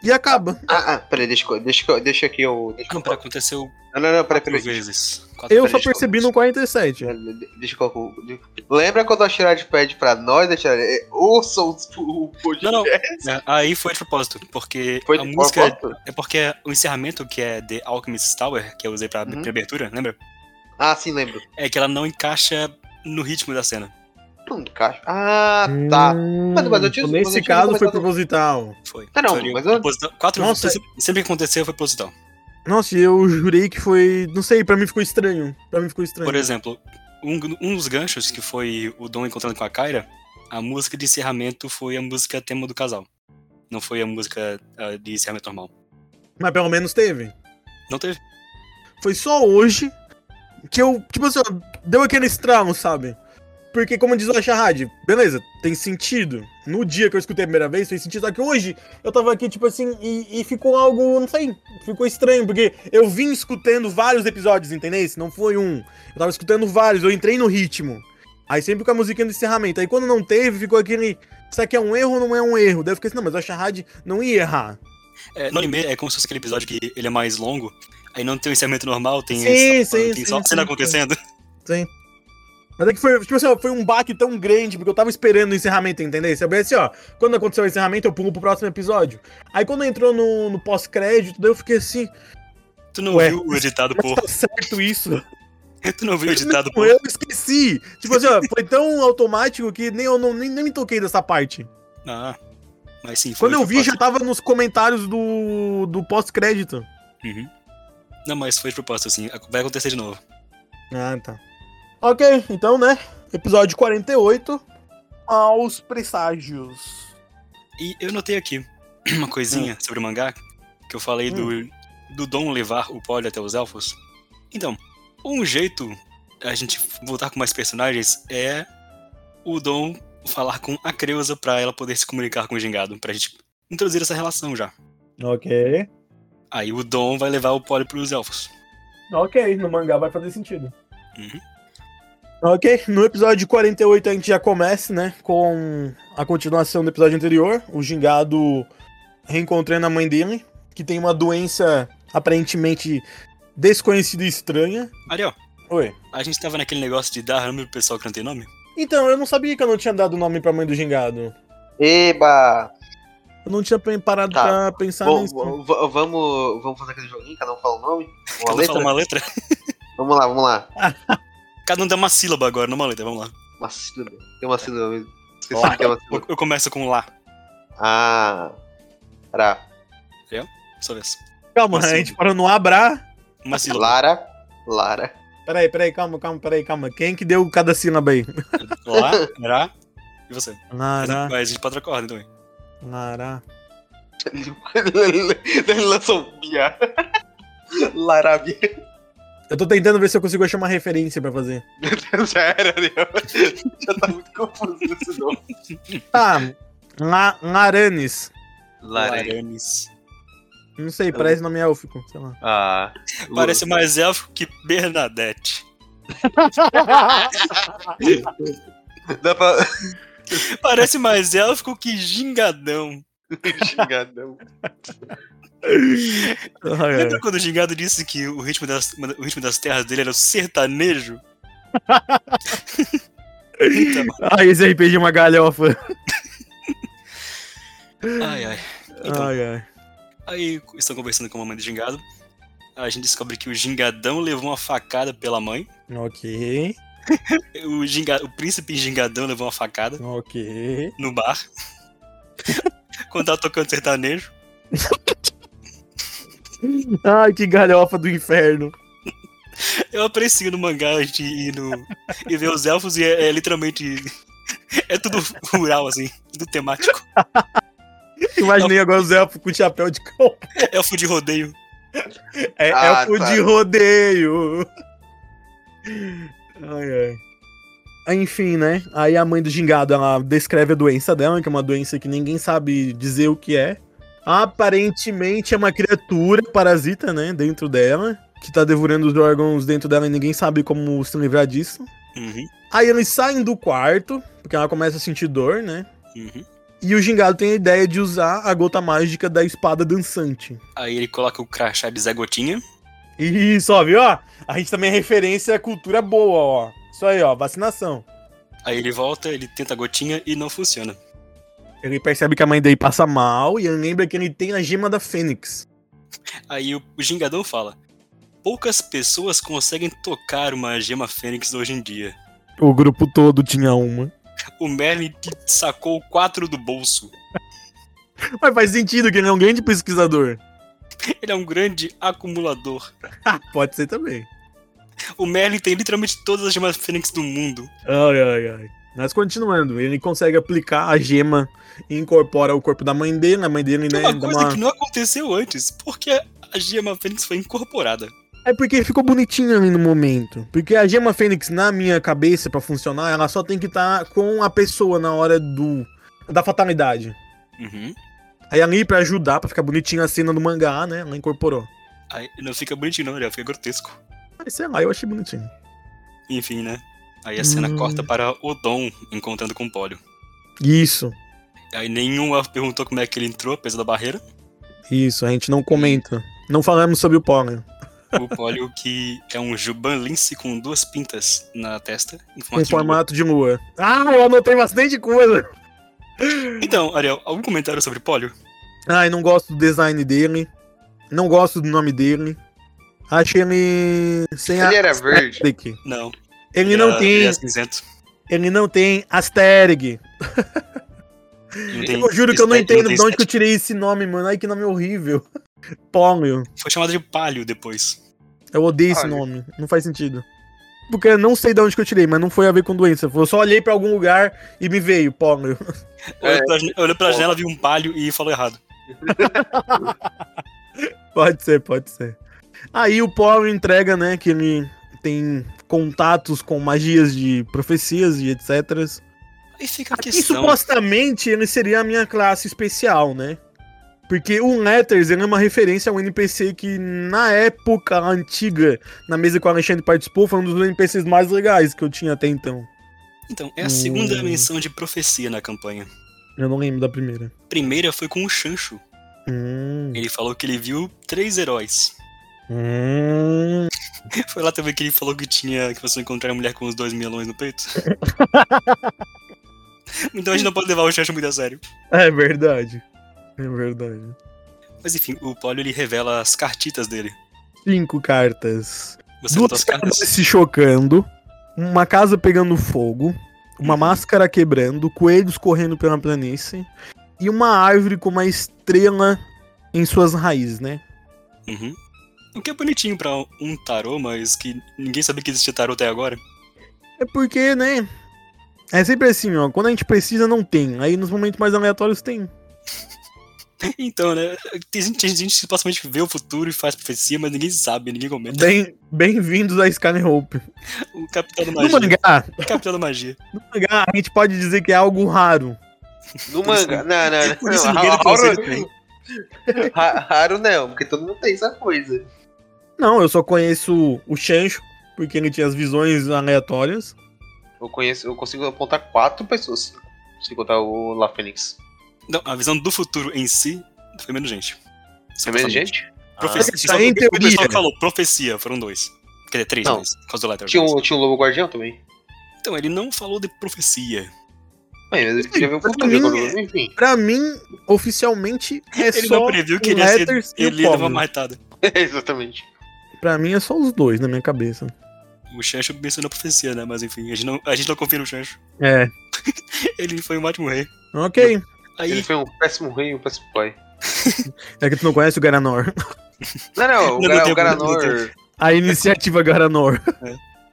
A: e acaba.
B: Ah, ah, peraí, deixa, eu- deixa, eu- deixa aqui eu. Deixa eu
C: Não, Ah, pera, aconteceu
B: Não, não, não, peraí,
C: quatro
B: peraí.
C: vezes. Quatro
A: Eu
B: Peraí,
A: só
B: deixa eu-
A: percebi no 47.
B: De- de- Deixa eu colocar. o- Lembra quando a Shirad pede pra nós, né, Shirad? É, Ouçam os- o podcast.
C: Não, não. É, Aí foi de propósito, porque
B: Foi
C: a
B: de
C: música
B: propósito?
C: é porque o encerramento que é The Alchemist Tower, que eu usei pra
B: Uhum.
C: pra abertura, lembra?
B: Ah, sim, lembro.
C: É que ela não encaixa no ritmo da cena.
B: Não encaixa. Ah, tá. Mas- mas eu tinha-
A: Hum,
B: mas eu
A: nesse
B: tinha
A: caso foi
B: comentado-
A: proposital.
C: Foi.
B: Tá, não,
C: Foi
B: mas eu-
C: proposital. Quatro
A: Nossa.
C: vezes, sempre que aconteceu foi proposital.
A: Nossa, e eu jurei que foi. Não sei, pra mim ficou estranho. Pra mim ficou estranho.
C: Por exemplo, um, um dos ganchos que foi o Dom encontrando com a Kyra, a música de encerramento foi a música tema do casal. Não foi a música ah, de encerramento normal.
A: Mas pelo menos teve.
C: Não teve.
A: Foi só hoje que eu, tipo assim, ó, deu aquele estralo, sabe? Porque, como diz o Acharad, beleza, tem sentido. No dia que eu escutei a primeira vez, fez sentido. Só que hoje eu tava aqui, tipo assim, e, e ficou algo, não sei, ficou estranho, porque eu vim escutando vários episódios, entendeu? Não foi um. Eu tava escutando vários, eu entrei no ritmo. Aí sempre com a musiquinha do encerramento. Aí quando não teve, ficou aquele. Isso aqui é um erro ou não é um erro? Daí eu fiquei assim, não, mas o Acharad não ia errar.
C: É, no anime é como se fosse aquele episódio que ele é mais longo, aí não tem o encerramento normal, tem,
A: Sim,
C: essa-
A: sim,
C: tem
A: sim,
C: só a cena
A: sim,
C: acontecendo. *laughs*
A: Sim. Mas é que foi, tipo assim, ó, foi um baque tão grande, porque eu tava esperando o encerramento, entendeu? Eu pensei assim, ó, quando aconteceu o encerramento, eu pulo pro próximo episódio. Aí quando entrou no, no pós-crédito, daí eu fiquei assim,
C: Tu não
A: Ué.
C: viu o editado
A: mas
C: por. *laughs*
A: tá certo isso?
C: Tu não viu o *laughs* editado
A: Não,
C: por.
A: eu esqueci! Tipo assim, ó, foi tão automático que nem eu não, nem, nem me toquei dessa parte.
C: Ah. Mas sim, foi
A: Quando eu
C: de
A: vi, já
C: propósito.
A: tava nos comentários do, do pós-crédito.
C: Uhum. Não, mas foi de propósito, assim. Vai acontecer de novo.
A: Ah, tá. Ok, então, né? Episódio 48, aos presságios.
C: E eu notei aqui *clears throat* uma coisinha sobre o mangá, que eu falei do, do Dom levar o Polly até os elfos. Então, um jeito a gente voltar com mais personagens é o Dom falar com a Creusa pra ela poder se comunicar com o Gingado, pra gente introduzir essa relação já.
A: Ok.
C: Aí o Dom vai levar o Polly pros elfos.
A: Ok, no mangá vai fazer sentido.
C: Uhum.
A: Ok, no episódio 48 a gente já começa, né, com a continuação do episódio anterior, o gingado reencontrando a mãe dele, que tem uma doença aparentemente desconhecida e estranha.
C: Ariel,
A: Oi.
C: a gente tava naquele negócio de dar nome pro pessoal que não tem nome?
A: Então, eu não sabia que eu não tinha dado nome pra mãe do gingado.
B: Eba!
A: Eu não tinha parado
B: Tá.
A: pra pensar
B: Bom,
A: nisso.
B: v- v- vamos, vamos fazer aquele joguinho, cada um fala o nome? Uma
C: Cada um fala
B: letra?
C: uma letra?
B: Vamos lá, vamos lá.
C: Cada um tem uma sílaba agora, numa letra, vamos lá.
B: Uma sílaba. Tem uma sílaba. mesmo. Esqueci que é uma
C: Eu,
B: sílaba.
C: eu começo com lá,
B: Ah. Ra.
C: dessa vez.
A: Calma,
B: Assim.
C: Uma
A: a gente
C: sílaba.
A: parou no Abra.
C: Uma sílaba.
B: Lara. Lara. *laughs*
A: Peraí, peraí, calma, calma, peraí, calma. Quem que deu cada sílaba aí?
C: Lá, Ra e você.
A: Lará,
B: é
C: Mas a gente pode acordar também.
A: lará.
B: Ele lançou um piá. *laughs* Larabia.
A: Eu tô tentando ver se eu consigo achar uma referência pra fazer.
B: *laughs* Já era, né? Já tá muito confuso esse nome.
A: Tá, La- Laranes.
C: é. Laranes.
A: Não sei, parece nome élfico, sei lá.
B: Ah.
C: Parece mais elfo que Bernadette.
B: Dá pra. *laughs*
C: Parece mais élfico que Gingadão.
B: Xingadão.
A: Ah,
C: Lembra quando o Gingado disse que o ritmo das, o ritmo das terras dele era o sertanejo? *laughs* Então,
A: esse RPG é uma galhofa.
C: ai, ai. Então,
A: Ai, ai.
C: Aí estão conversando com a mamãe do gingado. A gente descobre que o gingadão levou uma facada pela mãe.
A: Ok,
C: O, ginga- o príncipe gingadão levou uma facada
A: ok.
C: no bar. *laughs* Quando tava tocando sertanejo.
A: Ai, que galhofa do inferno.
C: Eu aprecio no mangá de ir no, e ver os elfos e é, é literalmente. É tudo rural, assim, tudo temático.
A: Imaginei agora os elfos com chapéu de cão.
C: Elfo de rodeio.
A: É
B: Ah,
A: elfo
B: tá.
A: de rodeio. Ai, ai. Aí, Enfim, né? Aí a mãe do gingado, ela descreve a doença dela, que é uma doença que ninguém sabe dizer o que é. Aparentemente é uma criatura parasita, né? Dentro dela, que tá devorando os órgãos dentro dela e ninguém sabe como se livrar disso.
C: Uhum,
A: Aí eles saem do quarto, porque ela começa a sentir dor, né?
C: uhum.
A: E o gingado tem a ideia de usar a gota mágica da espada dançante.
C: Aí ele coloca o crachá de Zé Gotinha.
A: Isso, ó, viu? ó? A gente também é referência à cultura boa, ó. Isso aí, ó, vacinação.
C: Aí ele volta, ele tenta a gotinha e não funciona.
A: Ele percebe que a mãe dele passa mal e ele lembra que ele tem a gema da Fênix.
C: Aí o o Gingadão fala: Poucas pessoas conseguem tocar uma gema fênix hoje em dia.
A: O grupo todo tinha uma.
C: O Merlin te sacou quatro do bolso.
A: Mas faz sentido que ele é um grande pesquisador.
C: Ele é um grande acumulador.
A: Pode ser também.
C: O Merlin tem literalmente todas as gemas fênix do mundo.
A: Ai, ai, ai. Mas continuando, ele consegue aplicar a gema e incorpora o corpo da mãe dele, a mãe dele, né?
C: uma
A: dá
C: coisa
A: uma-
C: que não aconteceu antes, porque a gema fênix foi incorporada.
A: É porque ficou bonitinho ali no momento. Porque a gema fênix, na minha cabeça, pra funcionar, ela só tem que estar com a pessoa na hora do. da fatalidade.
C: Uhum.
A: Aí ali, pra ajudar, pra ficar bonitinho a cena do mangá, né? Ela incorporou.
C: Aí não fica bonitinho, não, Ariel, fica grotesco.
A: Mas sei lá, eu achei bonitinho.
C: Enfim, né? Aí a cena
A: Hum.
C: corta para Odon encontrando com o Polio.
A: Isso,
C: Aí nenhum elfo perguntou como é que ele entrou, apesar da barreira.
A: isso, a gente não comenta. Não falamos sobre o pólen. *laughs*
C: O Polio que é um Juban lince com duas pintas na testa. Em
A: Com
C: formato de lua.
A: formato de lua. Ah, eu anotei bastante coisa.
C: Então, Ariel, algum comentário sobre Polio?
A: Ai, não gosto do design dele. Não gosto do nome dele. Achei ele. sem
B: Ele
A: a.
B: era verde.
A: Ele,
C: Não.
A: ele não
C: é-
A: tem.
C: Ele é cinzento.
A: Ele não tem Asterg.
C: Não tem
A: Eu juro que eu não
C: estética,
A: entendo
C: tem
A: de onde que eu
C: estética.
A: tirei esse nome, mano. Ai, que nome horrível. *laughs* Pólio.
C: Foi chamado de Palio depois.
A: Eu odeio esse
B: Pólio.
A: nome. Não faz sentido. Porque eu não sei de onde que eu tirei, mas não foi a ver com doença. Eu só olhei pra algum lugar e me veio, pólio. É.
C: Eu olhei pela jane- Eu olhei pela
B: Pólio.
C: janela, vi um Palio e falou errado.
A: *laughs* Pode ser, pode ser. Aí o Paul entrega, né, que ele tem contatos com magias de profecias e etc.
C: Aí fica a
A: E
C: questão.
A: supostamente ele seria a minha classe especial, né? Porque o Letters ele é uma referência a um NPC que, na época antiga, na mesa que o Alexandre participou, foi um dos NPCs mais legais que eu tinha até então.
C: Então, é a segunda
A: Hum.
C: menção de profecia na campanha.
A: Eu não lembro da primeira.
C: A primeira foi com o Chancho.
A: Hum,
C: Ele falou que ele viu três heróis. *laughs*
A: hum.
C: Foi lá também que ele falou que tinha que você encontrar a mulher com os dois melões no
A: *laughs*
C: peito. então a gente não pode levar o Chancho muito a sério.
A: É verdade. É verdade.
C: Mas enfim, o Polio ele revela as cartitas dele.
A: Cinco cartas.
C: Você botou
A: Duas
C: as cartas?
A: caras se chocando, uma casa pegando fogo, uma máscara quebrando, coelhos correndo pela planície e uma árvore com uma estrela em suas raízes, né?
C: Uhum. O que é bonitinho pra um tarô, mas que ninguém sabia que existia tarô até agora. *laughs*
A: É porque, né? É sempre assim, ó. Quando a gente precisa, não tem. Aí nos momentos mais aleatórios tem.
C: Então, né? Tem gente, tem gente que facilmente vê o futuro e faz profecia, mas ninguém sabe, ninguém comenta.
A: Bem- Bem-vindos a Scanner Hope.
C: O Capitão da
A: No
C: Magia.
A: mangá,
C: O Capitão da Magia.
A: no mangá, a gente pode dizer que é algo raro.
B: No
C: Por isso-
B: manga. Não, não, não.
C: Por isso né?
B: Não,
C: ninguém do
B: raro-
C: conselho tem.
B: ra- Raro não, porque todo mundo tem essa coisa.
A: Não, eu só conheço o Chancho, porque ele tinha as visões aleatórias.
B: Eu conheço, eu consigo apontar quatro pessoas. Se contar o La Fênix.
C: Não, a visão do futuro em si foi menos gente.
B: É menos gente?
C: Profecia.
A: Ah,
C: só-
A: tá, em
C: o pessoal
A: teoria.
C: que falou profecia, foram dois. Quer dizer, três,
B: Não.
C: mas por causa do Letter.
B: Tinha um, tinha um Lobo Guardião também.
C: Então, ele não falou de profecia.
B: Bem, mas ele já viu o
A: Pra
B: futuro.
A: mim,
B: agora,
C: é.
B: Enfim. *laughs*
A: Pra mim, oficialmente, é
C: Ele
A: só
C: não previu que
A: o
C: ele ia ser
A: Letters e o
C: ele ia levar
A: Pommel.
C: uma marretada.
B: Exatamente.
A: Pra mim é só os dois na minha cabeça.
C: O Chancho mencionou a profecia, né? Mas enfim, a gente não, a gente não confia no Chancho.
A: É.
C: *laughs* Ele foi um ótimo rei.
A: Ok.
B: Ele
C: Aí,
B: foi um péssimo rei e um péssimo pai.
A: É que tu não conhece o Garanor.
B: Não, não, o,
C: Não, não
B: Gara-
C: tem,
B: o Garanor.
C: não
A: A iniciativa *laughs* Garanor.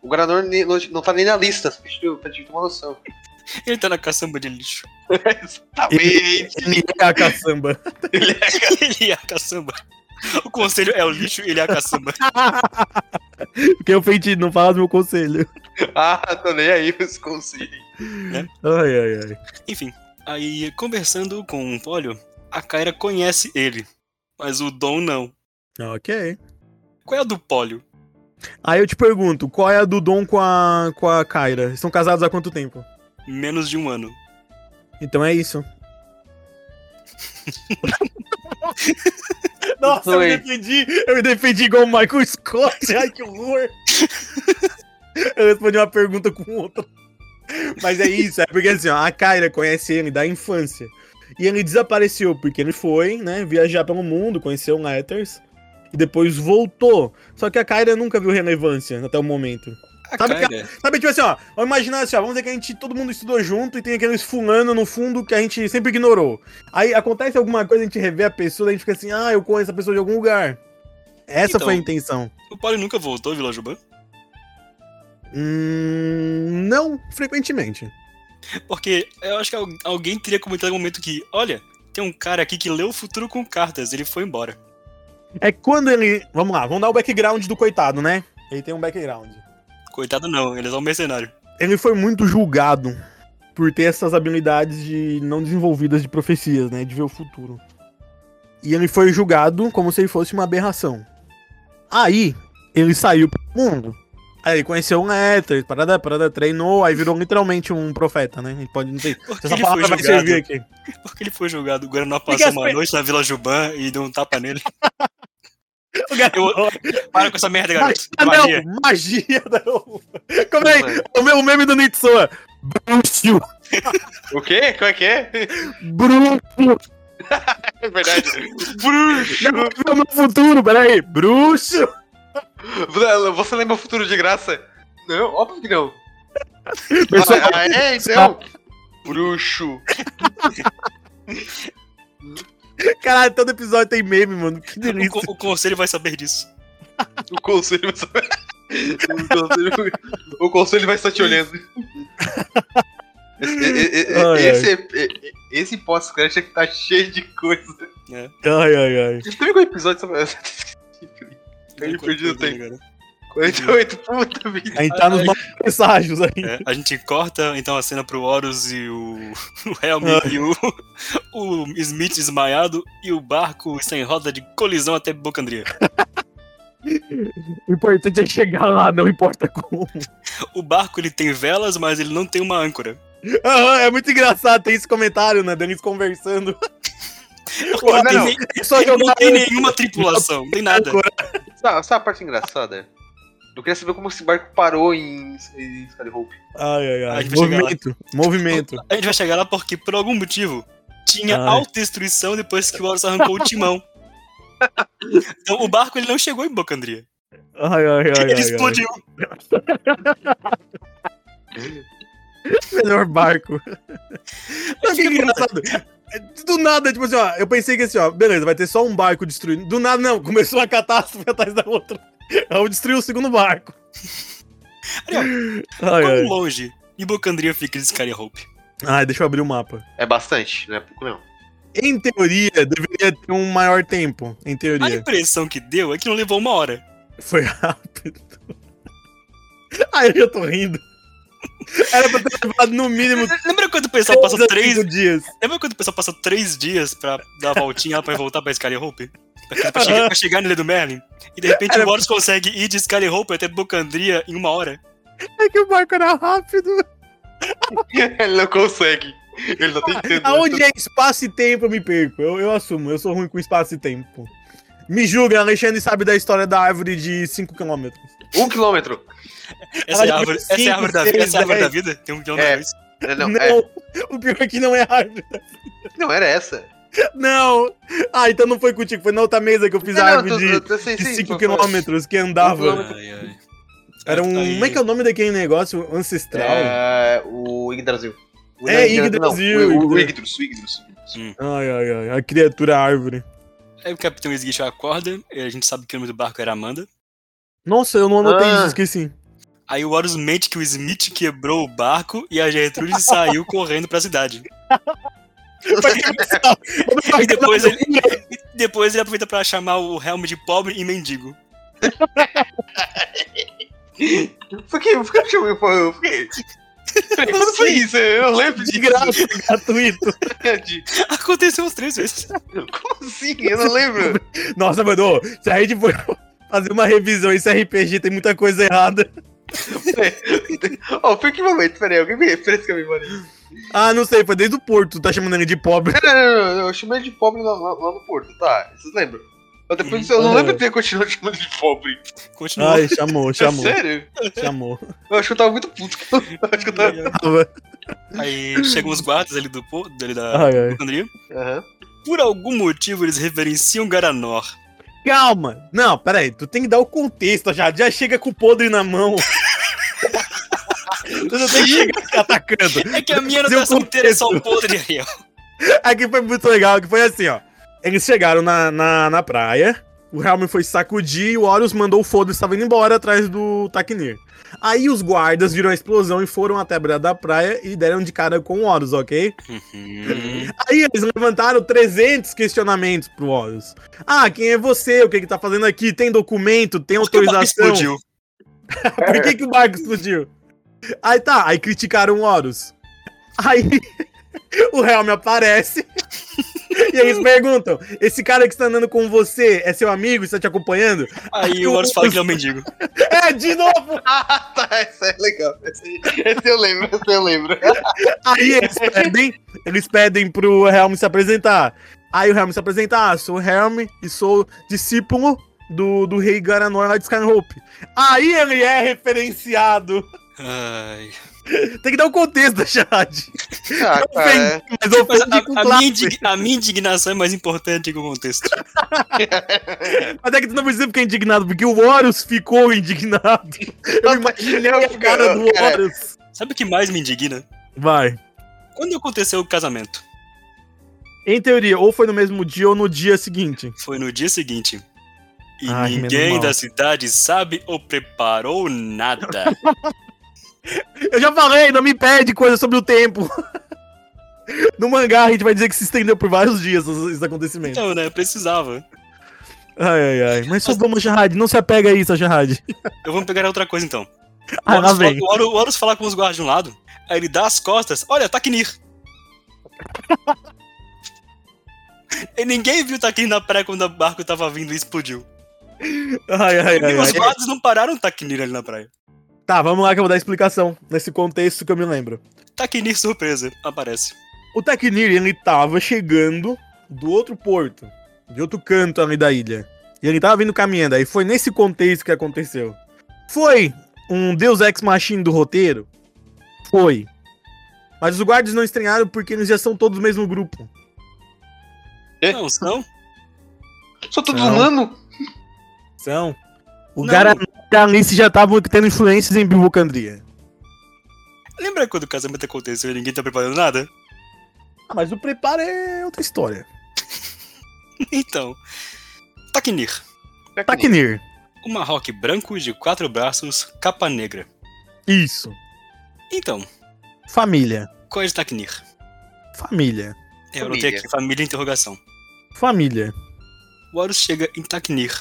B: O Garanor ne- não, não tá nem na lista, pra gente pra gente ter uma noção.
C: ele tá na caçamba de lixo. *laughs*
B: Tá Exatamente.
A: Ele é a caçamba.
C: ele é a caçamba. O conselho é o lixo, ele é
B: *laughs*
C: a caçamba.
A: *laughs* Porque eu feiti, não fala do meu conselho.
B: *laughs* ah, tô nem aí os conselhos.
A: Ai, ai, ai.
C: Enfim, aí conversando com o Polio, a Kyra conhece ele, mas o Dom não.
A: Ok.
C: Qual é a do Polio?
A: Aí eu te pergunto, qual é a do Dom com a, com a Kyra? Estão casados há quanto tempo?
C: Menos de um ano.
A: Então é isso. *laughs* Nossa, eu me
B: Oi.
A: defendi! Eu me defendi igual o Michael Scott! Ai, que
C: *laughs*
A: horror! Eu respondi uma pergunta com outra. Mas é isso, é porque assim, ó, a Kyra conhece ele da infância. E ele desapareceu porque ele foi, né, viajar pelo mundo, conheceu o Letters. E depois voltou. Só que a Kyra nunca viu relevância até o momento.
C: A é,
A: Sabe que-
C: Kyra,
A: Sabe, tipo assim, ó, vamos imaginar assim, ó, vamos dizer que a gente, todo mundo estudou junto e tem aqueles fulano no fundo que a gente sempre ignorou. Aí acontece alguma coisa, a gente revê a pessoa, a gente fica assim, ah, eu conheço a pessoa de algum lugar. Essa
C: Então.
A: foi a intenção.
C: o Polio nunca voltou, Vila Juban,
A: Hum, não frequentemente.
C: porque eu acho que al- alguém teria comentado em algum momento que, olha, tem um cara aqui que leu o futuro com cartas, ele foi embora.
A: É quando ele. Vamos lá, vamos dar o background do coitado, né? Ele tem um background.
C: Coitado não, ele é só um mercenário.
A: Ele foi muito julgado por ter essas habilidades de não desenvolvidas de profecias, né? De ver o futuro. E ele foi julgado como se ele fosse uma aberração. Aí, ele saiu pro mundo. Aí ele conheceu um éter, parada, parada, treinou, aí virou literalmente um profeta, né? Ele pode, não sei.
C: Porque
A: Essa
C: ele foi
A: palavra vai
C: julgado. Tá
A: servir aqui. assim.
C: Porque ele foi julgado. O Guaraná
A: Porque
C: passou
A: as
C: uma
A: pe-
C: noite na Vila Juban e deu um tapa nele.
A: *laughs* O garoto-
C: Para com essa merda, garoto.
A: Ah,
C: Magia.
A: não! Magia, *laughs* não! Como é? O meu meme do Nitsoa. Bruxo!
B: O quê? Como é que é? *laughs*
A: Bruxo!
B: É verdade. Bruxo!
A: Não, é o meu futuro, peraí! Bruxo!
B: *laughs* Você lembra o futuro de graça? Não, óbvio que não.
A: Pessoal,
B: Ah, é, então. Bruxo.
A: Caralho, todo episódio tem meme, mano. Que
C: O,
A: delícia.
C: con- o conselho vai saber disso.
B: O conselho vai só... *laughs* o, conselho... o conselho vai estar te olhando. Esse, e- e- e-
A: Ai,
B: esse, e- e- esse pós-crédito é que tá cheio de coisa.
C: É.
A: *laughs* Ai, ai, ai.
B: Teve algum episódio sobre *laughs* essa? Eu me perdi no tempo. 48, puta vida.
A: A gente tá nos
C: Ai.
A: maus presságios aí.
C: É, a gente corta então a cena pro Horus e o, *laughs* o Helm
A: Ah.
C: e o, o Smith desmaiado e o barco sem roda de colisão até Bocandria.
A: O importante é chegar lá, não importa como.
C: O barco ele tem velas, mas ele não tem uma âncora.
A: Aham, é muito engraçado, tem esse comentário, né? Deles conversando.
C: Porque
A: Ué,
C: não,
A: não,
C: tem,
A: não.
C: nem-
A: *laughs* É só
C: não
A: jogar.
C: tem nenhuma tripulação, não tem nada.
B: Sabe, sabe a parte engraçada? Eu queria saber como esse barco parou em, em Sky Hope.
A: Ai, ai,
C: A
A: ai.
C: gente vai chegar lá.
A: Movimento. Movimento.
C: A gente vai chegar lá porque, por algum motivo, tinha
A: Ai.
C: autodestruição depois que o Horus arrancou o timão. Então o barco ele não chegou em Bocandria.
A: Ai, ai, ai.
C: Ele
A: ai, ai.
C: explodiu.
A: Melhor barco. Sabe o que é engraçado? Do nada, tipo assim, ó, eu pensei que assim, ó, beleza, vai ter só um barco destruído. Do nada, não, começou uma catástrofe atrás da outra. *laughs* Ela destruiu o segundo barco.
C: Ali,
A: Ai,
C: Quão
A: ai.
C: longe Ibocandria fica de Skyrim Hope?
A: Ai, Ah, deixa eu abrir o mapa.
B: É bastante, não é pouco não.
A: Em teoria, deveria ter um maior tempo. Em
C: A
A: teoria.
C: impressão que deu é que não levou uma hora.
A: Foi rápido. *laughs* Ai, eu já tô rindo. Era pra ter levado no mínimo
C: Lembra quando o pessoal passa três.
A: 5 dias.
C: Lembra quando o pessoal passa três dias pra dar a voltinha lá pra voltar pra Skyrim Hope? Pra, pra chegar, pra chegar na Ilha do Merlin. E de repente
A: Era-
C: o Boros consegue ir de Skyrim Hope até Bocandria em uma hora.
A: É que o barco era rápido.
B: *laughs* Ele não consegue. Ele não tem tempo.
A: Aonde é espaço e tempo, eu me perco. Eu, eu assumo, eu sou ruim com espaço e tempo. Me julga, Alexandre sabe da história da árvore de 5km.
B: Um quilômetro.
C: Essa é
A: Ela
C: a árvore,
A: deu
C: essa é a árvore da vida.
A: cinco,
C: Essa é a árvore da
A: seis,
C: vida? Tem um milhão
B: É.
C: de vezes.
B: É,
A: Não,
B: Não, é.
A: o pior é que não é árvore.
B: não era essa.
A: Não! Ah, então não foi contigo, foi na outra mesa que eu fiz a
B: É, não,
A: árvore de-
B: eu sei,
A: de
B: sim, tipo,
A: 5km que andava. Era um. Como é que é o nome daquele negócio? Ancestral?
B: É, o Yggdrasil. O-
A: É,
B: não,
A: Yggdrasil,
B: não, O, o
A: Yggdrasil.
B: Yggdrasil, o Yggdrasil. o Yggdrasil.
A: Ai, ai, ai. A criatura árvore.
C: Aí o Capitão Esguicho acorda, e a gente sabe que o nome do barco era Amanda.
A: Nossa, eu não anotei
B: Ah.
A: isso, esqueci.
C: Aí o Horus mente que o Smith quebrou o barco e
A: *laughs*
C: a Gertrude saiu correndo pra cidade. E depois ele, e depois ele aproveita pra chamar o Helm de pobre e mendigo.
B: *laughs* Por que? Por que eu chamei o Paulo? Por que? Peraí, Quando foi isso? Eu lembro
A: De
B: disso.
A: graça, gratuito.
B: De-
C: Aconteceu umas três vezes.
B: Como assim? Eu não lembro. *laughs*
A: Nossa, mano, se a gente for fazer uma revisão, esse RPG tem muita coisa errada.
B: Ó, foi que momento? Peraí, alguém me refresca a memória.
A: Ah, não sei, foi desde o Porto, tá chamando ele de pobre.
B: Não, não, não, não, eu chamei ele de pobre lá, lá- lá no Porto, tá? Vocês lembram? Eu, depois, disso, eu não
A: Uhum.
B: lembro de ter continuado chamando ele de pobre.
C: Continua.
A: Ai, chamou, chamou,
B: Sério?
A: chamou.
B: Eu acho que eu tava muito puto. Eu acho que eu tava.
C: Aí chegam os guardas ali do po- dali da
A: Ai, ai.
C: Alexandria.
B: Aham.
C: Por algum motivo eles reverenciam Garanor.
A: Calma, não, peraí, tu tem que dar o contexto já, já chega com o podre na mão. tu não tem que chegar atacando.
C: É que a minha
A: Seu
C: anotação inteira é só
A: um contexto.
C: podre aí, ó.
A: Aqui foi muito legal, que foi assim, ó. Eles chegaram na, na, na praia, o Helm foi sacudir e o Horus mandou o foda estava indo embora atrás do Taknir. Aí os guardas viram a explosão e foram até a beira da praia e deram de cara com o Horus, ok?
C: Hum.
A: Aí eles levantaram 300 questionamentos pro Horus. Ah, quem é você? O que que tá fazendo aqui? Tem documento? Tem
C: Por que o barco
A: autorização?
C: explodiu?
A: Por que, que o barco explodiu? Aí tá, aí criticaram o Horus. Aí *laughs* o Helm aparece *laughs* e eles perguntam: esse cara que está andando com você é seu amigo? Está te acompanhando?
C: Aí o Horus fala que ele é um mendigo.
A: É, de novo!
B: Ah, *laughs* tá, essa é legal. Essa, aí- essa eu lembro, essa eu lembro.
A: Aí *laughs* eles pedem, eles pedem pro Helm se apresentar. Aí o Helm se apresenta: ah, sou o Helm e sou discípulo do, do rei Garanor lá de Skyhope. Aí ele é referenciado.
C: Ai.
A: Tem que dar o contexto, Jade.
B: *laughs* Ah, cara,
A: Mas eu
C: Mas
A: ofendi com
C: Tipo, a, a
A: classe.
C: minha indig- a minha indignação é mais importante que o contexto.
A: Mas é que tu não precisa ficar indignado, porque o Horus ficou indignado. Eu imaginei a cara do
B: Tá, Cara,
A: Horus.
C: Sabe o que mais me indigna?
A: Vai.
C: Quando aconteceu o casamento?
A: Em teoria, ou foi no mesmo dia ou no dia seguinte.
C: Foi no dia seguinte. E
A: Ai, menos
C: ninguém
A: mal.
C: da cidade sabe ou preparou nada.
A: *laughs* Eu já falei, não me pede coisa sobre o tempo. *laughs* No mangá, a gente vai dizer que se estendeu por vários dias os- esse acontecimento.
C: então, né? Precisava.
A: Ai, ai, ai. Mas só vamos, Jihad. Não se apega a isso, Jihad.
C: Eu vou pegar outra coisa então. O
A: Ah, lá
C: Horus, fala,
A: vem.
C: o Horus- o Horus fala com os guardas de um lado, aí ele dá as costas, olha,
A: *laughs*
C: tá Taknir. e ninguém viu o Taknir na praia quando o barco tava vindo e explodiu.
A: Ai, ai, ai,
C: E os
A: ai.
C: guardas não pararam o Taknir ali na praia.
A: Tá, vamos lá que eu vou dar a explicação nesse contexto que eu me lembro.
C: Taknir Tá surpresa, aparece.
A: O Teknir, ele tava chegando do outro porto, de outro canto ali da ilha. E ele tava vindo caminhando, aí foi nesse contexto que aconteceu. Foi um Deus Ex Machine do roteiro? Foi. Mas os guardas não estranharam porque eles já são todos do mesmo grupo.
B: É.
C: Não, não.
B: sou todo
A: Não.
B: humano?
A: São. O
C: Não.
A: Garanã e a Alice já estavam tendo influências em Bivocandria.
C: Lembra quando o casamento aconteceu e ninguém tá preparando nada? *laughs*
A: Ah, mas o preparo é outra história.
C: Então. Taknir.
A: Tá Taknir.
C: Uma rock branco de quatro braços, capa negra.
A: Isso.
C: Então,
A: Família.
C: qual é de Taknir?
A: Família.
C: É, Eu anotei
B: Família.
C: aqui família e interrogação.
A: Família.
C: O Horus chega em Taknir.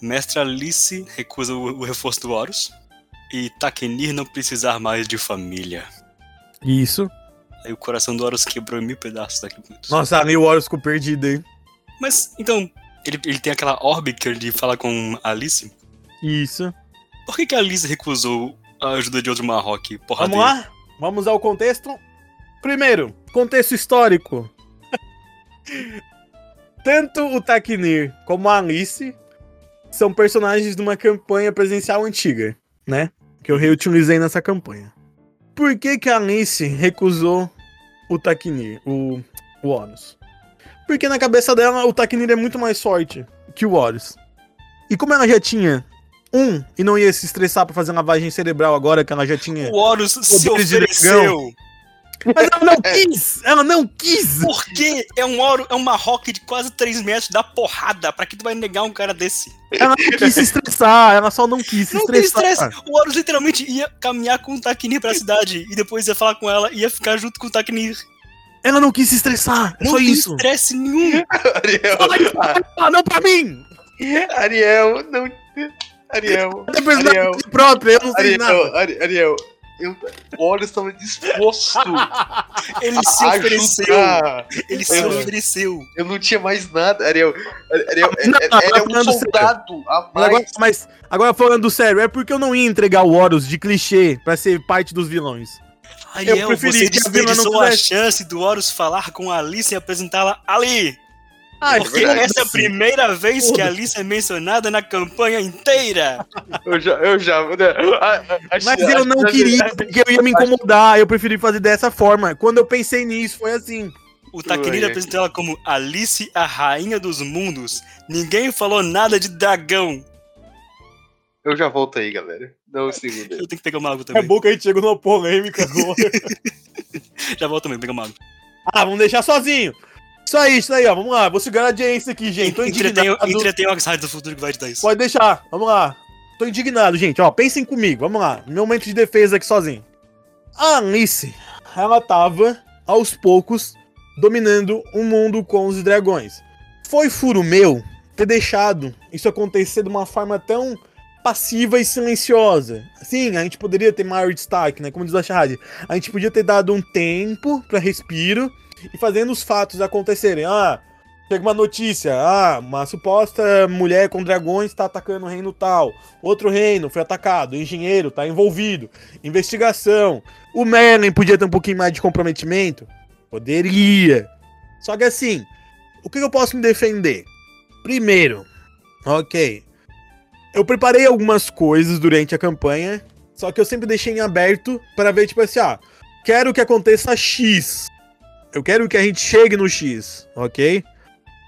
C: Mestra Alice recusa o, o reforço do Horus. E Taknir não precisar mais de família.
A: Isso.
C: Aí o coração do Horus quebrou em mil pedaços daqui a minutos.
A: Nossa, ali o Horus ficou perdido, hein?
C: Mas, então, ele, ele tem aquela orbe que ele fala com a Alice.
A: Isso.
C: Por que, que a Alice recusou a ajuda de outro Marroque? Porra
A: Vamos
C: dele.
A: lá? Vamos ao contexto? Primeiro, contexto histórico. *laughs* Tanto o Taknir como a Alice são personagens de uma campanha presencial antiga, né? Que eu reutilizei nessa campanha. Por que, que a Alice recusou o Taknir, o, o Horus? Porque na cabeça dela o Taknir é muito mais forte que o Horus. E como ela já tinha um e não ia se estressar pra fazer lavagem cerebral agora que ela já tinha.
C: O Horus se
A: Poderes de
C: ofereceu.
A: Mas ela não quis! Ela não quis!
C: Porque é um Horus, é um Marroque de quase 3 metros da porrada. Pra que tu vai negar um cara desse?
A: Ela não quis se estressar, ela só não quis se
C: Não tem
A: estressar.
C: estresse. O Horus literalmente ia caminhar com o Taknir pra cidade e depois ia falar com ela e ia ficar junto com o Taknir.
A: Ela não quis se estressar, é
C: Não
A: só
C: tem
A: isso.
C: estresse nenhum.
B: Ariel,
A: Fala isso pra ela, não pra mim!
B: Ariel, não. Ariel,
A: Ela é personalidade
B: Ariel.
A: própria, eu não sei nada.
B: Ariel, Ari- Ariel. Eu, o Horus
A: *laughs*
B: estava disposto a *laughs*
C: Ele se ofereceu.
B: ajudar.
C: Ele se
B: Eu-
C: ofereceu.
B: Eu não tinha mais nada, Ariel. Ariel,
A: Ah, Não,
B: é- é- era um
A: falando sério.
B: soldado a
A: Mas agora,
B: mais.
A: mas agora falando sério, é porque eu não ia entregar o Horus de clichê pra ser parte dos vilões.
C: Ariel,
A: é, preferi
C: você
A: que a vila não
C: desperdiçou a
A: quisesse.
C: chance do Horus falar com a Alice e apresentá-la ali.
A: Ai,
C: Porque
B: verdade.
C: essa é a primeira vez que a
A: Foda-se.
C: Alice é mencionada na campanha inteira.
B: Eu já. Eu já né, a- a- a-
A: Mas
B: a-
A: eu não
B: é a-
A: queria, porque eu ia me incomodar, eu preferi fazer dessa forma. Quando eu pensei nisso, foi assim.
C: O Taknir
B: Ué. é.
C: apresentou ela como Alice, a rainha dos mundos. Ninguém falou nada de dragão.
B: Eu já volto aí, galera. Dá um segundo
A: *laughs*
B: aí.
C: Eu tenho que pegar uma água também.
A: É bom que a gente chegou numa *laughs* polêmica agora.
C: Já volto também, pegar uma água.
A: Ah, vamos deixar sozinho. Só isso aí, ó. Vamos lá. Vou segurar a audiência aqui, gente.
C: *laughs*
A: Tô indignado.
C: Entretenho, entretenho a do futuro que vai te dar isso.
A: Então, Pode deixar. Vamos lá. Tô indignado, gente. Ó, pensem comigo. Vamos lá. Meu momento de defesa aqui sozinho. A Alice, ela tava, aos poucos, dominando o mundo com os dragões. Foi furo meu ter deixado isso acontecer de uma forma tão passiva e silenciosa. Sim, a gente poderia ter maior destaque, né? Como diz a Shahad. A gente podia ter dado um tempo pra respiro e fazendo os fatos acontecerem. Ah, chega uma notícia. Ah, uma suposta mulher com dragões está atacando o reino tal. Outro reino foi atacado. O engenheiro tá envolvido. Investigação. O Merlin podia ter um pouquinho mais de comprometimento? Poderia. Só que assim, o que eu posso me defender? Primeiro, ok. Eu preparei algumas coisas durante a campanha, só que eu sempre deixei em aberto para ver, tipo assim, ah, quero que aconteça X. Eu quero que a gente chegue no X, ok?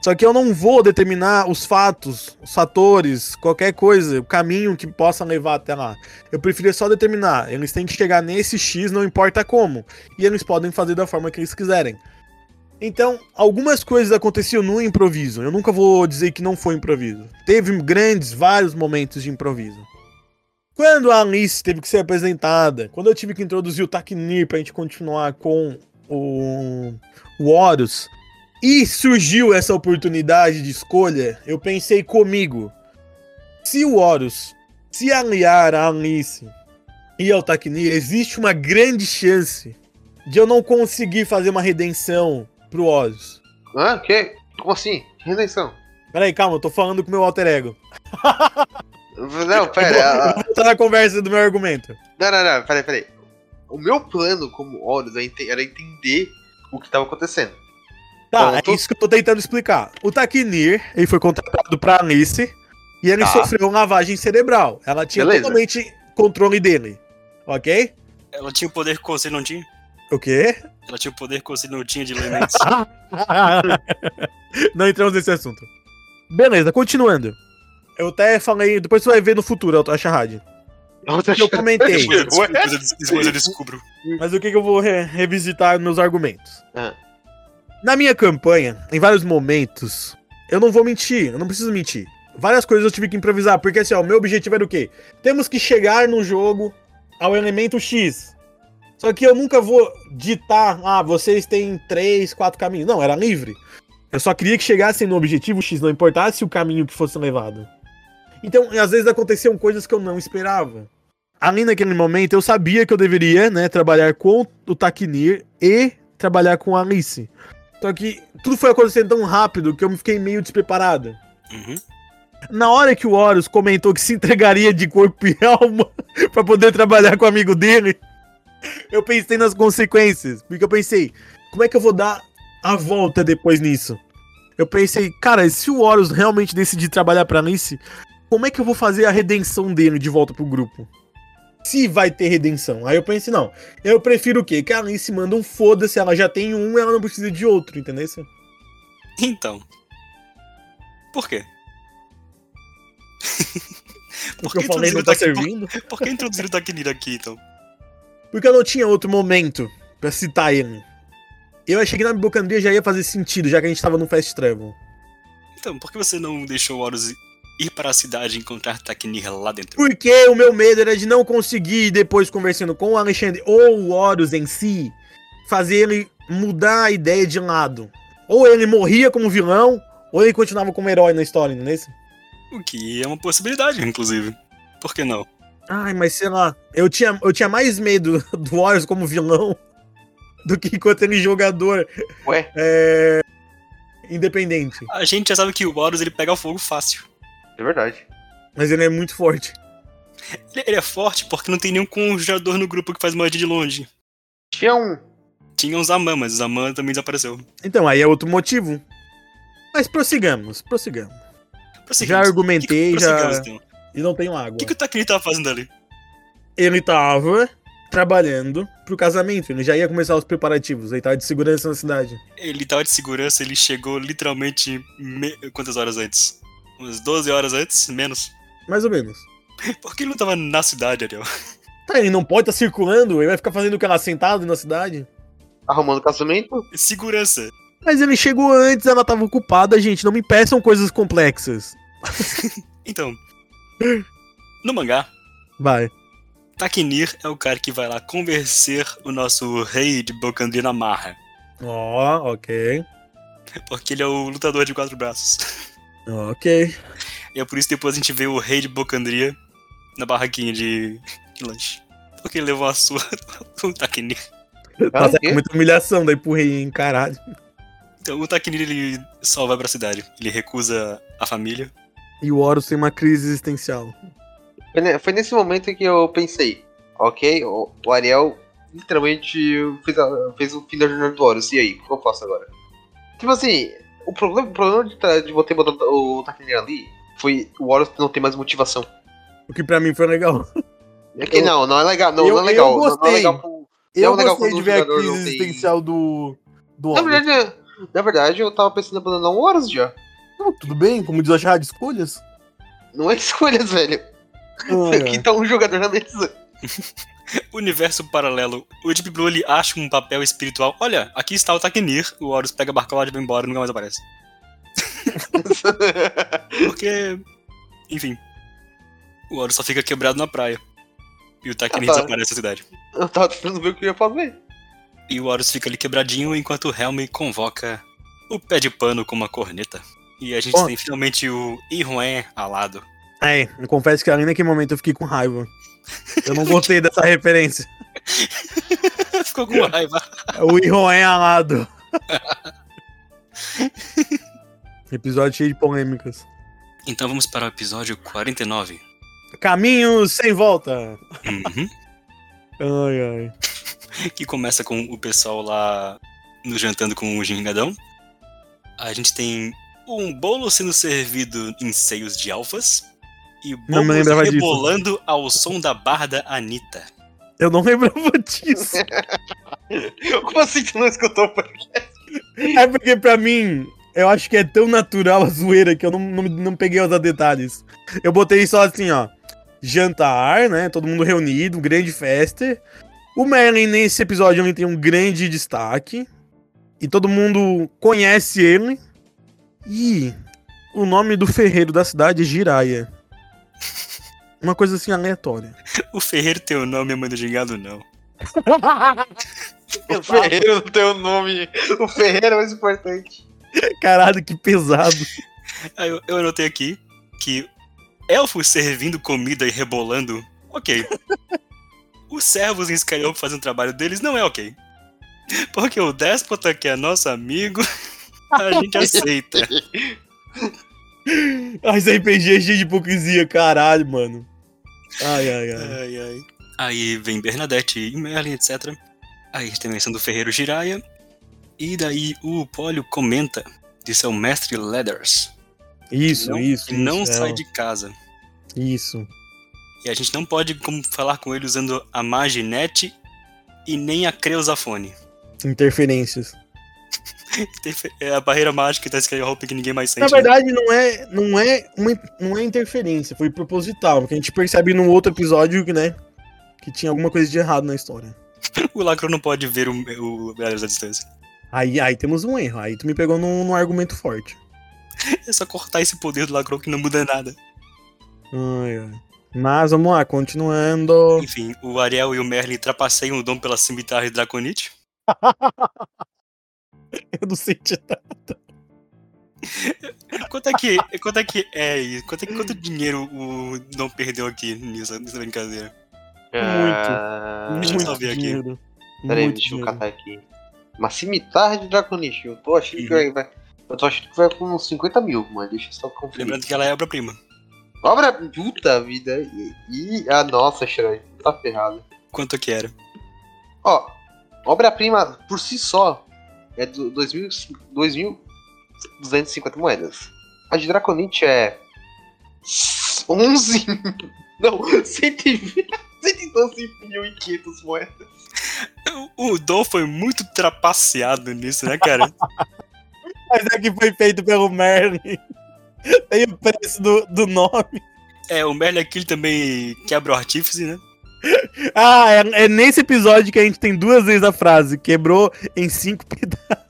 A: Só que eu não vou determinar os fatos, os fatores, qualquer coisa, o caminho que possa levar até lá. Eu preferia só determinar. Eles têm que chegar nesse X, não importa como. E eles podem fazer da forma que eles quiserem. Então, algumas coisas aconteciam no improviso. Eu nunca vou dizer que não foi improviso. Teve grandes, vários momentos de improviso. Quando a Alice teve que ser apresentada, quando eu tive que introduzir o Taknir pra gente continuar com o, o Horus, e surgiu essa oportunidade de escolha, eu pensei comigo: se o Horus se aliar a Alice e ao Taknir, existe uma grande chance de eu não conseguir fazer uma redenção pro Horus.
B: Hã? O quê? Como assim? Redenção.
A: Peraí, calma, eu tô falando com o meu alter ego. *laughs*
B: Não, pera. a- a-
A: Tá na conversa do meu argumento.
B: Não, não, não, peraí, peraí. O meu plano como Horus era ente- era entender o que estava acontecendo.
A: Tá,
B: Ponto.
A: é isso que eu tô tentando explicar. O Taknir, ele foi contratado pra Alice e ele
B: Tá.
A: sofreu lavagem cerebral. Ela tinha
B: Beleza.
A: totalmente controle dele. Ok?
C: Ela tinha o poder que o conselho não tinha?
A: O quê?
C: Ela tinha o poder que o conselho não tinha de elementos.
A: *laughs* Não entramos nesse assunto. Beleza, continuando. Eu até falei, depois você vai ver no futuro a Charade. o
B: um
A: que eu
C: *laughs*
A: comentei.
C: Depois eu descubro. depois eu des- Depois eu descubro.
A: Mas o que, que eu vou re- revisitar meus argumentos?
B: Ah.
A: Na minha campanha, em vários momentos, eu não vou mentir, eu não preciso mentir. Várias coisas eu tive que improvisar, porque assim, ó, o meu objetivo era o quê? Temos que chegar no jogo ao elemento X. Só que eu nunca vou ditar, ah, vocês têm três, quatro caminhos. Não, era livre. Eu só queria que chegassem no objetivo X, não importasse o caminho que fosse levado. Então, às vezes aconteciam coisas que eu não esperava ali naquele momento eu sabia que eu deveria, né, trabalhar com o Taquinir e trabalhar com a Alice. Só que tudo foi acontecendo tão rápido que eu fiquei meio despreparada.
C: Uhum.
A: Na hora que o Horus comentou que se entregaria de corpo e *laughs* alma pra poder trabalhar com o amigo dele, eu pensei nas consequências. Porque eu pensei, como é que eu vou dar a volta depois nisso? Eu pensei, cara, se o Horus realmente decidir trabalhar pra Alice, como é que eu vou fazer a redenção dele de volta pro grupo? se vai ter redenção. Aí eu pensei, não, eu prefiro o quê? Que a Alice manda um foda-se, ela já tem um, ela não precisa de outro, entendeu?
C: Então.
A: *laughs*
C: Por quê?
A: Porque eu falei não tá servindo.
C: Por, por que introduzir o Taquinir aqui, então?
A: Porque eu não tinha outro momento pra citar ele. Eu achei que na Bibocandria já ia fazer sentido, já que a gente tava no Fast Travel.
C: Então, por que você não deixou o Horus ir para a cidade e encontrar Taquinir lá dentro?
A: Porque o meu medo era de não conseguir, depois conversando com o Alexandre ou o Horus em si, fazer ele mudar a ideia de lado. Ou ele morria como vilão, ou ele continuava como herói na história, entendeu?
C: O que é uma possibilidade, inclusive. Por que não?
A: Ai, mas sei lá, eu tinha, eu tinha mais medo *laughs* do Warriors como vilão *laughs* do que enquanto ele jogador
B: Ué?
A: independente.
C: A gente já sabe que o Horus ele pega fogo fácil.
B: É verdade.
A: Mas ele é muito forte.
C: Ele, ele é forte porque não tem nenhum conjurador no grupo que faz magia de longe.
B: Tinha um.
C: Tinha os Zaman, mas o Zaman também desapareceu.
A: Então, aí é outro motivo. Mas prossigamos, prossigamos. Já
C: Prosseguimos.
A: argumentei,
C: Que que- prosseguimos,
A: já.
C: então.
A: E não tenho água.
C: O que, que o Taquinir tava fazendo ali?
A: Ele tava trabalhando pro casamento. Ele já ia começar os preparativos. Ele tava de segurança na cidade.
C: Ele tava de segurança, ele chegou literalmente. me- Quantas horas antes? Umas 12 horas antes? Menos. *laughs*
A: Mais ou menos.
C: Por que ele não tava na cidade, Ariel? *laughs*
A: Tá, ele não pode estar circulando. Ele vai ficar fazendo o que ela sentado na cidade.
B: Arrumando casamento?
C: Segurança.
A: Mas ele chegou antes, ela tava ocupada, gente. Não me peçam coisas complexas. *laughs*
C: Então. No mangá,
A: Vai.
C: Taquinir é o cara que vai lá convencer o nosso rei de Bocandria na marra.
A: Ó, ok.
C: Porque ele é o lutador de quatro braços.
A: Ok.
C: E é por isso que depois a gente vê o rei de Bocandria na barraquinha de, de lanche. Porque ele levou a sua *laughs* o Taquinir.
A: Tá
B: o
A: certo,
B: quê?
A: muita humilhação daí pro rei, hein, caralho.
C: Então o Taquinir ele só vai pra cidade. Ele recusa a família.
A: E o Horus tem uma crise existencial.
B: Foi ne- Foi nesse momento que eu pensei, ok, o o Ariel literalmente fez, a- fez o fim da jornada do Horus, e aí, o que eu faço agora? Tipo assim, o problema, o problema de, tá- de você botar o Takiner ali foi o Horus não ter mais motivação.
A: O que pra mim foi legal.
B: É que
A: Eu-
B: não, não é legal, não,
A: eu-
B: não é legal.
A: eu
B: não- Não, é
A: gostei.
B: legal pro-
A: Eu
B: Não, legal
A: gostei de
B: quando o
A: ver a
B: jogador
A: crise
B: não tem-
A: existencial do. do
B: na,
A: Horus.
B: verdade, na verdade, eu tava pensando em abandonar o Horus já.
A: Não, tudo bem, como diz a charra de
B: *laughs*
A: escolhas.
B: Não é escolhas, velho. Aqui
A: Ah,
B: tá um jogador na mesa. *laughs*
C: Universo paralelo. O Deep Blue ele acha um papel espiritual. Olha, aqui está o Taquinir. O Horus pega a barcola e vai embora e nunca mais aparece. Porque. Enfim. O Oro só fica quebrado na praia. E o
B: Ah,
C: Takini
B: tá.
C: desaparece da cidade.
B: eu tava tentando ver o que eu ia fazer.
C: E o Horus fica ali quebradinho enquanto o Helm convoca o pé de pano com uma corneta. E a gente
A: Ó.
C: tem finalmente o Iruen alado. *laughs*
A: é, eu confesso que ali naquele momento eu fiquei com raiva. Eu
B: *laughs*
A: não gostei dessa referência.
C: Ficou com raiva.
A: O Iron é
B: *laughs*
A: alado. Episódio cheio de polêmicas.
C: Então vamos para o episódio 49.
A: Caminhos sem volta.
C: Uhum.
A: Ai, ai.
C: *laughs* que começa com o pessoal lá no jantando com o gingadão. A gente tem um bolo sendo servido em seios de alfas. E
A: Não me
C: bolos
A: lembrava disso.
C: rebolando ao som da barda Anitta.
A: Eu não lembrava *laughs* disso.
B: Como assim tu não escutou? pai?
A: É porque pra mim, eu acho que é tão natural a zoeira que eu não, não, não peguei os detalhes. Eu botei só assim, ó. jantar, né? Todo mundo reunido, grande festa. O Merlin, nesse episódio, ele tem um grande destaque. E todo mundo conhece ele. E o nome do ferreiro da cidade é Jiraya. Uma coisa assim aleatória.
C: *laughs* O Ferreiro tem o nome, a mãe do gingado não.
B: O Ferreiro não tem o nome. O Ferreiro é mais importante.
A: Caralho, que pesado.
C: Aí eu, eu anotei aqui que elfos servindo comida e rebolando,
A: *laughs*
C: ok. Os servos em Skyrim fazendo o trabalho deles não é ok. Porque o déspota que é nosso amigo, *laughs* a gente aceita.
A: As RPG é cheio de hipocrisia, caralho, mano. Ai, ai, ai.
C: Ai, ai. Aí vem Bernadette e Merlin, etc. Aí a gente tem a menção do Ferreiro Jiraya. E daí o Polio comenta de seu mestre Leathers,
A: Isso,
C: não-
A: isso.
C: que não
A: isso,
C: sai
A: é,
C: de casa.
A: Isso.
C: E a gente não pode como, falar com ele usando a Maginete e nem a Creusafone.
A: Interferências.
C: É a barreira mágica da Skyhop que ninguém mais sente.
A: Na
C: né?
A: verdade, não é, não é, uma, não é interferência, foi proposital, porque a gente percebe num outro episódio que, né, que tinha alguma coisa de errado na história.
C: O Lacro não pode ver o, o Leathers à distância.
A: Aí, aí temos um erro, aí tu me pegou num, num argumento forte.
C: É só cortar esse poder do Lacro que não muda nada.
A: Ai, ai. Mas vamos lá, continuando. *laughs*
C: Enfim, o Ariel e o Merlin trapaceiam o dom pela cimitarra de Draconite.
A: Eu não sei te dar.
C: Quanto é que. quanto é que. É isso? Quanto, é, que- quanto dinheiro o Dom perdeu aqui nisso, nessa brincadeira?
B: Muito.
C: Ah,
B: Ah,
C: Deixa eu só ver aqui.
A: dinheiro.
B: Peraí,
A: Muito
B: deixa eu
A: dinheiro.
B: catar aqui. Uma cimitarra de Draconish. Eu tô achando que vai- vai. Eu tô achando que vai com uns 50 mil, mas deixa eu só conferir.
C: Lembrando que ela é obra-prima.
B: Obra puta vida. E, e a nossa, Xerox, tá ferrada.
C: Quanto que era?
B: Ó, obra-prima por si só é do- 2000 2.250 moedas. A de Draconite é 11. *laughs* Não, 120 112.500 moedas.
C: O Dom foi muito trapaceado nisso, né, cara?
A: Mas é que foi feito pelo Merlin. *laughs* Tem o preço do, do nome.
C: é, o Merlin aqui ele também quebra o artífice, né?
A: Ah, é, é nesse episódio que a gente tem duas vezes a frase. Quebrou em cinco pedaços.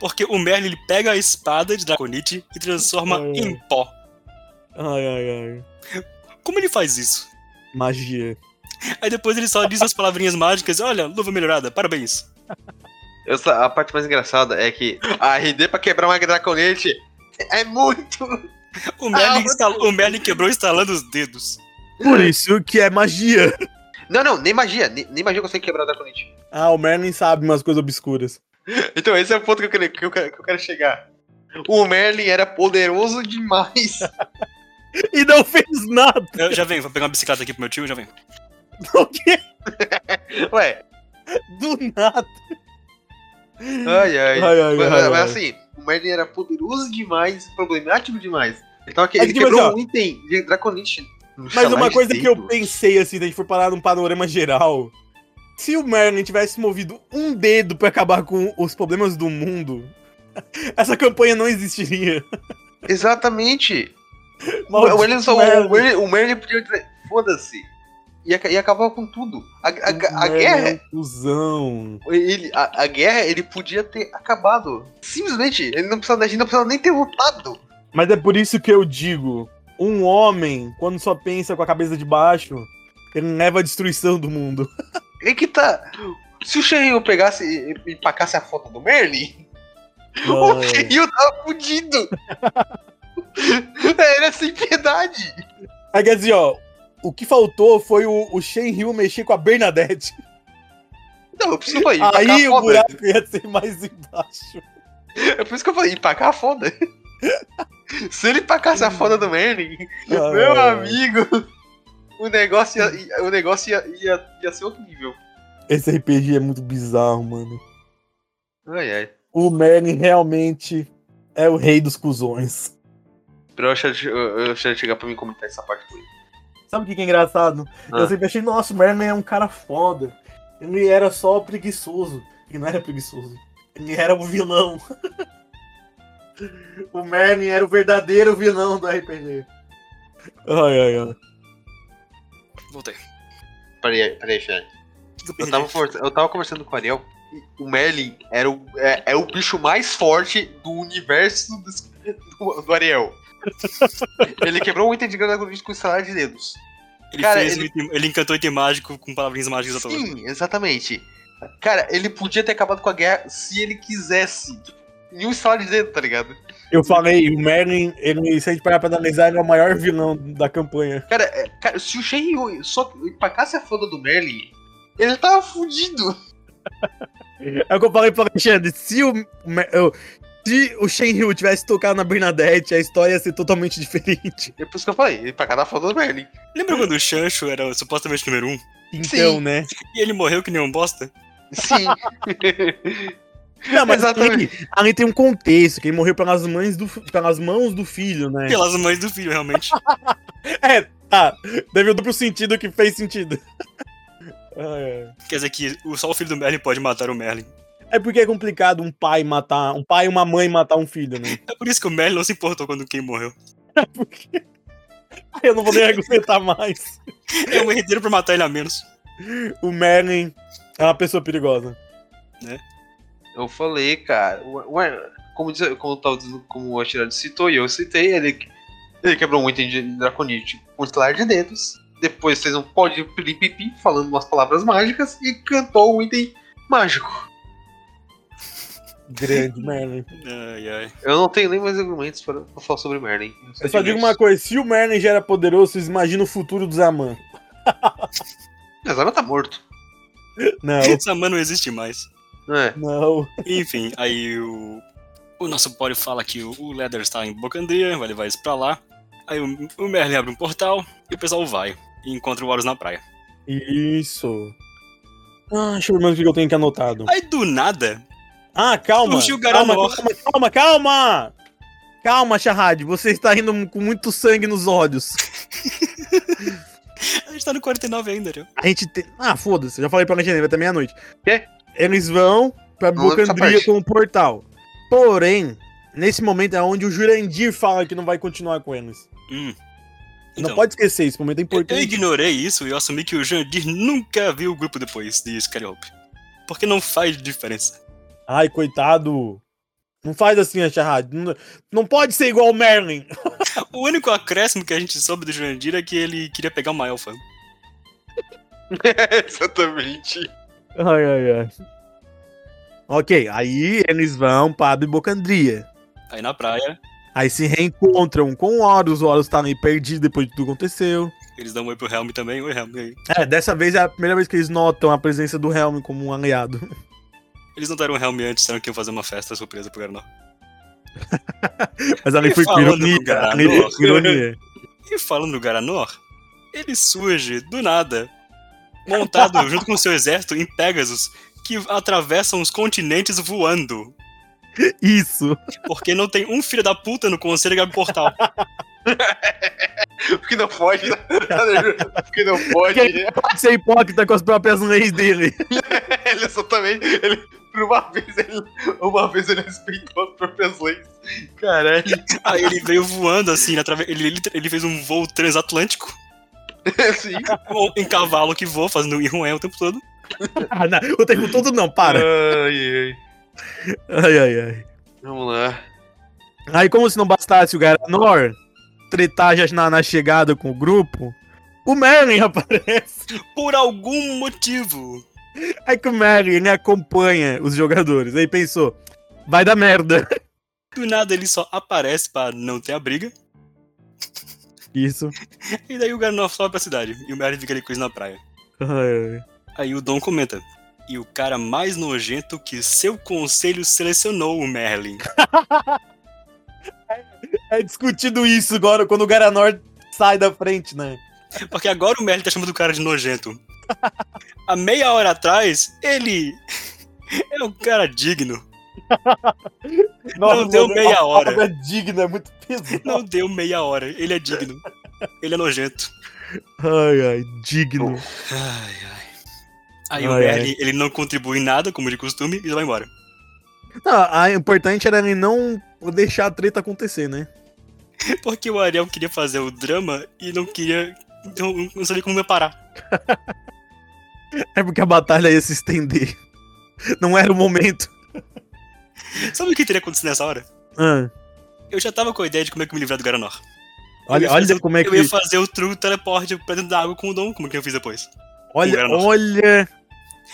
C: Porque o Merlin ele pega a espada de Draconite e transforma
B: É.
A: Ai,
C: em pó.
A: Ai, ai, ai.
C: Como ele faz isso?
A: Magia.
C: Aí depois ele só diz as palavrinhas mágicas, olha, luva melhorada, parabéns.
B: Eu só- a parte mais engraçada é que a RD pra quebrar uma Draconite é muito.
C: O Merlin,
B: Ah,
C: instal- o Merlin quebrou instalando os dedos.
A: Por isso que é magia.
B: Não, não, nem magia. Nem, nem magia consegue quebrar a Draconite.
A: Ah, o Merlin sabe umas coisas obscuras.
B: Então, esse é o ponto que eu quero, que eu quero- que eu quero chegar. O Merlin era poderoso demais.
A: E não fez nada. *laughs*
C: Eu já venho, vou pegar uma bicicleta aqui pro meu tio, já venho.
A: O quê?
B: *laughs* Ué,
A: Do nada.
B: Ai, ai.
A: Ai, ai,
B: É, mas,
A: ai,
B: mas
A: ai.
B: assim, o Merlin era poderoso demais, problemático demais. Então aqui,
A: É que,
B: ele
A: tipo
B: quebrou
A: assim, ó.
B: um item de Draconite.
A: Mas uma coisa que eu pensei, assim, da gente for parar num panorama geral. Se o Merlin tivesse movido um dedo pra acabar com os problemas do mundo, *laughs* essa campanha não existiria. *laughs*
B: Exatamente.
A: Maldito
B: o Merlin só.
A: Merlin.
B: O Merlin, o Merlin podia dizer, foda-se. E, aca- e acabava com tudo. A, a- a
A: Merlin é
B: guerra.
A: um cuzão.
B: Ele, a, a guerra ele podia ter acabado. Simplesmente, ele não precisava, a gente não precisava nem ter lutado.
A: Mas é por isso que eu digo: um homem, quando só pensa com a cabeça de baixo, ele leva a destruição do
B: *laughs*
A: mundo.
B: É que tá. Se o Shenryu pegasse e, e pacasse a foto do Merlin, O *laughs* Rio tava fudido. É, Era sem piedade.
A: Aí quer dizer, ó, o que faltou foi o, o Shenryu mexer com a Bernadette.
B: Não, eu preciso falar, empacar
A: Aí o
B: foda.
A: buraco ia ser mais embaixo.
B: É por isso que eu falei, empacar a foda. Se ele empacasse a foda do Merlin,
A: Ah,
B: meu
A: é.
B: amigo, o negócio, ia, ia- o negócio ia, ia, ia ser horrível.
A: Esse RPG é muito bizarro, mano.
B: Ai, ai.
A: O Merlin realmente é o rei dos cuzões.
B: Pra eu, achar- eu, eu achar de chegar pra mim comentar essa parte com ele.
A: Sabe o que que é engraçado?
B: Ah.
A: Eu sempre achei, nossa, o Merlin é um cara foda. Ele era só preguiçoso. Ele não era preguiçoso. Ele era o vilão. *laughs* o Merlin era o verdadeiro vilão do RPG. Ai, ai, ai.
C: Voltei.
B: Peraí, peraí, Fé. Eu tava, for- eu tava conversando com o Ariel. e O Merlin era o, é, é o bicho mais forte do universo dos- do, do Ariel. ele quebrou o item de grana com estalar de dedos.
C: Ele,
B: Cara,
C: fez
B: ele-
C: um item- ele encantou item mágico com palavrinhas mágicas à toa.
B: Sim, exatamente. Cara, ele podia ter acabado com a guerra se ele quisesse. Em um estalar de dedo, tá ligado?
A: Eu falei, o Merlin, ele, se a gente parar pra analisar, ele é o maior vilão da campanha.
B: Cara, é- cara se o Shenryu só empacasse a foda do Merlin, ele tava fudido.
A: É o que eu falei pro Alexandre, se o, Mer- eu- se o Shenryu tivesse tocado na Bernadette, a história ia ser totalmente *laughs* diferente.
B: É por isso que eu falei, empacar a foda do Merlin.
C: Lembra quando o Chancho era supostamente o número um?
A: Então,
B: Sim.
A: né?
C: E ele morreu que nem um bosta?
B: Sim.
A: Não, mas ali,
B: Exatamente.
A: ali tem um contexto, que ele morreu pelas, mães do, fi- pelas mãos do filho,
B: É.
A: né?
C: Pelas mães do filho, realmente.
A: É, tá. Teve o duplo sentido que fez sentido. *laughs* Ah, Ai, ai.
C: Quer dizer que o- só o filho do Merlin pode matar o Merlin.
A: É porque é complicado um pai matar, um pai e uma mãe matar um filho, né?
C: É por isso que o Merlin não se importou quando quem morreu.
A: Porque... *laughs* Eu não vou nem argumentar mais.
C: É um herdeiro pra matar ele a menos.
A: O Merlin é uma pessoa perigosa.
B: Eu falei, cara. o- o- como, diz, como, tava dizendo- como o Atirado citou e eu citei, ele, ele quebrou um item de Draconite com um estalar de dedos. Depois fez um pó de piripipi falando umas palavras mágicas e cantou um item mágico.
A: Grande Merlin.
C: Ai, ai.
B: Eu não tenho nem mais argumentos para, para falar sobre Merlin.
A: Eu só digo uma coisa: se o Merlin já era poderoso, vocês imaginam o futuro do Zaman.
B: coisa. Zama tá morto.
A: Não,
C: Essa mãe não existe mais.
B: É.
A: *laughs* não.
C: Enfim, aí o. O nosso Polio fala que o- o Leather está em Bocandria, vai levar isso pra lá. Aí o, o Merlin abre um portal e o pessoal vai. E encontra o Horus na praia.
A: Isso. Ah, deixa eu ver mais o que eu tenho aqui anotado.
C: Aí do nada,
A: Ah, calma.
C: Surgiu o
A: calma,
C: Garanor.
A: calma, calma, calma! Calma, Shahad, você está indo com muito sangue nos olhos.
C: a gente tá no 49 ainda, né?
A: A gente tem. Ah, foda-se, eu já falei pra Alexandre, vai até meia-noite.
B: Quê?
A: Eles vão pra
B: Não lembro dessa
A: Bocandria
B: parte.
A: com o portal. Porém, nesse momento é onde o Jurandir fala que não vai continuar com eles.
C: Hum.
A: não
C: Então,
A: pode esquecer, esse momento é
C: eu, eu
A: importante.
C: ignorei isso e eu assumi que o Jandir nunca viu o grupo depois de Scary Hope. Porque não faz diferença.
A: Ai, coitado. Não faz assim, a Shahad. Não, não pode ser igual o Merlin.
C: O único acréscimo que a gente soube do Jandir é que ele queria pegar uma elfa.
B: *laughs* Exatamente.
A: Ai, ai, ai. Ok, aí eles vão pra Bocandria.
C: Aí na praia,
A: Aí se reencontram com o Horus, o Horus tá meio perdido depois de tudo que aconteceu.
C: eles dão um oi pro Helm também. Oi, Helm. e aí?
A: É, dessa vez é a primeira vez que eles notam a presença do Helm como um aliado.
C: Eles não deram o Helm antes, disseram que iam fazer uma festa surpresa pro Garanor.
A: Mas ali
C: E
A: foi com
C: falando
A: ironia,
C: do cara,
A: ali foi
C: não.
A: com ironia.
C: E falando do Garanor, ele surge do nada, montado junto com seu exército em Pegasus, que atravessam os continentes voando.
A: Isso.
C: Porque não tem um filho da puta no conselho que abre portal.
B: Porque não pode. né? *laughs* Porque não pode. né? *laughs*
A: Pode ser hipócrita com as próprias leis dele. *laughs*
B: Ele exatamente. Ele, por uma vez ele. Uma vez ele respeitou as próprias leis. Caralho. *laughs*
C: Aí ele veio voando assim, atrave- ele, ele, ele fez um voo transatlântico,
B: Sim.
C: ou em cavalo que voa, fazendo irrué o tempo todo.
A: Ah, não, o tempo todo não, para.
B: Ai, ai.
A: Ai, ai, ai.
B: Vamos lá.
A: Aí como se não bastasse o Garanor tretar já na, na chegada com o grupo, o Merlin *laughs* aparece.
C: Por algum motivo.
A: Aí que o Merlin ele acompanha os jogadores. Aí pensou, vai dar merda. *laughs*
C: Do nada ele só aparece pra não ter a briga.
A: Isso.
C: E daí o Garanor sobe pra cidade. E o Merlin fica ali com isso na praia.
A: Ai, ai.
C: Aí o Dom comenta. E o cara mais nojento que seu conselho selecionou o Merlin. *laughs*
A: *laughs* É discutido isso agora quando o Garanor sai da frente, né?
C: Porque agora o Merlin tá chamando o cara de nojento. Há meia hora atrás, ele *laughs* é um cara digno. deu
A: mano,
C: meia
A: a
C: hora.
A: palavra digna, é muito pesado.
C: Não deu meia hora. Ele é digno. Ele é nojento.
A: Ai, ai, digno.
C: Ai, ai. Aí o
A: Ai, ai.
C: Merlin, ele não contribui em nada, como de costume, e vai embora.
A: Não, a o importante era ele não deixar a treta acontecer, né?
C: Porque o Ariel queria fazer o drama e não queria. Não, não sabia como ia parar.
A: É porque a batalha ia se estender. Não era o momento.
C: Sabe o que teria acontecido nessa hora?
A: Ah,
C: Eu já tava com a ideia de como é que eu me livrar do Garanor. Eu
A: olha,
C: ia fazer-
A: olha como é que.
C: Eu ia fazer o truque teleporte pra dentro da água com o Dom, como é que eu fiz depois.
A: Olha,
C: Garanor.
A: olha.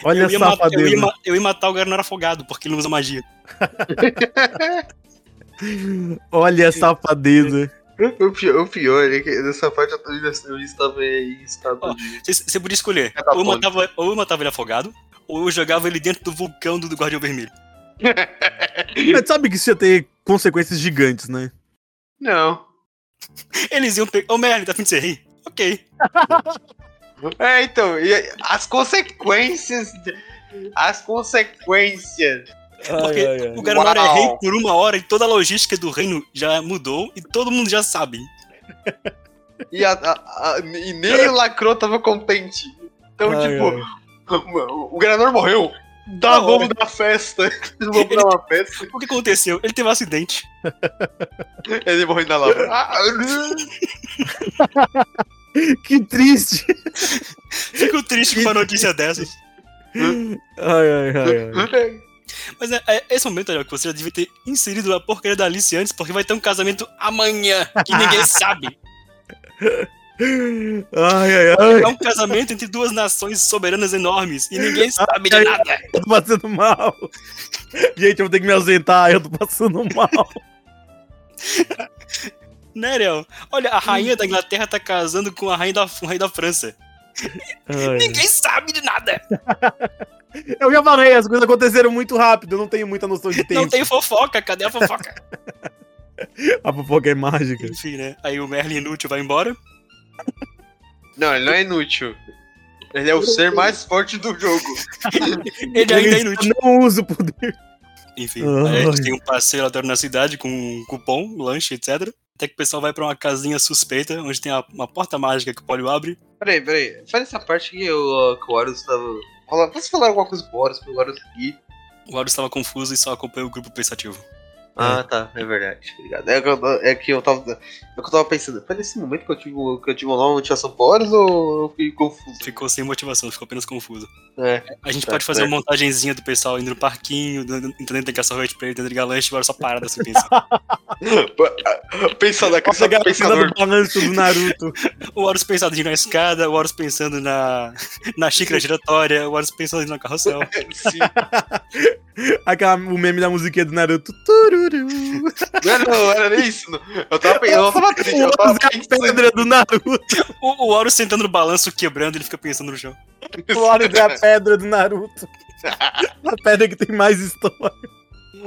A: Olha
C: eu, ia
A: a
C: ma- eu, ia
A: safadeza.
C: ma- eu ia matar o Garanor afogado, porque ele não usa magia.
A: Olha a safadeza.
B: O pior, o pior é que nessa parte eu tô- eu estava em estado
C: Ó,
B: de.
C: Você- Você podia escolher. Ou eu,
B: Catapulta.
C: matava, ou eu matava ele afogado, ou eu jogava ele dentro do vulcão do, do Guardião Vermelho.
A: Mas sabe que isso ia ter consequências gigantes, né?
B: Não.
C: Eles iam pegar. Ô, merda, tá fim de você rir? Ok.
B: É, então, e as consequências. As consequências.
C: Porque o Garanor é rei por uma hora e toda a logística do reino já mudou e todo mundo já sabe.
B: E, a- a- a- e nem o Lacro tava contente. Então,
A: Ai,
B: tipo, o Granor morreu. Dá
C: Da
B: vamos
C: hora.
B: dar festa. *laughs* Vamos dar uma festa.
C: é, O que aconteceu? Ele teve um acidente.
B: Ele morreu na lava. Ah,
A: Que triste.
C: Fico triste com uma notícia dessas. Hum?
A: Ai, ai, ai, ai.
C: Mas é, é esse momento, Ariel, que você já devia ter inserido a porcaria da Alice antes, porque vai ter um casamento amanhã, que ninguém sabe.
A: Ai, ai, ai.
C: É um casamento entre duas nações soberanas enormes, e ninguém sabe de
A: ai.
C: nada.
A: Eu tô passando mal. Gente, eu vou ter que me ausentar. Eu tô passando mal.
C: Né, Ariel? Olha, a rainha da Inglaterra tá casando com a rainha da, com o rei da França.
A: Ai.
C: Ninguém sabe de nada.
A: Eu já falei, as coisas aconteceram muito rápido. Eu não tenho muita noção de tempo.
C: Não tem fofoca, cadê a fofoca?
A: A fofoca é mágica.
C: Enfim, né? Aí o Merlin inútil vai embora.
B: Não, ele não é inútil. Ele é o ser mais forte do jogo.
C: Ele ainda é inútil.
A: Eu não uso o poder.
C: Enfim,
A: Ai.
C: aí a gente tem um passeio lá na cidade com um cupom, lanche, etc. Até que o pessoal vai pra uma casinha suspeita, onde tem a- uma porta mágica que o Polio abre.
B: Peraí, peraí. Faz essa parte que, eu, que o Horus tava. Fala, posso falar alguma coisa pro Horus pro Horus seguir?
C: O Horus estava confuso e só acompanha o grupo pensativo.
B: Ah, tá, é verdade, obrigado. É que eu, é que eu tava. É que eu tava pensando, foi nesse momento que eu tive, que eu tive uma nova motivação pro Horus ou eu fiquei confuso?
C: Ficou sem motivação, ficou apenas confuso.
B: É.
C: A gente
B: Tá
C: pode fazer
B: certo.
C: uma montagenzinha do pessoal indo no parquinho, dando- entendendo que é sorvete pra ele, tentando ligar lanche, agora só parada assim, pensando.
B: Pensando é aqui,
A: Nossa,
B: sabe
A: a
B: o pensador?
A: do balanço do Naruto.
C: O Horus pensando em ir na escada, o Horus pensando na, na xícara giratória, o Horus pensando em ir no carrossel.
B: Sim.
A: Aquela, o meme da musiquinha do Naruto. Tururu.
B: Não, não, era nem isso. não. Eu tava, eu não tava triste, eu
A: O
B: tava
A: Zé
B: pensando.
A: Pedra do Naruto.
C: O, o Horus sentando no balanço, quebrando, ele fica pensando no chão.
A: O Horus é
C: *laughs*
A: a pedra do Naruto. A pedra que tem mais história.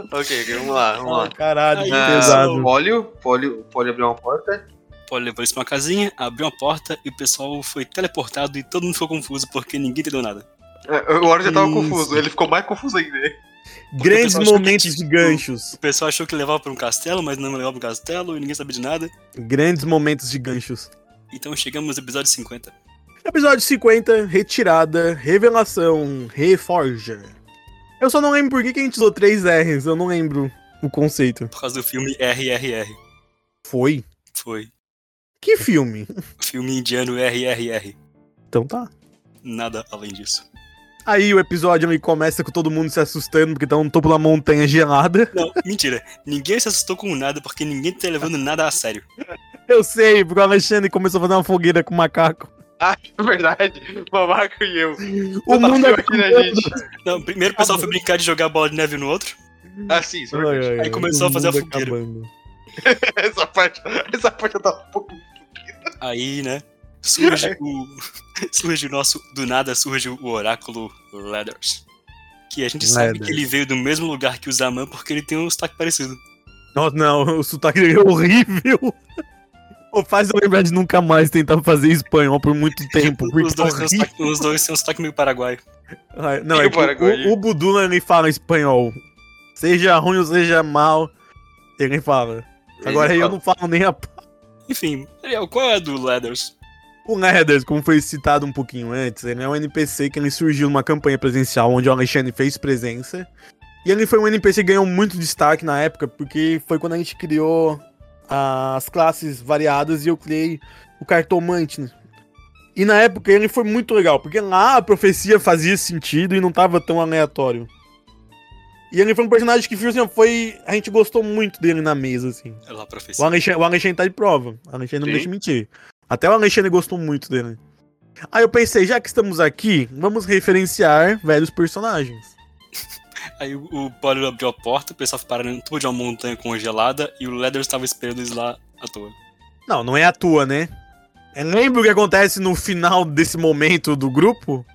B: Ok, ok, vamos lá, vamos lá.
A: Caralho, que
C: Ah,
A: pesado.
B: Pólio, Pólio, Pólio abriu uma porta.
C: Poli levou eles pra uma casinha, abriu uma porta e o pessoal foi teleportado e todo mundo ficou confuso porque ninguém entendeu nada.
B: É, O Horus já tava
A: Isso.
B: confuso, ele ficou mais confuso ainda. *laughs*
A: Grandes
C: o pessoal
A: momentos de
C: achou que-
A: ganchos.
C: O pessoal achou que levava pra um castelo, mas não levava pra um castelo e ninguém sabia de nada.
A: Grandes momentos de ganchos.
C: Então chegamos no episódio 50.
A: Episódio 50, retirada, revelação, reforja. Eu só não lembro por que que a gente usou três R's, eu não lembro o conceito.
C: Por causa do filme RRR.
A: Foi?
C: Foi.
A: Que filme?
C: O filme indiano RRR.
A: Então tá.
C: Nada além disso.
A: Aí o episódio ele começa com todo mundo se assustando porque tá no topo da montanha gelada.
C: Não, *laughs* mentira. Ninguém se assustou com nada porque ninguém tá levando nada a sério.
A: Eu sei, porque o Alexandre começou a fazer uma fogueira com o macaco.
C: *laughs*
B: É verdade, babaca e eu.
A: O mundo é...
B: aqui na gente.
C: Não, primeiro o pessoal foi brincar de jogar bola de neve no outro.
B: Ah, sim, isso é
A: Ai,
B: verdade.
A: ai, ai,
C: começou
A: o
C: a fazer a
A: mundo
C: fogueira.
A: acabando.
B: *laughs* Essa parte, essa parte eu tava um pouco.
C: Aí, né? Surge o. *laughs* surge o nosso. Do nada surge o oráculo Leathers. Que a gente sabe
A: Leathers.
C: que ele veio do mesmo lugar que o Zaman porque ele tem um sotaque parecido.
A: Nossa, não, *laughs* o sotaque dele é horrível. Pô, faz eu lembrar de nunca mais tentar fazer espanhol por *laughs* muito tempo. Porque
C: Os
A: é
C: dois, têm um
A: horrível.
C: sotaque, os dois têm um sotaque meio paraguaio.
A: Ai, Não,
B: E
A: é
B: o
A: que
B: Paraguai?
A: o, o Buduna ele fala espanhol. Seja ruim ou seja mal, ele fala. Agora eu não falo nem a. p-
C: Enfim, Ariel, qual é a do Leathers?
A: O Leathers, como foi citado um pouquinho antes, ele é um NPC que ele surgiu numa campanha presencial onde o Alexandre fez presença. E ele foi um NPC que ganhou muito destaque na época, porque foi quando a gente criou as classes variadas e eu criei o cartomante. né? E na época ele foi muito legal, porque lá a profecia fazia sentido e não tava tão aleatório. E ele foi um personagem que assim, foi. A gente gostou muito dele na mesa, assim.
C: É lá, professor.
A: O Alexandre, o Alexandre tá de prova. O Alexandre não me deixa
B: Sim.
A: mentir. Até o Alexandre gostou muito dele. Aí eu pensei, já que estamos aqui, vamos referenciar velhos personagens.
C: Aí o, o Potter abriu a porta, o pessoal parando em tudo de uma montanha congelada e o Leather estava esperando eles lá à toa.
A: Não, não é à toa, né? É, lembra o que acontece no final desse momento do grupo?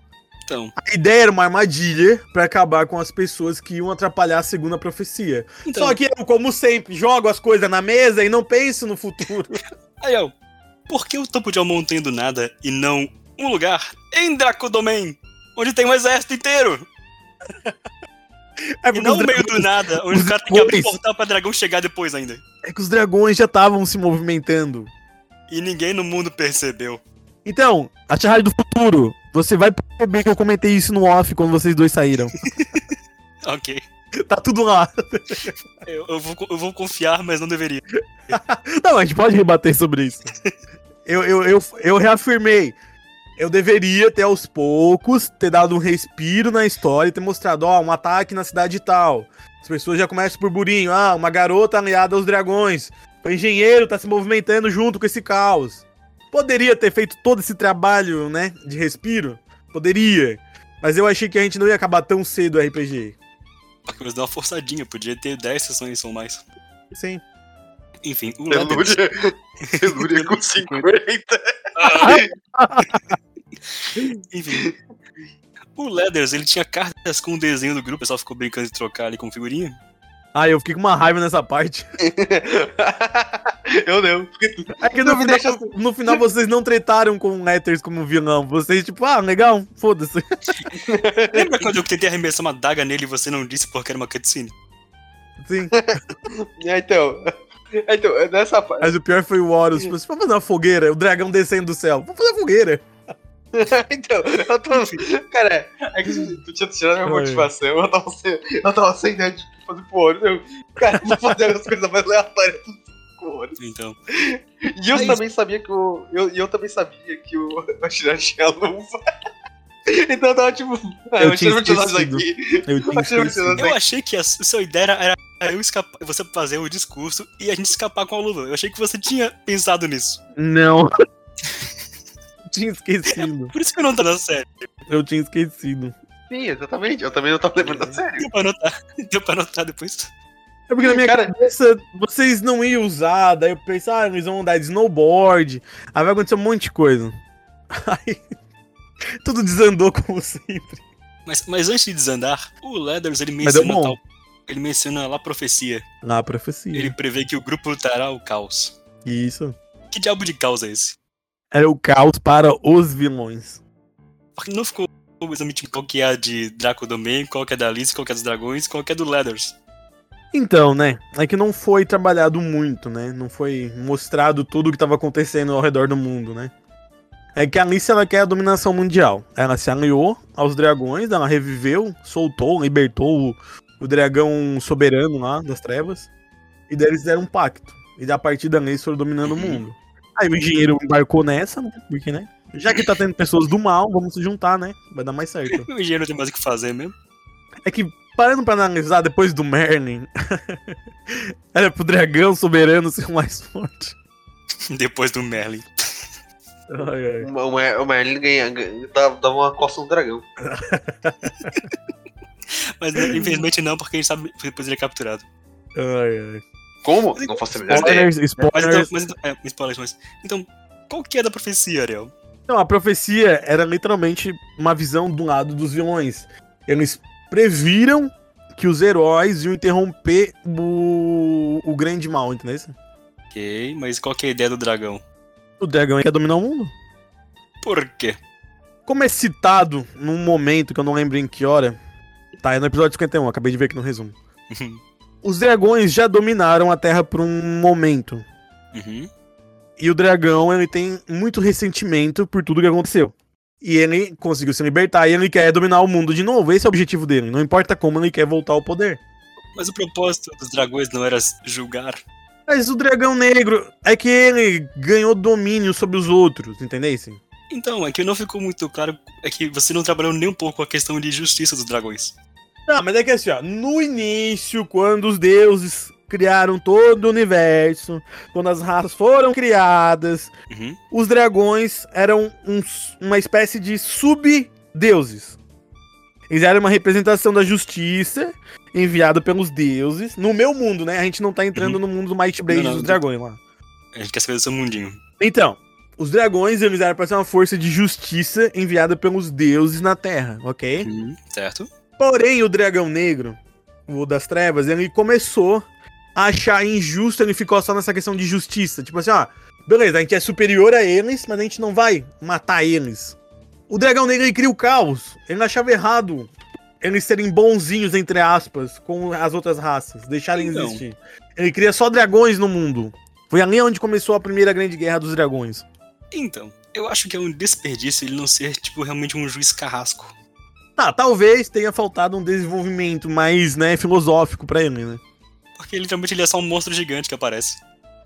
C: Então,
A: A ideia era uma armadilha pra acabar com as pessoas que iam atrapalhar a segunda profecia.
C: então
A: Só que eu, como sempre, jogo as coisas na mesa e não penso no
C: *laughs*
A: futuro.
C: aí eu, por que o topo de uma montanha do nada e não um lugar em Dracodomen, onde tem um exército inteiro?
A: É
C: E
A: porque
C: não
A: os
C: no meio do
A: dragões-
C: nada, onde
A: os
C: o cara tem que abrir o
A: dragões.
C: portal pra dragão chegar depois ainda.
A: é que os dragões já estavam se movimentando.
C: E ninguém no mundo percebeu.
A: Então, a charrada do futuro. Você vai perceber que eu comentei isso no off quando vocês dois saíram.
C: Ok.
A: *laughs* tá tudo lá.
C: Eu, eu vou, co- eu vou confiar, mas não deveria.
A: Não, a gente pode rebater sobre isso. *laughs* Eu, eu, eu, eu reafirmei. Eu deveria ter aos poucos ter dado um respiro na história e ter mostrado, ó, um ataque na cidade tal. As pessoas já começam por burburinho, ah, uma garota aliada aos dragões. O engenheiro tá se movimentando junto com esse caos. Poderia ter feito todo esse trabalho, né, de respiro? Poderia. Mas eu achei que a gente não ia acabar tão cedo o RPG.
C: Porque eles deu uma forçadinha, podia ter 10 sessões ou mais.
A: Sim.
C: Enfim, o Leather.
B: *laughs* Telúria. Telúria com 50.
C: Enfim. O Leathers, ele tinha cartas com o desenho do grupo, o pessoal ficou brincando de trocar ali com figurinha.
A: Ah, eu fiquei com uma raiva nessa parte.
B: *laughs* Eu não. porque tu-
A: É que
B: Não,
A: no
B: me
A: final,
B: deixa- assim. Tipo-
A: no final vocês não tretaram com o Letters como vilão. Vocês, tipo, ah, legal, foda-se. *laughs*
C: Lembra quando eu tentei arremessar uma daga nele e você não disse porque era uma cutscene?
A: Sim.
B: É, Então. É, Então, é nessa *laughs* parte.
A: Mas o pior foi o Horus. Tipo, você vai fazer uma fogueira, o dragão descendo do céu. Vamos fazer uma fogueira.
B: Então, eu tô. Cara, é que tu- tu tinha tirado a minha
A: Ai.
B: motivação, eu tava sem, eu tava sem ideia de fazer pro olho. Eu, cara, eu vou fazer as coisas mais aleatórias do com o olho.
C: Então.
B: E eu
C: É
B: também sabia que o. Eu, e eu também sabia que o *laughs* Ashira tinha luva. *laughs* Então eu tava tipo. Ah,
A: Eu
B: eu tirei
A: tinha
B: o tirar isso
A: esquecido.
B: aqui.
A: Eu tinha
B: Achei
A: esquecido.
B: muito
C: Eu achei que a su- sua ideia era era eu escapar, você fazer o discurso e a gente escapar com a luva. Eu achei que você tinha pensado nisso.
A: Não. Eu tinha esquecido.
C: Por isso que eu não tô na série.
A: Eu tinha esquecido.
B: Sim, exatamente. Eu também não tava lembrando a sério.
C: Deu pra anotar. *laughs* Deu pra anotar depois.
A: É porque na minha
B: Cara-
A: cabeça vocês não iam usar. Daí eu pensei, ah, eles vão andar de snowboard. Aí vai acontecer um monte de coisa. *laughs* Aí. Tudo desandou como sempre.
C: Mas, mas antes de desandar, o Leathers ele
A: Mas deu
C: menciona
A: bom.
C: tal. Ele menciona lá a profecia.
A: Na profecia.
C: Ele prevê que o grupo lutará o caos.
A: Isso.
C: Que diabo de caos é esse?
A: Era o caos para os vilões.
C: Porque não ficou exatamente qual que é a de Draco Domain, qual que é da Alice, qual que é dos dragões, qual que é do Leathers.
A: Então, né? É que não foi trabalhado muito, né? Não foi mostrado tudo o que estava acontecendo ao redor do mundo, né? É que a Alice ela quer a dominação mundial. Ela se aliou aos dragões, ela reviveu, soltou, libertou o, o dragão soberano lá das trevas. E daí eles fizeram um pacto. E da partir dali eles foram dominando o mundo. Aí o engenheiro embarcou nessa, né? Porque, né? Já que tá tendo pessoas do mal, vamos se juntar, né? Vai dar mais certo.
C: O engenheiro não tem mais o que fazer mesmo. *laughs*
A: É que, parando pra analisar depois do Merlin, *laughs* era pro dragão soberano ser o mais forte.
C: Depois do Merlin.
A: Ai, ai.
B: O, o, Mer- o Merlin ganha, ganha- dava dava uma costa no dragão.
A: *laughs*
C: Mas né, infelizmente não, porque a gente sabe que depois ele é capturado.
A: Ai, ai.
B: Como? Não faço a melhor ideia.
A: Spoilers, spoilers.
C: Mas então, mas então, é, spoilers, mas. Então, qual que é da profecia, Ariel?
A: Não, a profecia era literalmente uma visão do lado dos vilões. Eles previram que os heróis iam interromper o, o grande mal, entendeu?
C: Ok, mas qual que é a ideia do dragão?
A: O dragão quer dominar o mundo.
C: Por quê?
A: Como é citado num momento que eu não lembro em que hora. Tá, é no episódio 51, acabei de ver aqui no resumo. Os dragões já dominaram a Terra por um momento.
C: Uhum.
A: E o dragão, ele tem muito ressentimento por tudo que aconteceu. E ele conseguiu se libertar e ele quer dominar o mundo de novo. Esse é o objetivo dele. Não importa como, ele quer voltar ao poder.
C: Mas o propósito dos dragões não era julgar.
A: Mas o dragão negro é que ele ganhou domínio sobre os outros, entendeu?
C: Então, é que não ficou muito claro. É que você não trabalhou nem um pouco a questão de justiça dos dragões.
A: Não, mas é que assim, ó, no início, quando os deuses criaram todo o universo, quando as raças foram criadas,
C: Uhum.
A: os dragões eram uns- uma espécie de subdeuses. Eles eram uma representação da justiça enviada pelos deuses. No meu mundo, né? A gente não tá entrando no mundo do Might Blade
C: Uhum. Não, não,
A: dos
C: não.
A: dragões lá.
C: A gente quer saber do seu mundinho.
A: Então, os dragões eles eram pra ser uma força de justiça enviada pelos deuses na Terra, ok?
C: Uhum. Certo?
A: Porém, o dragão negro, o das trevas, ele começou a achar injusto, ele ficou só nessa questão de justiça. Tipo assim, ó, beleza, a gente é superior a eles, mas a gente não vai matar eles. O dragão negro ele cria o caos. Ele achava errado eles serem bonzinhos, entre aspas, com as outras raças, deixarem
C: Então.
A: existir. Ele cria só dragões no mundo. Foi ali onde começou a primeira grande guerra dos dragões.
C: Então, eu acho que é um desperdício ele não ser, tipo, realmente um juiz carrasco.
A: Tá, talvez tenha faltado um desenvolvimento mais, né, filosófico pra ele, né?
C: Porque literalmente ele é só um monstro gigante que aparece.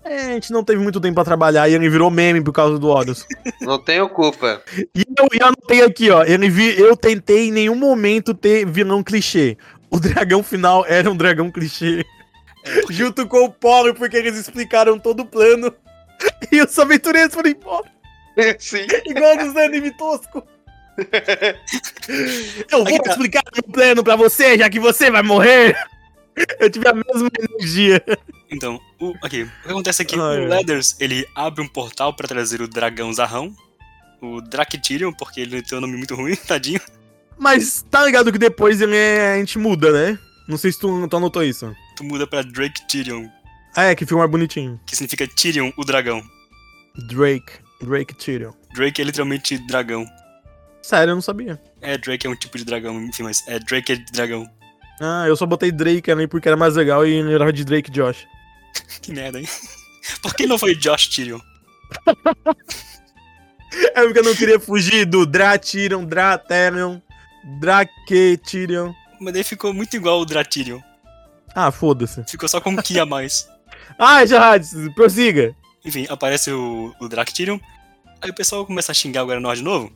A: É, a gente não teve muito tempo pra trabalhar e ele virou meme por causa do Horus.
B: Não tenho culpa. *laughs*
A: E eu, e eu anotei aqui, ó. Ele vi, eu tentei em nenhum momento ter vilão clichê. O dragão final era um dragão clichê. Junto com o Polo, porque eles explicaram todo o plano. E os aventureiros foram embora,
B: Sim.
A: igual nos anime tosco. Eu vou
C: Aí tá.
A: explicar meu plano pra você, já que você vai morrer. Eu tive a mesma energia.
C: Então, o, aqui, o que acontece é que
A: Ai,
C: o
A: ai.
C: Leathers, ele abre um portal pra trazer o dragão Zarrão, o Draktyrion, porque ele tem um nome muito ruim, *laughs* tadinho.
A: Mas tá ligado que depois ele é- a gente muda, né? Não sei se tu, tu anotou isso.
C: Tu muda pra Drake Tyrion,
A: Ah, é, que filme mais bonitinho.
C: que significa Tyrion, o dragão.
A: Drake. Drake Tyrion.
C: Drake é literalmente dragão.
A: Sério, eu não sabia.
C: É, Drake é um tipo de dragão, enfim, mas é Drake é dragão. *laughs*
A: Ah, eu só botei Drake ali porque era mais legal e lembrava de Drake Josh.
C: Que merda, hein? *laughs* Por que não foi Josh Tyrion?
A: É porque eu não queria fugir do Dra Tyrion, Dra Tyrion, Drake Tyrion.
C: Mas daí ficou muito igual o Dratyrion.
A: Ah, foda-se.
C: Ficou só com um Ki a mais. *laughs*
A: Ah, Gerardes, prossiga. *laughs*
C: Enfim, aparece o, o Draktyrion. Aí o pessoal começa a xingar o Garanor de novo.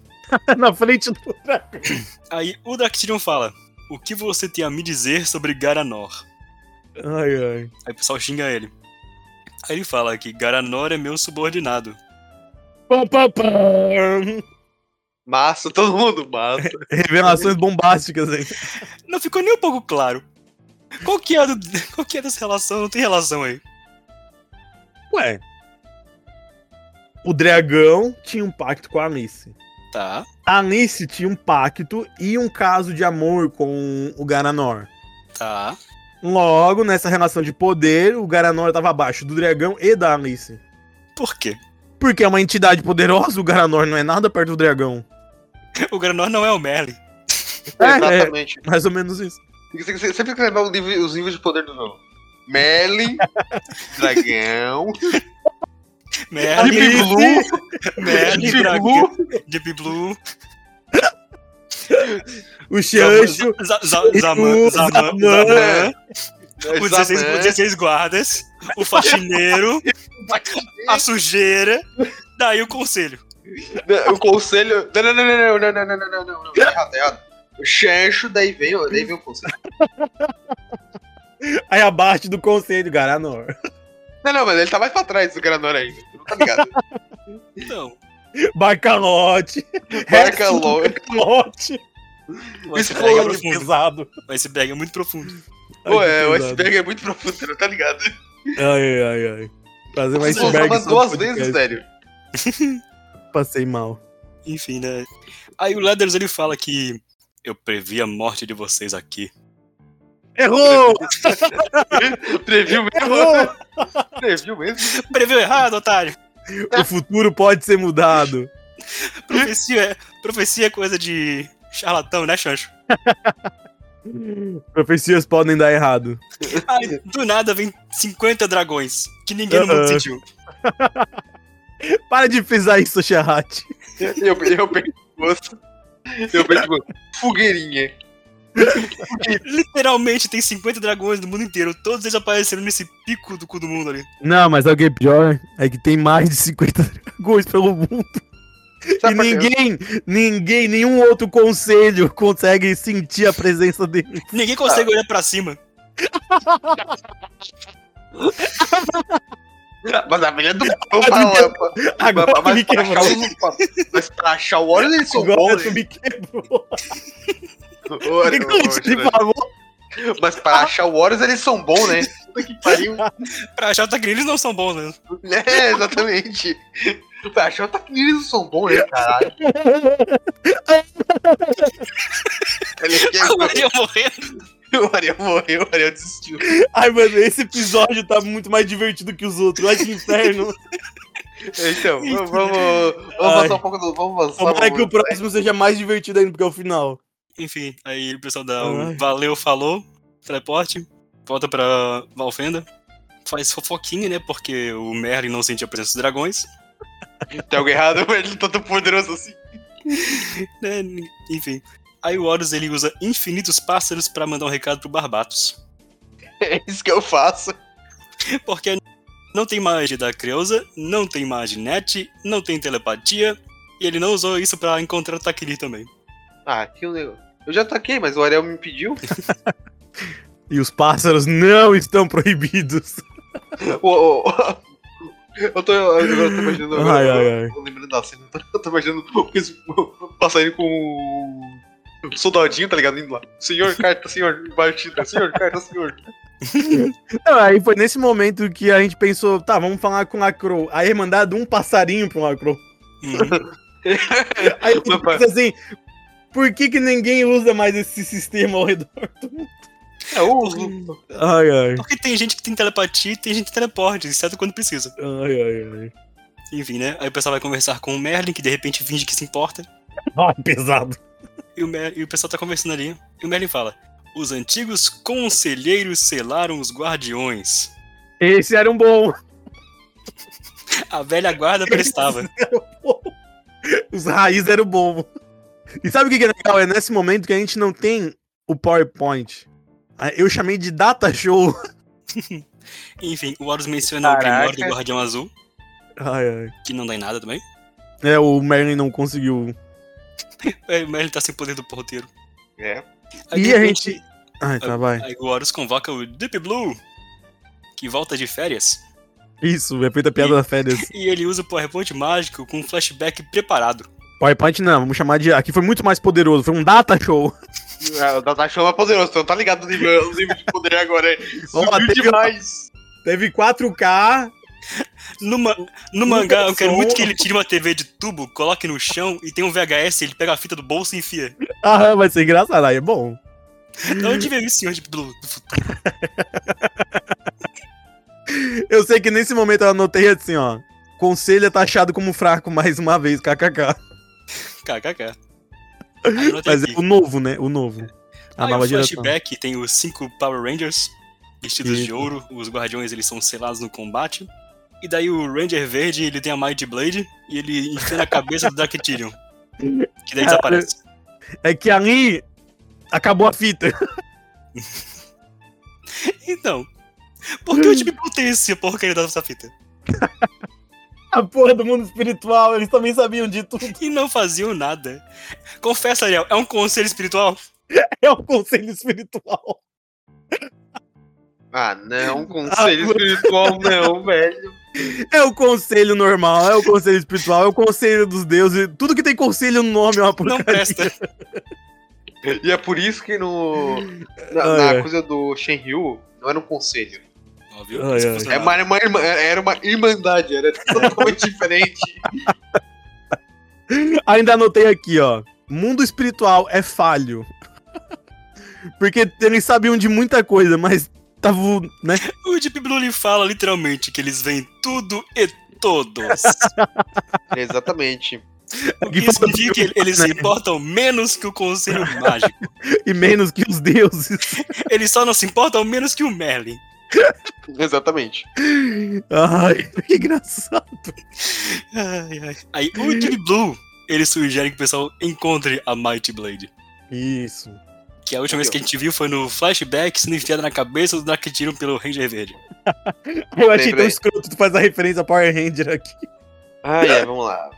A: Na frente do Drake.
C: Aí o Draktyrion fala: O que você tem a me dizer sobre Garanor?
A: Ai, ai.
C: Aí o pessoal xinga ele. Aí ele fala que Garanor é meu subordinado.
A: Pam, pam, pam.
B: Massa, todo mundo massa.
A: Revelações bombásticas, hein?
C: Não ficou nem um pouco claro. Qual que é, a do, *laughs* qual que é dessa relação? Não tem relação aí.
A: Ué. O dragão tinha um pacto com a Alice.
C: Tá.
A: A Alice tinha um pacto e um caso de amor com o Garanor.
C: Tá.
A: Logo, nessa relação de poder, o Garanor estava abaixo do dragão e da Alice.
C: Por quê?
A: Porque é uma entidade poderosa, o Garanor não é nada perto do dragão.
C: O Garanor não é o Merlin.
A: é.
B: Exatamente.
A: Mais ou menos isso.
B: Tem que- tem que- Sempre tem que lembrar o nível- os níveis de poder do jogo. Merlin, Dragão,
C: Merlin,
A: É Alice.
B: É Blue,
C: Merlin,
B: Deep
C: Dragão,
B: Blue,
C: Deep Blue,
A: O Xancho,
C: Za- Za- Zaman,
A: Blue,
C: Zaman,
A: Zaman.
C: Zaman, os 16, os
B: É Zaman,
C: 16 guardas, o
B: *laughs*
C: faxineiro, a sujeira, daí o conselho.
B: O conselho. Não, não, não, não, não, não, não, não, não, não, não. Tá errado, tá errado. O Xancho, daí vem, o- daí vem o conselho.
A: aí abaixo do conselho, Garanor. *laughs*
B: Não, não, mas ele tá mais pra trás do Granor ainda. Tu não tá ligado.
C: Então,
A: Barcalote.
B: Marca logo.
A: Barcalote.
C: esse pega
B: Explode,
C: profundo.
A: pesado.
C: Mas esse pega muito profundo.
B: Pô, é, o
A: Ai, que
B: iceberg é muito profundo, tu não tá ligado.
A: pesado. Ai, ai, ai. Fazer um
B: Você
A: iceberg.
B: usava
A: sobre
B: duas
A: podcast.
B: vezes, sério.
A: *laughs* Passei mal.
C: Enfim, né? Aí o Leathers ele fala que eu previ a morte de vocês aqui.
A: Errou!
B: Previu
A: Errou!
B: mesmo? Previu mesmo?
C: Previu errado, otário.
A: o futuro pode ser mudado.
C: Profecia é, profecia é coisa de charlatão, né, Chancho?
A: Profecias podem dar errado.
C: Aí, do nada vem 50 dragões que ninguém no mundo
A: Ah.
C: sentiu.
A: Para de frisar isso, Xerrate.
B: Eu, eu perdi o gosto. Eu perdi o gosto. Fogueirinha.
C: Literalmente tem 50 dragões do mundo inteiro, todos eles apareceram nesse pico do cu do mundo ali.
A: Não, mas sabe o que é pior? É que tem mais de 50 dragões pelo mundo. E ninguém, ninguém, nenhum outro conselho consegue sentir a presença dele.
C: Ninguém consegue olhar pra cima.
B: Mas a filha
A: *laughs*
B: do pão
A: Mas
B: fala,
A: Agora
B: mas- mas
A: me
B: pra
A: quebrou.
B: achar o- Mas pra achar o óleo eles são
A: Agora
B: bons.
A: tu
B: né?
A: me quebrou.
B: O óleo, o óleo,
A: Ele
B: né?
A: falou.
B: Mas
A: Ah.
B: pra achar o óleo eles são bons, né? Puta que pariu.
C: Pra achar que eles não são bons, né?
B: *laughs* É, exatamente. Pra achar o taquinho eles são bons, né, caralho? *laughs* Ele
C: O
B: quebrou.
C: Ariel morrendo.
B: O Ariel morreu, o Ariel desistiu.
A: Ai, mano, esse episódio tá muito mais divertido que os outros. Ai, que inferno.
B: Então, vamos, vamos, vamos
A: Ai.
B: passar um pouco do. Vamos passar um
A: Tomara que o próximo seja mais divertido ainda, porque é o final.
C: Enfim, aí o pessoal dá um
A: Ai.
C: valeu, falou, teleporte, volta pra Valfenda, faz fofoquinha, né? Porque o Merlin não sentia a presença dos dragões.
B: Tem algo errado, mas ele tá tão poderoso assim. *laughs*
C: né, n- Enfim. Aí o Horus ele usa infinitos pássaros pra mandar um recado pro Barbatos.
B: É isso que eu faço.
C: Porque não tem magia da Creusa, não tem magia net, não tem telepatia, e ele não usou isso pra encontrar o Takiri também.
B: Ah, que legal. Eu já taquei, mas o Ariel me impediu.
A: E os pássaros não estão proibidos.
B: O- o- o- Eu tô, eu tô imaginando. agora,
A: Ai, ai,
B: eu-
A: ai.
B: eu tô lembrando da cena. tá? Eu tô imaginando esse passarinho com o soldadinho, tá ligado? Indo lá. Senhor, carta, senhor, batida. Senhor, carta, senhor.
A: *laughs* Não, aí foi nesse momento que a gente pensou, tá, vamos falar com a Crow. Aí mandado um passarinho pro Lacrow.
C: Uhum.
A: *laughs* Aí eu
B: Opa.
A: penso assim, por que que ninguém usa mais esse sistema ao redor?
B: É o.
A: Ai, ai,
C: Porque tem gente que tem telepatia e tem gente que teleporte, exceto quando precisa.
A: ai, ai, ai.
C: Enfim, né? Aí o pessoal vai conversar com o Merlin, que de repente finge que se importa.
A: Ai, pesado.
C: E o, Mer- e o pessoal tá conversando ali. E o Merlin fala: Os antigos conselheiros selaram os guardiões.
A: Esse era um bom.
C: A velha guarda prestava.
A: *laughs* *laughs* Os raízes eram bom. E sabe o que que é legal? É nesse momento que a gente não tem o PowerPoint. Ah, Eu chamei de data show.
C: Enfim, o Horus menciona
B: Caraca.
C: o Grimório do Guardião Azul,
A: Ai, ai.
C: que não dá em nada também.
A: É, o Merlin não conseguiu.
C: É, mas ele tá sem poder do porteiro.
B: É.
A: E
C: de
A: a
C: repente,
A: gente. Ai, tá, vai.
C: Aí o Horus convoca o Deep Blue, que volta de férias,
A: Isso, é feita a piada
C: E-
A: da férias.
C: e ele usa o PowerPoint mágico com um flashback preparado.
A: *laughs* PowerPoint não, vamos chamar de. Aqui foi muito mais poderoso, foi um data show.
B: Ah, O Datachão é poderoso, então tá ligado no nível, no nível de poder agora. é.
A: Ó, um-
B: Subiu
A: teve-
B: demais.
A: *laughs* Teve 4K.
C: No, ma- no mangá, eu quero
A: som.
C: muito que ele tire uma TV de tubo, coloque no chão e tem um VHS, ele pega a fita do bolso e enfia.
A: Aham, vai ser engraçado, aí é bom.
C: Então onde veio isso, senhor Deep Blue? Do futuro.
A: Eu sei que nesse momento eu anotei assim, ó. Conselho é taxado como fraco mais uma vez, kkk.
C: KKK. Aí anota
A: Mas é
C: aqui.
A: o novo, né? O novo. A
C: Aí
A: nova
C: Ah, é o
A: geração.
C: flashback tem os cinco Power Rangers vestidos de
A: Isso.
C: ouro, os guardiões eles são selados no combate. E daí o Ranger Verde ele tem a Might Blade e ele enfia na cabeça do Dark Tyrion. Que daí desaparece.
A: É que ali acabou a fita.
C: Então, por
A: Hum.
C: que o time Blue tem esse porcaria dessa fita?
A: A porra do mundo espiritual, eles também sabiam de tudo. *laughs*
C: E não faziam nada. Confessa, Ariel, é um conselho espiritual?
A: É o conselho espiritual.
B: Ah, não, conselho espiritual não, velho.
A: É o conselho normal, é o conselho espiritual, é o conselho dos deuses. Tudo que tem conselho no nome é uma
C: Não
A: porcaria.
C: presta.
B: E é por isso que no.
A: Ai,
B: Na, na
A: ai.
B: coisa do Shenryu, não era um conselho.
C: Ó, viu?
A: Ai,
C: Isso
A: ai.
B: É
C: funcionava.
B: uma, era uma irmã- era uma irmandade, era totalmente *laughs* diferente.
A: *laughs* Ainda anotei aqui, ó. Mundo espiritual é falho. Porque eles sabiam de muita coisa, mas tava, né?
C: O Deep Blue ele fala literalmente que eles veem tudo e
A: *laughs*
C: todos.
B: Exatamente.
C: O que
A: E falta
C: significa que eles
A: né?
C: se importam menos que o Conselho Mágico.
A: *laughs* e menos que os deuses.
C: Eles só não se importam menos que o Merlin.
B: Exatamente.
A: Ai, que engraçado.
C: Ai, ai. Aí o Deep Blue, ele sugere que o pessoal encontre a Mighty Blade.
A: Isso.
C: Que é a última vez que a gente viu foi no flashback sendo enfiada na cabeça do Nakitirum pelo Ranger Verde.
A: Eu achei tão
B: Lembrei.
A: escroto tu faz a referência a Power Ranger aqui.
B: Ah, é, vamos lá.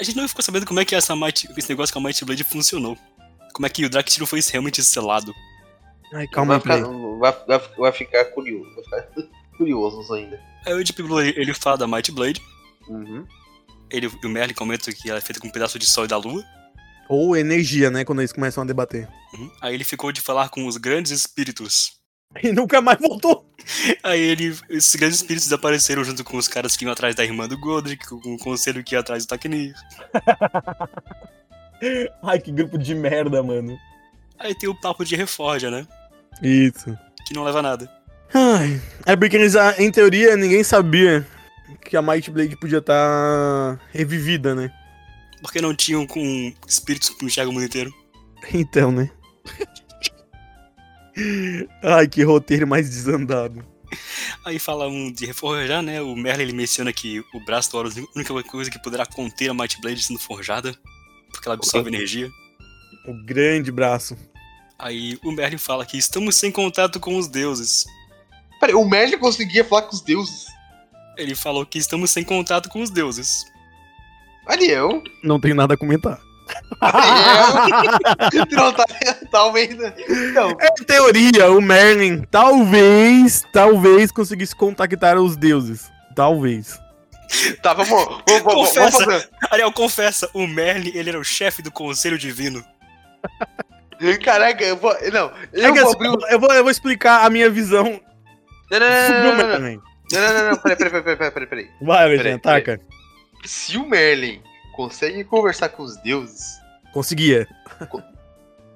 C: A gente não ficou sabendo como é que essa Might, esse negócio com a Might Blade funcionou. Como é que o Drakthiro foi realmente selado.
A: Ai, calma aí,
B: vai,
A: Play.
B: ficar, vai- vai- vai ficar curioso. Vai ficar *laughs* curiosos ainda.
C: Aí o Deep Blue, ele fala da Might Blade,
B: Uhum.
C: ele, o Merlin comenta que ela é feita com um pedaço de sol e da lua.
A: Ou energia, né? Quando eles começam a debater.
C: Uhum. Aí ele ficou de falar com os grandes espíritos. *laughs*
A: E nunca mais voltou.
C: Aí ele, esses grandes espíritos apareceram junto com os caras que iam atrás da irmã do Godric, com o conselho que ia atrás do Taknir.
A: Ai, que grupo de merda, mano.
C: Aí tem o papo de reforja, né?
A: Isso.
C: Que não leva a nada.
A: Ai, é porque eles, ah, em teoria, ninguém sabia que a Might Blade podia estar revivida, né? *laughs*
C: Porque não tinham com espíritos que enxergam o mundo inteiro.
A: Então, né? *laughs* Ai, que roteiro mais desandado.
C: Aí fala um de reforjar, né? O Merlin ele menciona que o braço do Horus é a única coisa que poderá conter a Might Blade sendo forjada, porque ela absorve energia.
A: O Um grande braço.
C: Aí o Merlin fala que estamos sem contato com os deuses.
B: Peraí, o Merlin conseguia falar com os deuses.
C: Ele falou que estamos sem contato com os deuses.
B: Ali é eu.
A: Não tem nada a comentar. Ah.
B: Tu *laughs* não tá mental ainda. Não.
A: Em É, teoria, o Merlin talvez, talvez conseguisse contactar os deuses. Talvez.
B: Tá, vamos. vamos- Vamos, vamos
C: Confessa.
B: fazer.
C: Ariel, confessa, o Merlin, ele era o chefe do Conselho Divino.
B: Caraca, eu vou. Não,
A: É
B: eu
A: que
B: vou
A: assim,
B: abrir o.
A: eu, vou, eu vou explicar a minha visão
B: Não, não,
A: sobre
B: não,
A: o
B: não, não, não,
A: Merlin.
B: não, não, não, não, peraí, peraí, peraí, peraí, peraí, peraí.
A: Vai,
B: Peraí,
A: Virgínia, ataca.
B: Se o Merlin consegue conversar com os deuses.
A: Conseguia.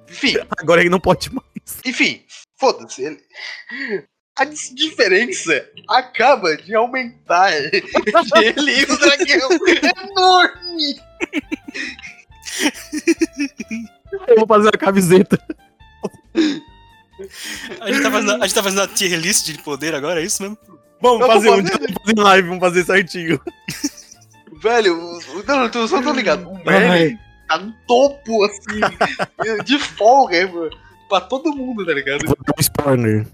B: Enfim,
A: Agora ele não pode mais.
B: enfim, foda-se. ele- A dis- diferença acaba de aumentar *laughs* entre ele e o dragão. É enorme!
A: Eu vou fazer uma camiseta.
C: A gente tá fazendo a, gente tá fazendo a tier list de poder agora, é isso mesmo?
A: Vamos
B: Eu tô
A: fazer um dia,
B: fazendo.
A: vamos fazer live, vamos fazer certinho.
B: Velho, o- o- não, eu tô- só tô ligado. O Merlin tá no topo, assim, de folga, é, mano. Pra todo mundo, tá ligado?
A: Vou dar um spoiler.
C: É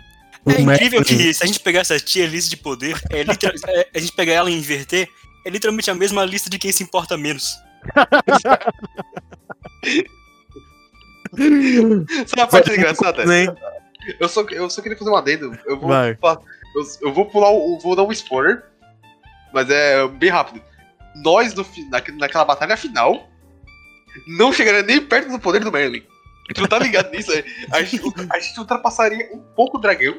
A: O Merlin-
C: incrível que se a gente pegar essa tier list de poder, é literal- *laughs* é- a gente pegar ela e inverter, é literalmente a mesma lista de quem se importa menos.
B: Sabe a parte engraçada?
A: Né?
B: Eu só, eu só queria fazer um adendo. Eu vou,
A: Vai.
B: fa- eu, eu vou pular, o- vou dar um spoiler, mas é bem rápido. Nós, no, fi- na, naquela batalha final, não chegaria nem perto do poder do Merlin. Tu não tá ligado nisso? né? A gente, a gente ultrapassaria um pouco o dragão,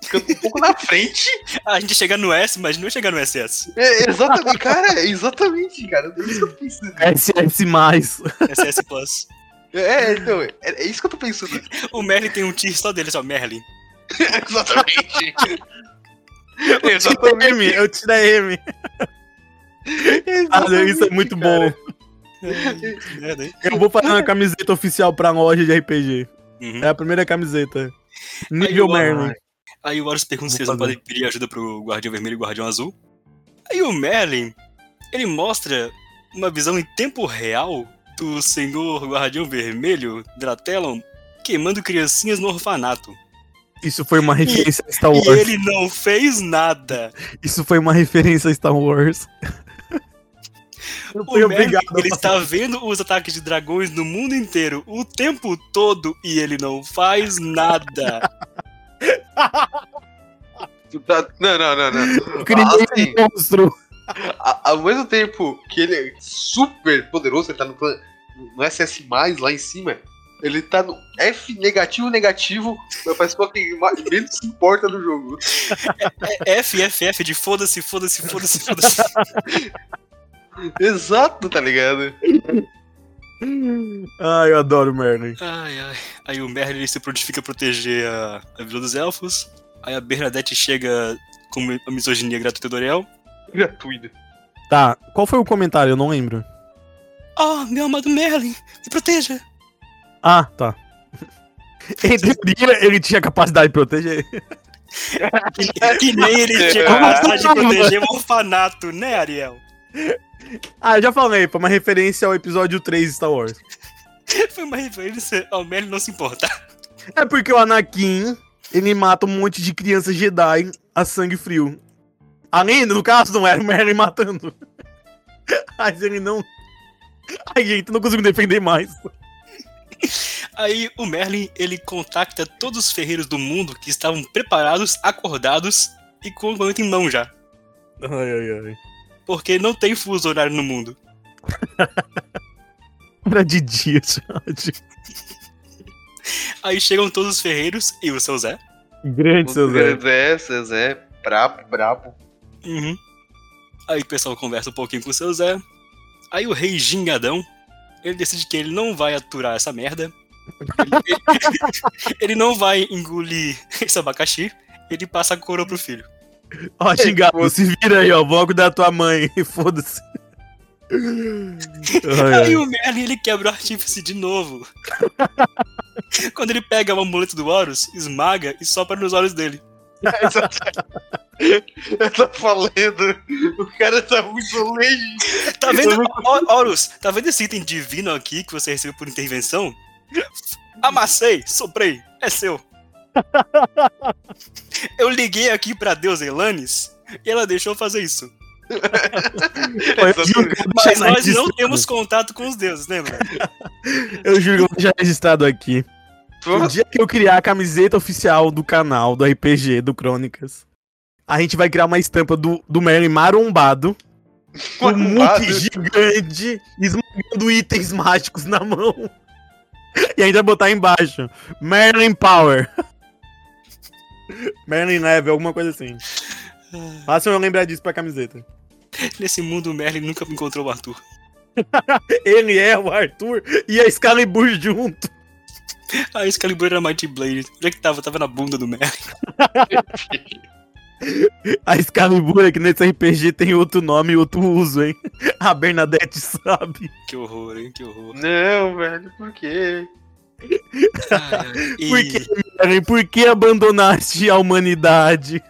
B: ficando um pouco na frente.
C: A gente chega no S, mas não chega no SS.
B: É, exatamente, cara, exatamente, cara. É isso que eu tô pensando.
A: SS mais.
C: SS Plus.
B: É, então, é, é isso que eu tô pensando.
C: O Merlin tem um tier só dele, só Merlin.
B: *laughs* Exatamente.
A: *laughs* Tira M, eu tiro a M. Caralho, isso é muito
B: cara.
A: bom. É.
C: Que Merda, hein?
A: Eu vou fazer uma camiseta oficial pra loja de RPG.
C: Uhum.
A: É a primeira camiseta. Nível
C: Aí,
A: Merlin.
C: Aí o Horus pergunta
A: Vou
C: se eles não
A: fazer.
C: podem pedir ajuda pro Guardião Vermelho e Guardião Azul. Aí o Merlin, ele mostra uma visão em tempo real do senhor Guardião Vermelho, Dratelon, queimando criancinhas no orfanato.
A: Isso foi uma referência a Star
C: E
A: Wars.
C: ele não fez nada.
A: Isso foi uma referência a Star Wars. Eu
C: O Merlin,
A: obrigado
C: ele
A: a-
C: está vendo os ataques de dragões no mundo inteiro o tempo todo e ele não faz nada.
B: Tu tá- Não, não, não, não.
A: Eu criei
B: Assim,
A: um monstro. *laughs*
B: a- ao mesmo tempo que ele é super poderoso, ele tá no, clã- no SS, lá em cima, ele tá no F negativo negativo, da pessoa que mais, menos se importa do jogo. *laughs*
C: É FFF de foda-se, foda-se, foda-se, foda-se.
B: Exato, tá ligado?
A: Ai, Ah, eu adoro o Merlin.
C: *laughs* Ai, ai. Aí o Merlin ele se prontifica a proteger a, a Vila dos Elfos. Aí a Bernadette chega com mi- a misoginia gratuita do Ariel.
B: é Gratuito.
A: Tá, qual foi o comentário? Eu não lembro.
C: Oh, meu amado Merlin, me proteja.
A: Ah, tá. *laughs* Em teoria, ele tinha capacidade de proteger.
C: Que nem ele tinha capacidade de proteger o orfanato, né, Ariel?
A: Ah, eu já falei, foi uma referência ao episódio 3 de Star Wars.
C: Foi uma referência ao Merlin não se importar.
A: É porque o Anakin, ele mata um monte de crianças Jedi a sangue frio. Além, no caso, não era o Merlin matando. *laughs* Mas ele não Aí, então não consigo defender mais.
C: Aí o Merlin ele contacta todos os ferreiros do mundo que estavam preparados, acordados e com o momento em mão já.
A: Ai, ai, ai.
C: Porque não tem fuso horário no mundo.
A: Pra de dia, *laughs* Jorge.
C: Aí chegam todos os ferreiros e o seu Zé.
A: Grande, seu Zé.
B: Zé, seu Zé, brabo, brabo. *laughs*
C: Uhum. Aí o pessoal conversa um pouquinho com o seu Zé. Aí o rei gingadão, ele decide que ele não vai aturar essa merda. Ele, ele- ele não vai engolir esse abacaxi. Ele passa a coroa pro filho.
A: Ó, xingado, se vira aí, ó. Vogo da tua mãe. *laughs* Foda-se. Ai,
C: Aí
A: ai.
C: o Merlin ele quebra o artífice de novo. Quando ele pega o amuleto do Horus, esmaga e sopra nos olhos dele.
B: É *laughs* Eu tô falando, o cara tá muito longe.
C: Tá vendo, Ho- Horus? Tá vendo esse item divino aqui que você recebeu por intervenção? Amassei, soprei, é *laughs* seu. Eu liguei aqui pra Deus Elanis e ela deixou eu fazer isso.
A: Eu
B: Exatamente.
A: juro que eu vou
C: Mas
A: deixar
C: nós não
A: registrado.
C: temos contato com os deuses, né, *laughs* lembra?
A: Eu juro que eu vou deixar registrado aqui. O dia que eu criar a camiseta oficial do canal, do RPG, do Crônicas, a gente vai criar uma estampa do, do Merlin marombado, com um
B: Marombado.
A: muque gigante, esmagando itens mágicos na mão. E ainda botar embaixo, Merlin Power. *laughs* Merlin Level, alguma coisa assim. Façam eu lembrar disso pra camiseta.
C: Nesse mundo o Merlin nunca encontrou o Arthur.
A: Ele é o Arthur e a Excalibur junto.
C: Ah, esse Calibur era Mighty Blade. Onde é que tava? Tava na bunda do Merlin.
A: A Excalibur aqui nesse RPG tem outro nome e outro uso, hein? *laughs* A Bernadette sabe.
C: Que horror, hein? Que horror.
B: Não, velho, por quê?
C: Ai, ai. E-
A: Por que, Mary? Por que abandonaste a
C: *laughs*
A: humanidade?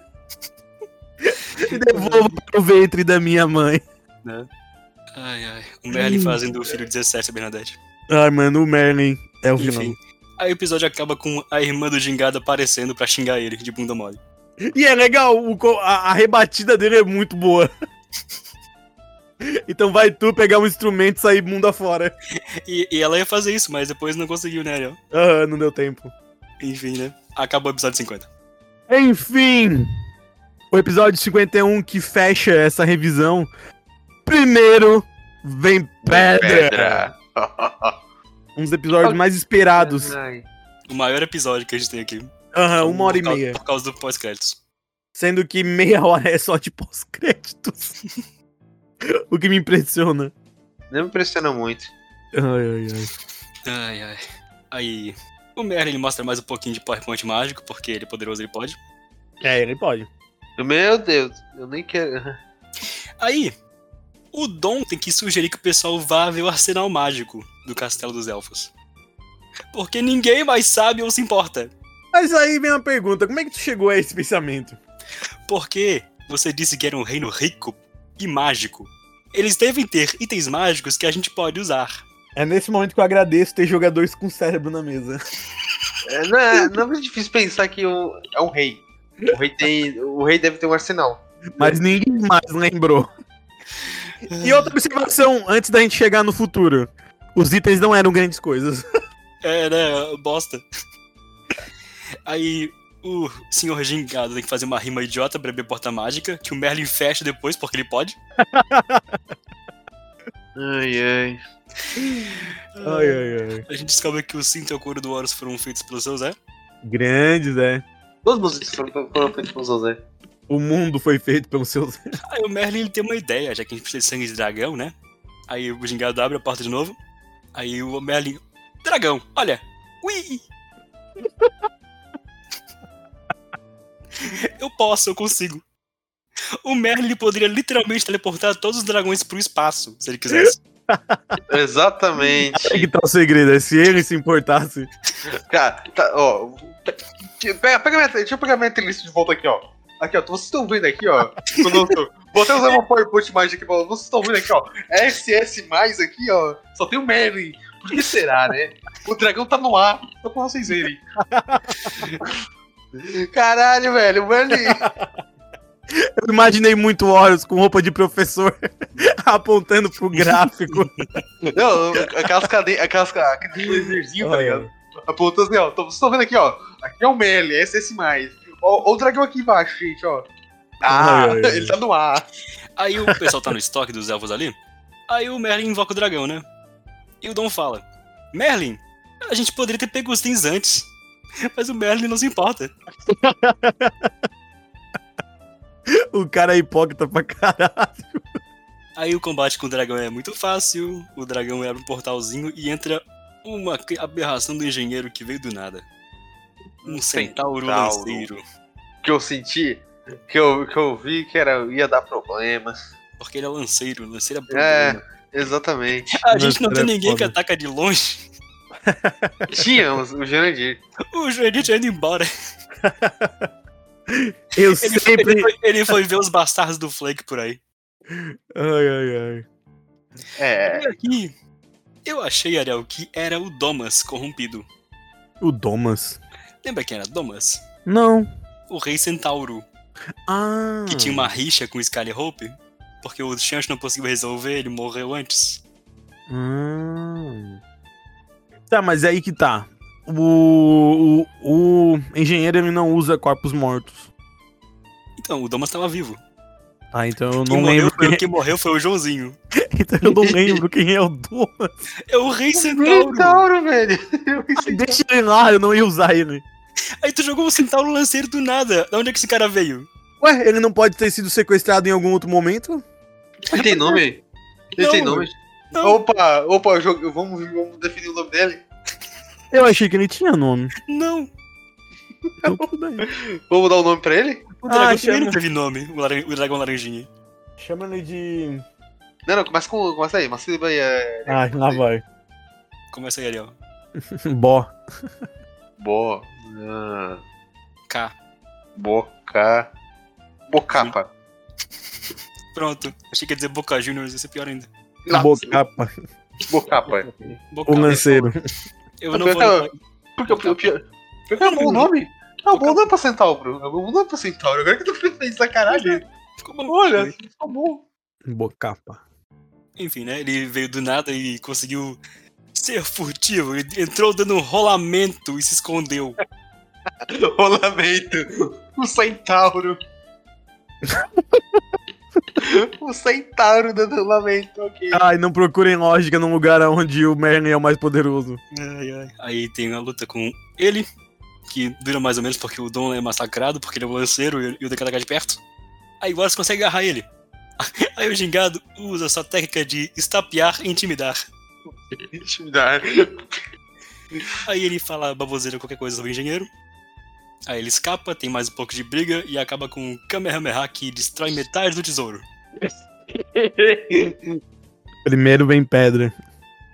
A: Me devolva para o ventre da minha mãe.
C: Ai, ai. O Merlin fazendo o filho 17, a Bernadette.
A: Ai, mano, o Merlin é o vilão.
C: Enfim. Aí o episódio acaba com a irmã do gingado aparecendo pra xingar ele de bunda mole.
A: E é legal, o co- a, a rebatida dele é muito
C: *laughs*
A: boa. Então vai tu pegar um instrumento e sair mundo afora.
C: E, e ela ia fazer isso, mas depois não conseguiu, né, Ariel?
A: Ah, não deu tempo.
C: Enfim, né? Acabou o episódio 50.
A: Enfim, o episódio 51 que fecha essa revisão. Primeiro vem pedra. Um dos episódios mais esperados.
B: Ai.
C: O maior episódio que a gente tem aqui.
A: Aham, uma hora e
C: Por causa-
A: meia.
C: Por causa do pós-créditos.
A: Sendo que meia hora é só de pós-créditos. *laughs* o que me impressiona.
B: Não me impressiona muito.
A: Ai, ai, ai.
C: Ai, ai. Aí. O Merlin ele mostra mais um pouquinho de PowerPoint mágico, porque ele é poderoso, ele pode.
A: É, ele pode.
B: Meu Deus, eu nem quero. *laughs*
C: Aí, o Dom tem que sugerir que o pessoal vá ver o arsenal mágico do Castelo dos Elfos. Porque ninguém mais sabe ou se importa.
A: Mas aí vem uma pergunta: como é que tu chegou a esse pensamento?
C: Porque você disse que era um reino rico e mágico. Eles devem ter itens mágicos que a gente pode usar.
A: É nesse momento que eu agradeço ter jogadores com cérebro na mesa.
B: É, não, é, não é difícil pensar que o, é um rei. O rei tem. O rei deve ter um arsenal.
A: Mas ninguém mais lembrou. E outra observação, antes da gente chegar no futuro. Os itens não eram grandes coisas.
C: É, né? Bosta. *laughs* Aí o senhor gingado tem que fazer uma rima idiota pra abrir a porta mágica, que o Merlin fecha depois, porque ele pode.
B: Ai, ai.
A: ai, ai.
C: A gente descobre que o cinto e o couro do Horus foram feitos é. pelo seu Zé.
A: Grandes, é.
B: Todos os músicos foram foram feitos com o Zé.
A: O mundo foi feito pelo seu. *laughs*
C: Aí o Merlin ele tem uma ideia, já que a gente precisa de sangue de dragão, né? Aí o gingado abre a porta de novo. Aí o Merlin. Dragão, olha! Ui! *laughs* eu posso, eu consigo. O Merlin ele poderia literalmente teleportar todos os dragões pro espaço, se ele quisesse.
B: Exatamente.
A: Aí que tá o segredo, é se ele se importasse.
B: Cara, tá, ó. te- Pega, pega minha, deixa eu pegar minha playlist de volta aqui, ó. Aqui, ó. Vocês estão vendo aqui, ó. quando eu tô- Vou até usar uma PowerPoint mais aqui, ó, vocês estão vendo aqui, ó. SS mais aqui, ó. Só tem o Merlin. Por que será, né? O dragão tá no ar. Só pra vocês *laughs* verem. Caralho, velho. O Merlin.
A: Eu imaginei muito Horus com roupa de professor *laughs* apontando pro *laughs* gráfico.
B: Não, aquelas cadeias, aquelas, ca- aquele laserzinho, tá ligado? Apontou assim, ó. Tô, vocês estão vendo aqui, ó. Aqui é o Meli, esse é esse mais. Ó, ó o dragão aqui embaixo, gente, ó. *laughs* Ah,
A: Ai, ai, ai.
B: ele tá no ar.
C: Aí o pessoal tá no estoque dos elfos ali. Aí o Merlin invoca o dragão, né? E o Dom fala: Merlin, a gente poderia ter pego os tins antes. Mas o Merlin não se importa.
A: O cara é hipócrita pra caralho.
C: Aí o combate com o dragão é muito fácil. O dragão abre um portalzinho e entra uma c- aberração do engenheiro que veio do nada. Um
B: Centauro.
C: centauro lanceiro.
B: Que eu senti, que eu, que eu vi que era, ia dar problema.
C: Porque ele é lanceiro, lanceiro é bom.
B: É, exatamente. *laughs*
C: A gente não
A: Lanceiro
C: tem
A: é
C: ninguém que
A: foda.
C: ataca de longe.
B: Tínhamos o Jurandir.
C: O Joelito já indo embora.
A: Eu
C: Ele foi, ele foi- ele foi ver os bastardos do Flake por aí.
A: Ai, ai, ai.
B: É.
C: E aqui, eu achei, Ariel, que era o Domas corrompido.
A: O Domas?
C: Lembra quem era Domas?
A: Não.
C: O rei Centauro,
A: Ah.
C: que tinha uma rixa com o Scaly Hope, porque o Shansh não conseguiu resolver, ele morreu antes.
A: Ah. Tá, mas aí que tá. O, o, o engenheiro ele não usa corpos mortos.
C: Então, o Domas tava vivo.
A: Ah, então eu
C: Quem
A: não
C: morreu
A: lembro.
C: foi,
A: Quem,
C: o que morreu foi o Joãozinho.
A: *laughs* então eu não lembro quem é o Domas.
C: É o rei Centauro.
A: então-
B: Centauro, velho. Eu pensei-
A: Deixa ele lá, eu não ia usar ele.
C: Aí tu jogou o Centauro Lanceiro do nada. Da onde é que esse cara veio?
A: Ué, ele não pode ter sido sequestrado em algum outro momento?
B: Ele tem nome? Ele tem
C: Não,
B: nome?
C: não.
B: Opa, opa, eu jogo- vamos, vamos definir o nome dele?
A: Eu achei que ele tinha nome.
C: Não.
A: Então tudo bem.
B: Vamos dar o nome pra ele?
C: O dragão
A: Ah,
C: também
A: chama.
C: não teve nome, o, laran- o dragão laranjinha.
A: Chama ele de.
B: Não, não, começa com. Começa aí, uma sílaba aí é.
A: Ah, lá vai.
C: Começa aí, Ariel.
A: Bó.
B: Bo. ah,
C: K.
B: Boca. Bocapa.
C: Pronto. Achei que ia dizer Boca Juniors, ia ser pior ainda.
B: Não,
A: Bocapa.
B: Bocapa.
C: Boca.
A: O lanceiro.
C: Eu não
B: Pior que
C: vou.
B: Porque o pior. Pior que é um bom nome? É um bom nome pra Centauro. É um bom nome pra Centauro. Agora que tu fez sacanagem.
C: Ficou bom.
B: Olha, ficou bom.
A: Bocapa.
C: Enfim, né? Ele veio do nada e conseguiu ser furtivo. Ele entrou dando um rolamento e se escondeu.
B: O lamento. O centauro. o centauro dando lamento, ok.
A: Ai, não procurem lógica num lugar onde o Merlin é o mais poderoso.
C: Aí tem uma luta com ele, que dura mais ou menos porque o Dom é massacrado, porque ele é um lanceiro e e o Dekataka de perto. Aí o Wallace consegue agarrar ele. *laughs* Aí o gingado usa sua técnica de estapear e intimidar.
B: Intimidar.
C: Aí ele fala baboseira qualquer coisa sobre o engenheiro. Aí ele escapa, tem mais um pouco de briga e acaba com um Kamehameha que destrói metade do tesouro.
A: Primeiro vem pedra.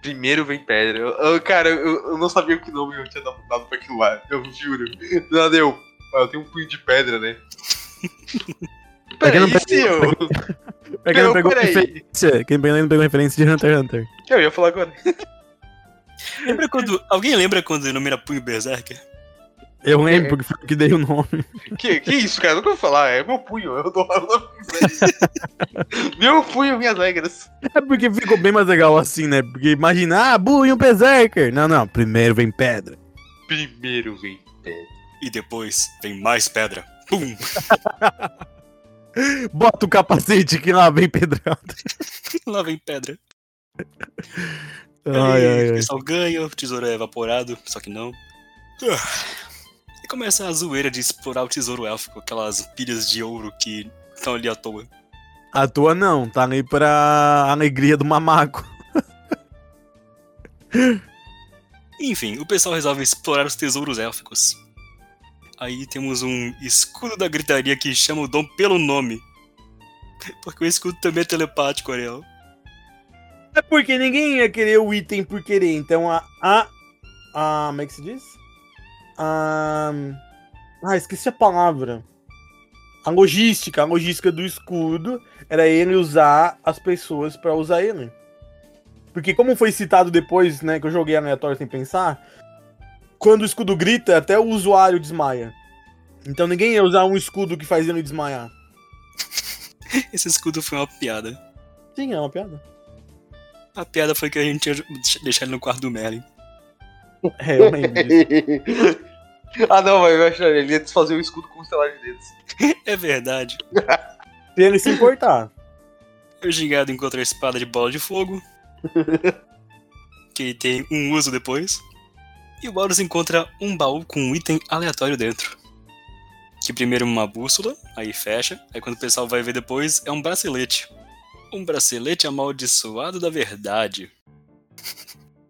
B: Primeiro vem pedra. Eu- eu- cara, eu, eu não sabia que nome eu tinha dado dado pra aquilo lá. Eu juro. Do Nada eu. ah, Eu tenho um punho de pedra, né?
A: Peraí,
B: Peraí,
A: não
B: se eu.
A: Pra quem não
B: Não,
A: É pegou
B: peraí.
A: referência, quem não pegou referência de Hunter x Hunter.
B: Eu ia falar agora.
C: Lembra quando. Alguém lembra quando o nome era Punho Berserker?
A: Eu lembro porque foi eu que dei o nome. *laughs*
B: Que, que isso, cara? Eu nunca vou falar. É meu punho. Eu dou eu dou- Meu punho, minhas regras.
A: É porque ficou bem mais legal assim, né? Porque imagina, ah, Buu e um Berserker. Não, não, primeiro vem pedra.
B: Primeiro vem pedra. *laughs*
C: E depois tem mais pedra. Pum! *laughs*
A: Bota o capacete que lá vem pedrada.
C: Lá vem pedra.
A: Ai,
C: Aí
A: ai,
C: É o
A: ai.
C: pessoal ganha, o tesouro é evaporado, só que não. Ah. E começa a zoeira de explorar o tesouro élfico, aquelas pilhas de ouro que estão ali à toa.
A: A tua não, tá ali pra alegria do mamaco.
C: Enfim, o pessoal resolve explorar os tesouros élficos. Aí temos um escudo da gritaria que chama o Dom pelo nome. Porque o escudo também é telepático, Ariel.
A: É porque ninguém ia querer o item por querer, então a. a, a como é que se diz? A, ah, esqueci a palavra. A logística, a logística do escudo era ele usar as pessoas pra usar ele. Porque como foi citado depois, né, que eu joguei aleatório sem pensar, quando o escudo grita, até o usuário desmaia. Então ninguém ia usar um escudo que faz ele desmaiar.
C: Esse escudo foi uma piada.
A: Sim, é uma piada.
C: A piada foi que a gente ia deixar ele no quarto do Merlin.
A: É, eu lembro disso.
B: ah, não, mas eu acho que ele ia desfazer o escudo com um estelar de dedos.
C: É verdade.
A: *laughs* Se ele se importar.
C: O gingado encontra a espada de bola de fogo. que tem um uso depois. E o Boros encontra um baú com um item aleatório dentro. Que primeiro é uma bússola, aí fecha, aí quando o pessoal vai ver depois, é um bracelete. Um bracelete amaldiçoado da verdade.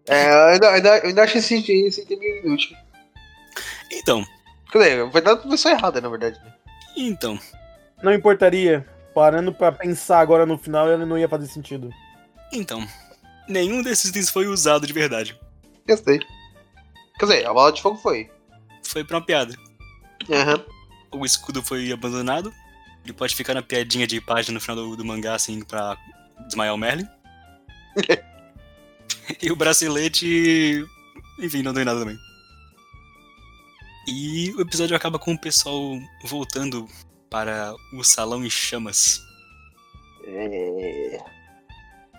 B: É, eu ainda, ainda- eu ainda acho esse, esse item meio inútil.
C: Então,
B: Quer dizer, vai dar pra pessoa errada, na verdade. né?
C: então,
A: Não importaria. Parando pra pensar agora no final, ele não ia fazer sentido.
C: então. Nenhum desses itens foi usado de verdade.
B: Gostei. Quer dizer, a bala de fogo foi.
C: Foi pra uma piada.
B: Aham.
C: o escudo foi abandonado. Ele pode ficar na piadinha de página no final do, do mangá, assim, pra desmaiar o Merlin. e o bracelete. Enfim, não deu em nada também. E o episódio acaba com o pessoal voltando para o salão em chamas.
B: É...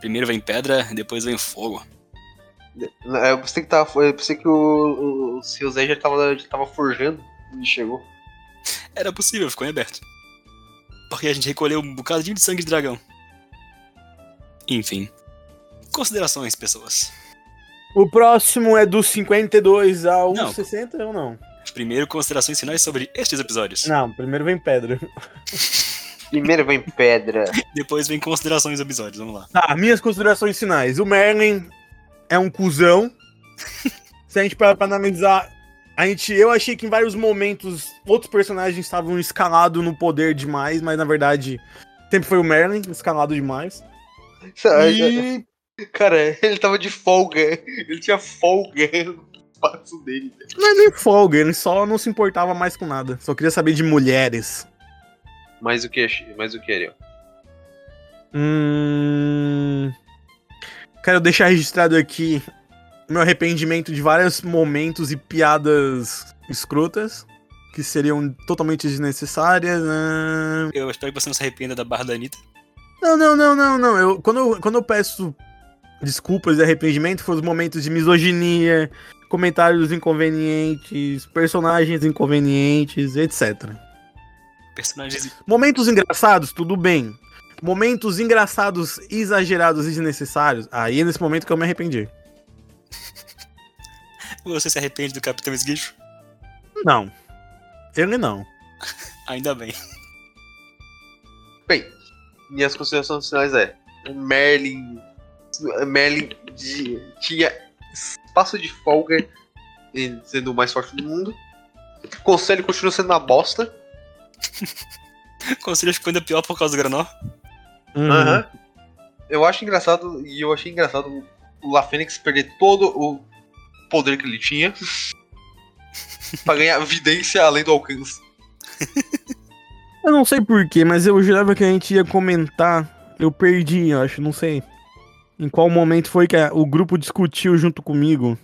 C: Primeiro vem pedra, depois vem fogo.
B: Não, é, Eu pensei que, tava, eu pensei que o, o, o seu Zé já tava, já tava forjando quando chegou.
C: Era possível, ficou em aberto. Porque a gente recolheu um bocadinho de sangue de dragão. Enfim. Considerações, pessoas.
A: O próximo é do 52 ao
C: Não.
A: 60 ou não?
C: Primeiro, considerações finais sobre estes episódios.
A: Não, primeiro vem pedra.
B: Primeiro vem *laughs* pedra.
C: Depois vem considerações episódios, vamos lá.
A: Tá, minhas considerações finais. O Merlin é um *laughs* cuzão. Se a gente parar pra analisar, a gente, eu achei que em vários momentos outros personagens estavam escalados no poder demais, mas na verdade sempre foi o Merlin escalado demais. E
B: Cara, ele tava de folga. Ele tinha folga no espaço dele.
A: não é nem folga, ele só não se importava mais com nada. Só queria saber de mulheres.
B: Mas o que, mas o que, Ariel?
A: Hum... Quero deixar registrado aqui meu arrependimento de vários momentos e piadas escrotas que seriam totalmente desnecessárias. né?
C: Eu espero que você não se arrependa da barra da Anitta.
A: Não, não, não, não, não. Eu, quando, eu, quando eu peço desculpas e arrependimento, foram os momentos de misoginia, comentários inconvenientes, personagens inconvenientes, etc.
C: Personagens.
B: É.
A: Momentos engraçados, tudo bem. Momentos engraçados, exagerados e desnecessários, aí é nesse momento que eu me arrependi.
C: Você se arrepende do Capitão Esguicho?
A: Não. Ele não.
C: Ainda bem. *laughs*
B: Bem, minhas considerações finais é Merlin. Merlin de- tinha espaço de folga e sendo o mais forte do mundo. Conselho continua sendo uma bosta.
C: Conselho ficou ainda pior por causa do Granó.
A: Uhum.
B: Eu acho engraçado, e eu achei engraçado o La Fênix perder todo o poder que
A: *laughs*
B: ele tinha pra ganhar vidência além do alcance.
A: Eu não sei porquê, mas eu jurava que a gente ia comentar. Eu perdi, eu acho, não sei. Em qual momento foi que a- o grupo discutiu junto comigo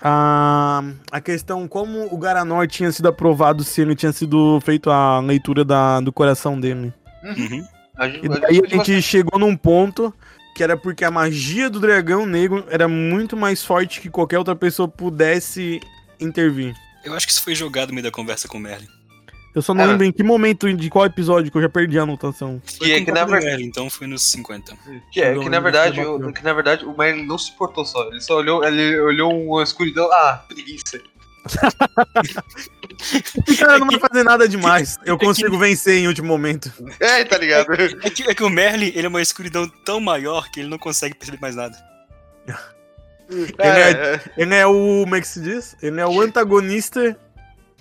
A: a, a questão como o Garanor tinha sido aprovado se ele tinha sido feito a leitura da, do coração dele.
C: Uhum.
B: A gente,
A: E daí
B: a
A: a gente chegou num ponto que era porque a magia do dragão negro era muito mais forte que qualquer outra pessoa pudesse intervir.
C: Eu acho que isso foi jogado no meio da conversa com o Merlin.
A: Eu só não
B: Era.
A: lembro em que momento, de qual episódio que eu já perdi a *laughs* anotação.
C: Foi
B: Que é
C: com o
B: que na
C: próprio
B: ver-
C: Merlin, então foi nos 50.
B: Que, é, que na verdade, o, que na verdade o Merlin não se portou só, ele só olhou, ele olhou uma escuridão, ah, preguiça. *laughs*
A: O cara não vai fazer nada demais. *laughs* Eu
C: É que-
A: consigo vencer em último momento.
B: É, tá ligado? *laughs*
C: É que, é que o Merlin, ele é uma escuridão tão maior que ele não consegue perceber mais nada.
B: É, é,
A: Ele é o. Como é que se diz? Ele é o antagonista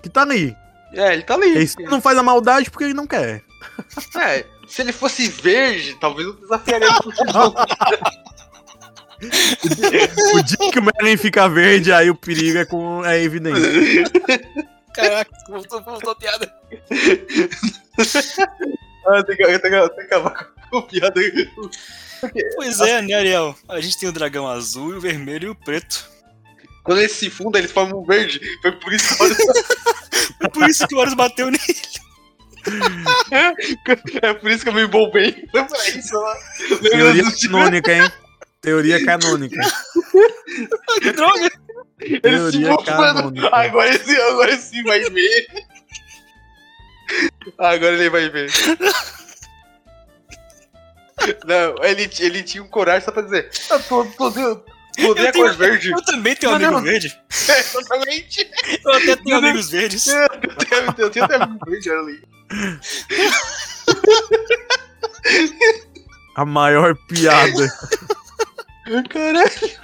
A: que tá ali.
B: é, ele tá ali.
A: Ele só não faz a maldade porque ele não *laughs* quer.
B: É, se ele fosse verde, talvez eu desafiaria ele.
A: O dia que o Merlin fica verde, aí o perigo é, com, é evidente.
C: Caraca, voltou, voltou a
B: *laughs*
C: piada.
B: ah, tem que, tem, que, tem que acabar com a piada.
C: Pois é, né, Ariel? A gente tem o dragão azul, o vermelho e o preto.
B: Quando eles se fundam, eles formam um verde. Foi por isso que eu
C: É Foi por isso que o Horus bateu nele.
B: *laughs* É por isso que eu me embolbei. Foi *laughs* pra isso, né? ó. Lembra
A: Teoria *laughs*
B: dos
A: canônica, hein? Teoria canônica.
C: Que *laughs* droga!
B: Ele se
A: Teoria
B: envolvendo.
A: canônica.
B: Agora sim, agora sim vai ver. Agora ele vai ver. Não, ele, ele tinha um coragem só pra dizer. Eu tô, tô, tô, tô odeio a cor *laughs* verde.
C: Eu também tenho
B: Não,
C: amigo
B: não.
C: verde.
B: Exatamente.
C: Eu até tenho
B: Não, não.
C: amigos verdes.
B: Eu tenho- Eu tenho até amigo verde, olha ali.
A: A maior
B: *laughs*
A: piada.
B: Caralho.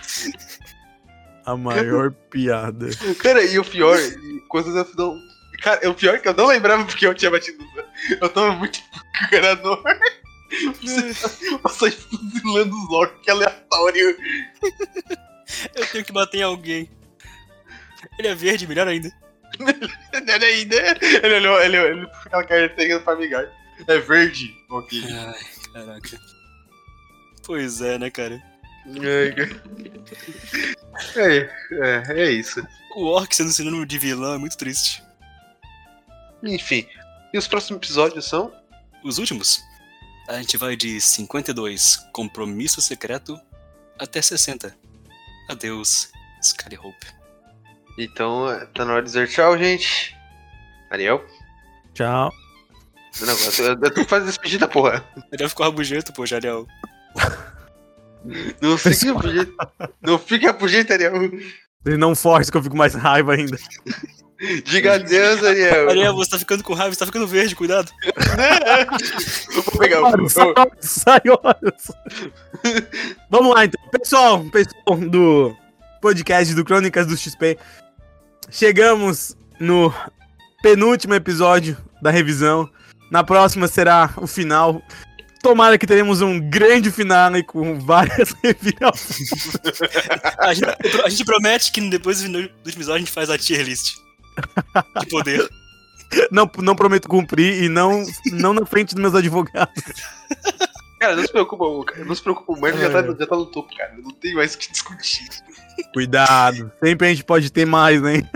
A: A maior piada.
B: Cara, e o pior, e coisas eu não. Cara, e o pior é que eu não lembrava porque eu tinha batido. Eu tava muito *laughs* encanador. Passou fuzilando os orcs, que aleatório.
C: Eu tenho que bater em alguém. Ele é verde, melhor ainda.
B: Olha aí, né? Ele olhou, ele olhou, ele puxou aquela carteira pra amigar. É verde, ok.
C: Ai, caraca. Pois é, né, cara?
B: É, é, é isso.
C: O Orc sendo sinônimo de vilão é muito triste.
B: Enfim, e os próximos episódios são?
C: Os últimos? A gente vai de 52, Compromisso Secreto, até 60. Adeus, Scully Hope.
B: Então, tá na hora de dizer tchau, gente. Ariel?
A: Tchau.
B: Não, eu, eu tenho que fazer despedida, porra.
C: Ele ficou rabugento, pô, Jariel.
B: Não fica jeito. Não fica jeito, Ariel.
A: Ele não force que eu fico mais raiva ainda.
B: Diga adeus, Ariel.
C: Ariel, você tá ficando com raiva, você tá ficando verde, cuidado.
B: Eu vou pegar o.
A: Mano, sai horas, sai horas. Vamos lá então. Pessoal, pessoal do podcast do Crônicas do XP. Chegamos no penúltimo episódio da revisão. Na próxima será o final. Tomara que teremos um grande finale com várias *laughs* reviravoltas.
C: A gente, a gente promete que depois do do episódio a gente faz a tier list. De poder.
A: Não, não prometo cumprir e não, não na frente dos meus advogados.
B: Cara, não se preocupa, o- cara, não se preocupa, o Merlin já tá, já tá no topo, cara. Não tem mais o que discutir.
A: Cuidado, sempre a gente pode ter mais, né? hein?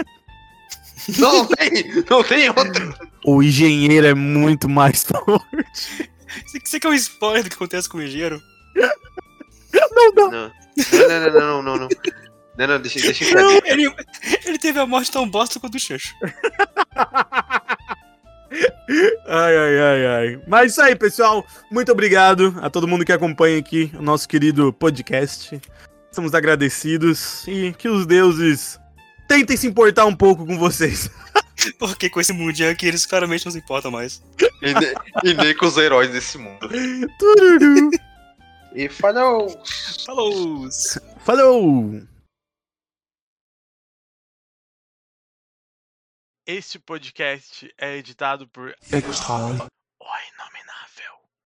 B: Não, não tem! Não tem outro!
A: O engenheiro é muito mais forte.
C: Você, você quer um spoiler do que acontece com o engenheiro?
B: Não, não, não, não, não, não. Não, não, não deixa, deixa eu entrar.
C: Ele, ele teve a morte tão bosta quanto o Xancho.
A: Ai, ai, ai, ai. Mas é isso aí, pessoal. Muito obrigado a todo mundo que acompanha aqui o nosso querido podcast. Estamos agradecidos e que os deuses tentem se importar um pouco com *laughs* vocês.
C: Porque com esse mundinho aqui eles claramente não se importam mais.
B: E, ne- e nem com os heróis desse mundo.
A: Tururu.
B: E falou!
C: Falou!
A: Falou! Este podcast é editado por
D: Extra.